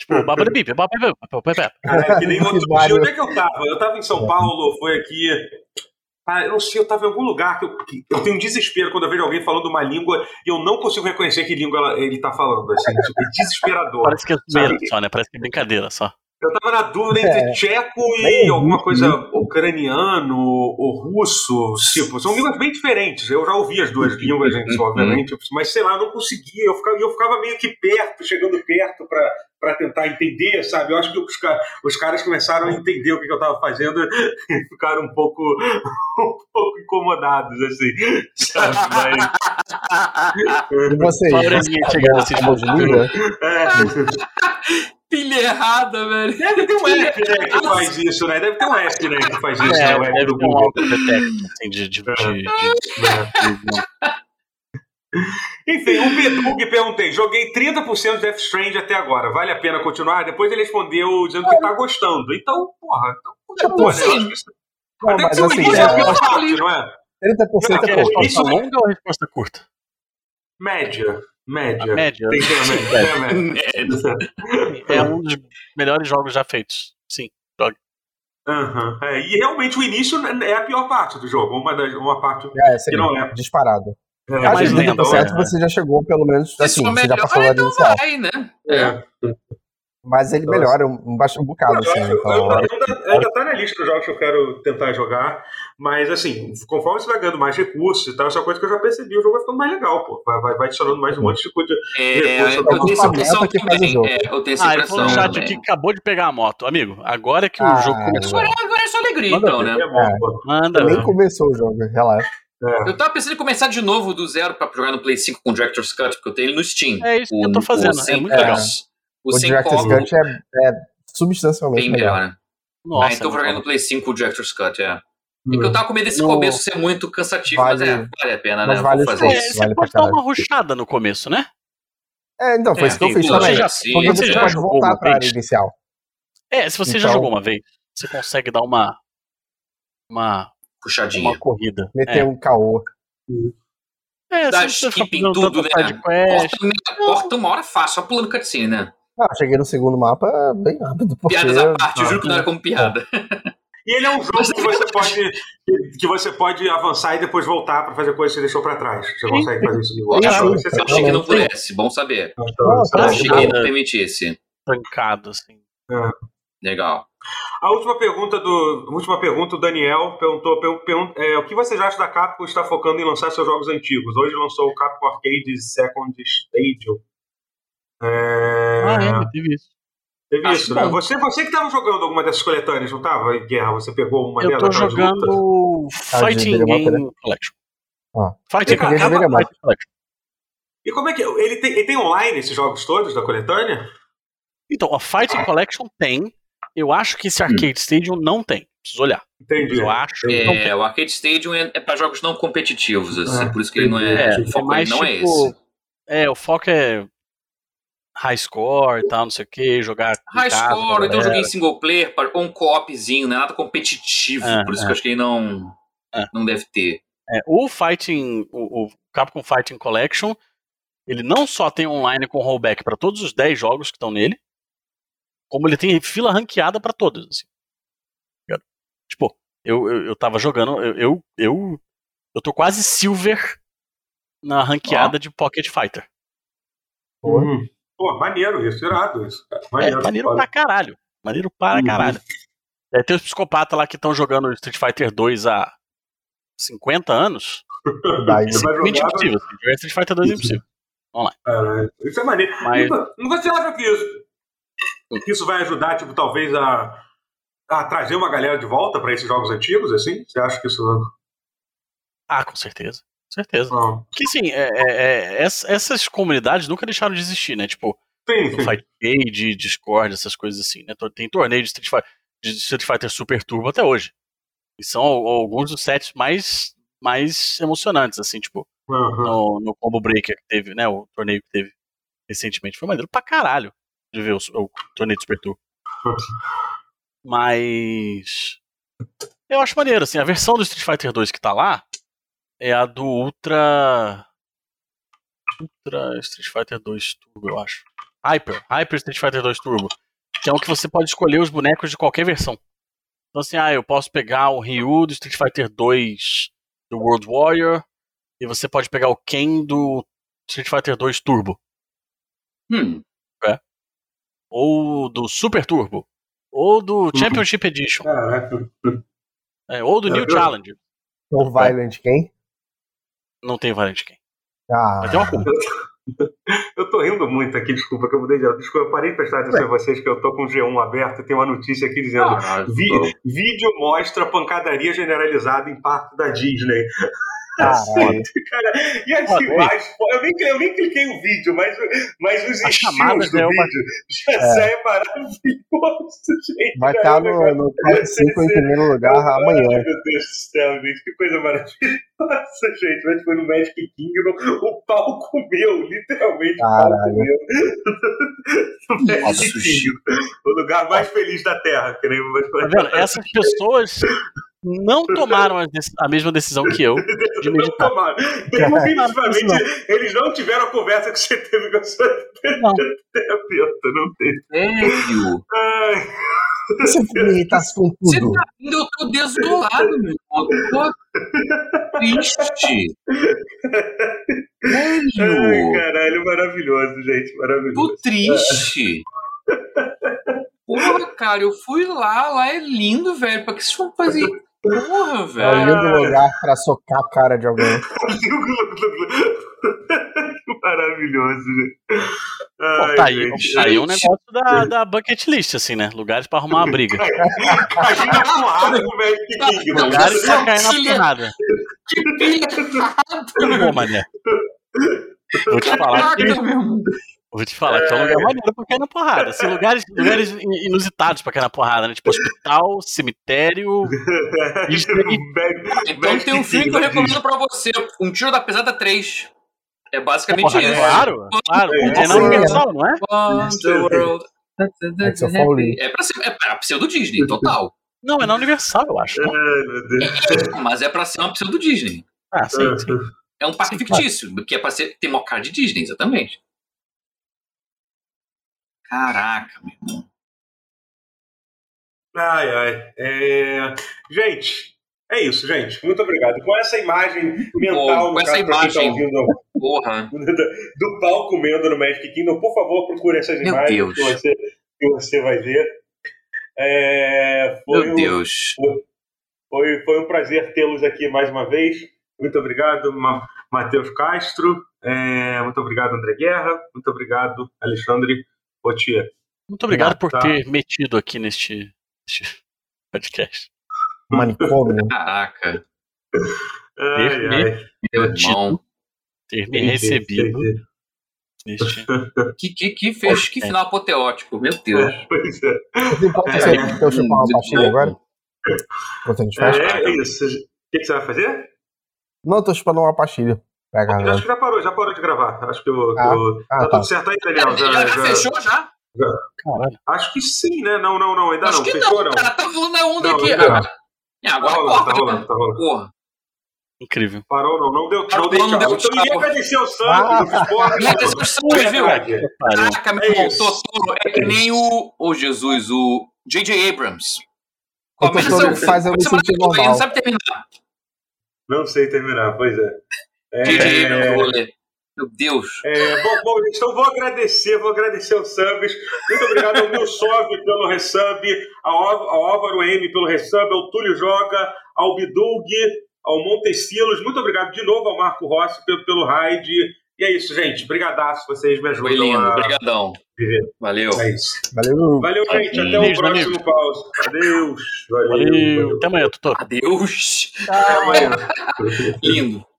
Tipo, babaribip, babaribip, babaribip.
cara, que nem outro dia.
Vários.
Onde é que eu tava? Eu tava em São Paulo, foi aqui. Ah, eu não sei, eu tava em algum lugar que eu, que eu tenho um desespero quando eu vejo alguém falando uma língua e eu não consigo reconhecer que língua ela- ele tá falando. Assim, tipo, é desesperador.
Parece que é zoeira só, né? Parece que é brincadeira só.
Eu tava na dúvida entre
É.
tcheco e
Nem é
alguma
russo,
coisa
né?
ucraniano ou russo. Tipo, são línguas bem diferentes. Eu já ouvi as
Uhum.
duas línguas, gente, obviamente. Mas sei lá, eu não conseguia. Eu ficava, eu ficava meio que perto, chegando perto pra, pra tentar entender, sabe? Eu acho que os, ca- os caras começaram a entender o que, que eu tava fazendo e ficaram um pouco, um pouco incomodados, assim. Sabe? Mas,
E vocês? Tá
Só a orelhinha chegando assim,
Acabou de língua?
é.
Pilha errada, velho.
Deve ter um
é.
app né, que faz isso, né? Deve ter um app né, que faz isso,
É,
né? O app
deve
do
ter um
Google.
auto-detect, assim, de. de, de,
é
de-
né? Enfim, um o Bedug perguntei: joguei 30% de Death Strange até agora, vale a pena continuar? Depois ele respondeu dizendo que tá gostando. Então, porra, então continua, né? Eu acho que isso-
Não,
Até que
mas
ser um
assim,
início
é,
é,
eu
é
acho que-
fácil, não é?
30%
Você
é
quer
pouco.
resposta longa ou resposta curta?
Média.
A
Média.
média
Tem que ter a média. Tem a média.
é um dos melhores jogos já feitos. Sim.
Aham, é, e realmente o início é a pior parte do jogo, uma, das, uma parte
É, sim,
que não é.
disparado.
é,
mais
Acho que
então,
lento,
30%
é.
você já chegou, pelo menos, assim,
Se for
você já
é melhor,
passou da
então
inicial.
vai, né?
É.
Mas ele
Nossa.
melhora um, um baixo- um
Eu
bocado,
acho-
assim.
eu
Então,
ainda- ainda, ainda tá na lista dos jogos que eu quero tentar jogar, mas assim, conforme você vai ganhando mais recursos e tal, essa coisa que eu já percebi, o jogo vai ficando mais legal, pô. Vai, vai, vai adicionando mais um monte de coisa.
É, eu tenho essa impressão também. É, eu tenho essa
Ah, ele
impressão
falou no chat
também.
aqui que acabou de pegar a moto. Amigo, agora que o
Ah,
jogo começou,
Agora, agora é só alegria,
Manda
então,
ver.
né?
É bom, pô.
manda.
nem
velho.
começou o jogo, relaxa.
É.
Eu tava pensando em começar de novo do zero pra jogar no Play 5 com o Director's Cut, porque eu tenho ele no Steam.
É isso que
O-
eu tô fazendo,
O sem,
é muito legal.
O,
O
sem
Director's
combo
Cut é, é substancialmente
bem
melhor.
melhor, né?
Nossa,
ah, então eu vou
meu
jogar no
Deus.
Play 5 o Director's Cut,
Hum.
é. É que eu tava com medo desse
No-
começo ser muito cansativo, mas
Vale-
é, vale a pena,
mas
né?
vale
vou
o
fazer
esforço.
É,
isso.
você
Vale pra
pode dar
caralho.
uma ruxada no começo, né?
É, então, foi
É,
isso que eu
sim,
fiz
pô,
também.
já-
Porque
sim,
você
já
pode
jogou
voltar
uma
pra área
vez?
inicial.
É, se você já
Então-
jogou uma vez, você consegue dar uma. Uma,
Puxadinha.
uma corrida.
Meter
É,
um caô.
Dá
é você não precisa ficar
skip em
fazendo
tudo,
tanta
né?
side quest.
Corta, corta uma hora fácil, só pulando cutscene, né?
Ah, cheguei no segundo mapa bem rápido, porque...
Piadas à parte, eu
Ah,
juro que não era como piada.
E ele é um jogo
Mas-
que você pode que você pode avançar e depois voltar pra fazer coisas que você deixou pra trás. Você consegue fazer isso de volta.
Sim,
Você
sim.
Eu achei que não pudesse, bom saber. Eu
tá
Ah,
achei que não permitisse.
Trancado, assim.
Legal.
A última pergunta do a última pergunta, o Daniel perguntou per- pergun- é, o que vocês acham da Capcom estar focando em lançar seus jogos antigos? Hoje lançou o Capcom Arcade Second Stadium. É,
Ah, é, Ah, mas teve isso.
Teve
acho
isso, né?
bom.
Você, você que estava jogando alguma dessas coletâneas, não estava, Guerra? Você pegou uma
Eu
delas?
tô
aquela de luta?
jogando
Ah,
Fighting
de beat'em up,
Game Collection.
Ah.
Fighting
Cara,
Game
beat'em up.
Collection.
E como é que... Ele tem, ele tem online esses jogos todos da coletânea?
Então, a
Ah.
Fighting Collection tem. Eu acho que
Hum.
esse Arcade Stadium não tem. Preciso olhar. Mas
Entendi.
Eu acho. que não tem.
É, o Arcade Stadium é, é pra jogos não competitivos, assim,
Ah,
por isso que ele não é.
entendi.
o foco
É,
dele
mas,
não é
tipo,
esse.
É, o foco é high score e tal, não sei o que, jogar. em
High
casa,
score, então eu
galera.
joguei em single player, pra- ou um co-opzinho, não é nada competitivo,
Ah,
por isso
ah.
que eu acho que ele não. É. Não deve ter.
É, o Fighting, o, o, Capcom Fighting Collection, ele não só tem online com rollback para todos os 10 jogos que estão nele, como ele tem fila ranqueada para todos. Assim. Tipo, eu, eu, eu tava jogando, eu, eu, eu, eu tô quase silver na ranqueada oh. de Pocket Fighter.
Uhum. Pô, maneiro, isso, irado isso. Cara. Maneiro,
é, maneiro pra caralho. Maneiro para caralho. Uhum. É, tem os psicopatas lá que estão jogando Street Fighter 2 há 50 anos. Daí, é simplesmente jogar... impossível. Se tiver Street Fighter 2 é impossível. Vamos lá.
Caralho. Isso é maneiro. Mas... Não, você acha que isso, que isso vai ajudar, tipo, talvez a, a trazer uma galera de volta para esses jogos antigos, assim? Você acha que isso...
Ah, com certeza certeza. Ah. Porque assim, é, é, é, essas comunidades nunca deixaram de existir, né? Tipo,
sim, sim.
Fight Page, Discord, essas coisas assim, né? Tem torneio de Street, Fighter, de Street Fighter Super Turbo até hoje. E são alguns dos sets mais, mais emocionantes, assim, tipo, uhum. no, no, Combo Breaker que teve, né? O torneio que teve recentemente. Foi maneiro pra caralho de ver o, o torneio de Super Turbo. Mas. Eu acho maneiro, assim, a versão do Street Fighter 2 que tá lá, é a do Ultra. Ultra Street Fighter 2 Turbo, eu acho. Hyper, Hyper Street Fighter 2 Turbo. Que é um que você pode escolher os bonecos de qualquer versão. Então assim, ah, eu posso pegar o Ryu do Street Fighter 2 do World Warrior. E você pode pegar o Ken do Street Fighter 2 Turbo.
Hum.
É. Ou do Super Turbo. Ou do Championship Edition. É, ou do New Challenger.
Ou Violent quem?
Não tem Tá Violent quem.
Ah.
Mas tem uma culpa.
Eu tô rindo muito aqui, desculpa que eu mudei de Desculpa, eu parei de prestar atenção em vocês que eu tô com o G1 aberto e tem uma notícia aqui dizendo: ah, vídeo mostra pancadaria generalizada em parque da Disney. Ah, cara, e as ah, imagens, eu nem, eu nem cliquei o vídeo, mas, mas os as estilos do é uma... vídeo já é. é maravilhoso, gente. é
Vai estar tá no, no top 5 em primeiro lugar ah, amanhã.
Meu Deus do céu, gente, que coisa maravilhosa, gente. Mas foi no Magic Kingdom, o pau comeu, literalmente Caralho. o pau comeu. Ah, Nossa, o lugar mais feliz da Terra, que nem...
Tá Essas pessoas não tomaram a, a, mesma decisão que eu de
Não
meditar.
tomaram. Definitivamente, eles não tiveram a conversa que você teve com a sua não. terapeuta. Não teve.
Sério?
Ai.
Você irritasse com tudo. Você
tá vendo? Eu tô desolado, meu. Eu tô triste.
Sério? Ai, caralho, maravilhoso, gente. Maravilhoso.
Tô triste. Porra, cara, eu fui lá, lá é lindo, velho. Pra que vocês vão fazer? Porra, velho. É
um lindo lugar pra socar a cara de alguém.
Maravilhoso, né?
Ai, tá, aí, tá aí um negócio da, da bucket list, assim, né? Lugares pra arrumar uma briga.
Tá
Imagina a porrada com o velho que
Lugares pra cair na porrada.
Que pilha!
Pô, mané. Vou te falar que...
assim,
Vou te falar, é... que é um lugar maneiro pra cair na porrada. Assim, lugares, lugares inusitados pra cair na porrada, né? Tipo hospital, cemitério.
então tem um filme que eu recomendo pra você: Um Tiro da Pesada 3. É basicamente Porra, isso.
Claro, claro. É, é na Universal, não é?
É pra, ser, é pra pseudo Disney, total.
Não, é na Universal, eu acho.
É, mas é pra ser uma pseudo Disney.
Ah, sim, sim.
É um parque fictício, que é pra ser, ter uma cara de Disney, exatamente. Caraca, meu irmão.
Ai, ai. É... Gente, é isso, gente. Muito obrigado. Com essa imagem mental,
oh, com essa caso, imagem. Tá ouvindo, Porra.
Do pau comendo no Magic Kingdom, por favor, procure essas
meu
imagens
Deus.
Que, você, que você vai ver. É...
Meu um, Deus.
Foi, foi um prazer tê-los aqui mais uma vez. Muito obrigado, Matheus Castro. É... muito obrigado, André Guerra. Muito obrigado, Alexandre Ô, tia.
Muito obrigado ah, por tá. ter metido aqui neste, neste podcast.
Manicômio.
Caraca.
Ter ai, me, ai. Meu tido, ter me entendi, recebido. Entendi. Neste...
Que, que, que, fez, que final apoteótico, meu Deus.
Pois é.
Você é. quer eu chupar uma pastilha agora? Enquanto a gente faz?
É, isso. O que você vai fazer?
Não, eu tô chupando uma pastilha. Pega,
acho né? que já parou, já parou de gravar. Acho que eu, ah, eu... Ah, tá, tá, tudo certo aí, Daniel.
É, Já, já, já fechou já? já.
Acho que sim, né? Não, não, não, ainda
acho
não. Que fechou,
não, não. Cara, tá rolando Tá a onda não, aqui. Não. Ah, agora
tá rolando,
corta,
tá rolando, tá rolando.
Porra.
Incrível.
Parou, não. Não deu tchau.
Parou,
dei
não
tchau.
deu
Então,
tchau.
queria agradecer ao Sandro, dos porcos.
É
Mas esses são os, viu?
Verdade.
Pariu.
Caraca, meu
É
irmão,
isso.
Totoro é que nem o. Ô, Jesus, o J.J. Abrams.
O Totoro
o-
faz eu me
começa
sentir
maravilhoso, Ele não
normal.
sabe terminar.
Não sei terminar, pois é. É,
J.J. Abrams, vou ler. Meu Deus.
é, bom, bom, gente, então vou agradecer, vou agradecer aos subs. Muito obrigado ao meu Sov pelo resub, ao, Ál- ao Álvaro M pelo resub, ao Túlio Joga, ao Bidug, ao Montesilos. Muito obrigado de novo ao Marco Rossi pelo, pelo raid. E é isso, gente. Brigadaço, vocês me ajudam
Foi lindo.
a
Obrigadão.
É, viver.
Valeu.
É isso.
Valeu.
Valeu, gente. Até o
Beijo,
próximo
amigos.
pause. Adeus. Valeu.
Valeu. Até amanhã, tutor.
Adeus.
Até amanhã.
Lindo.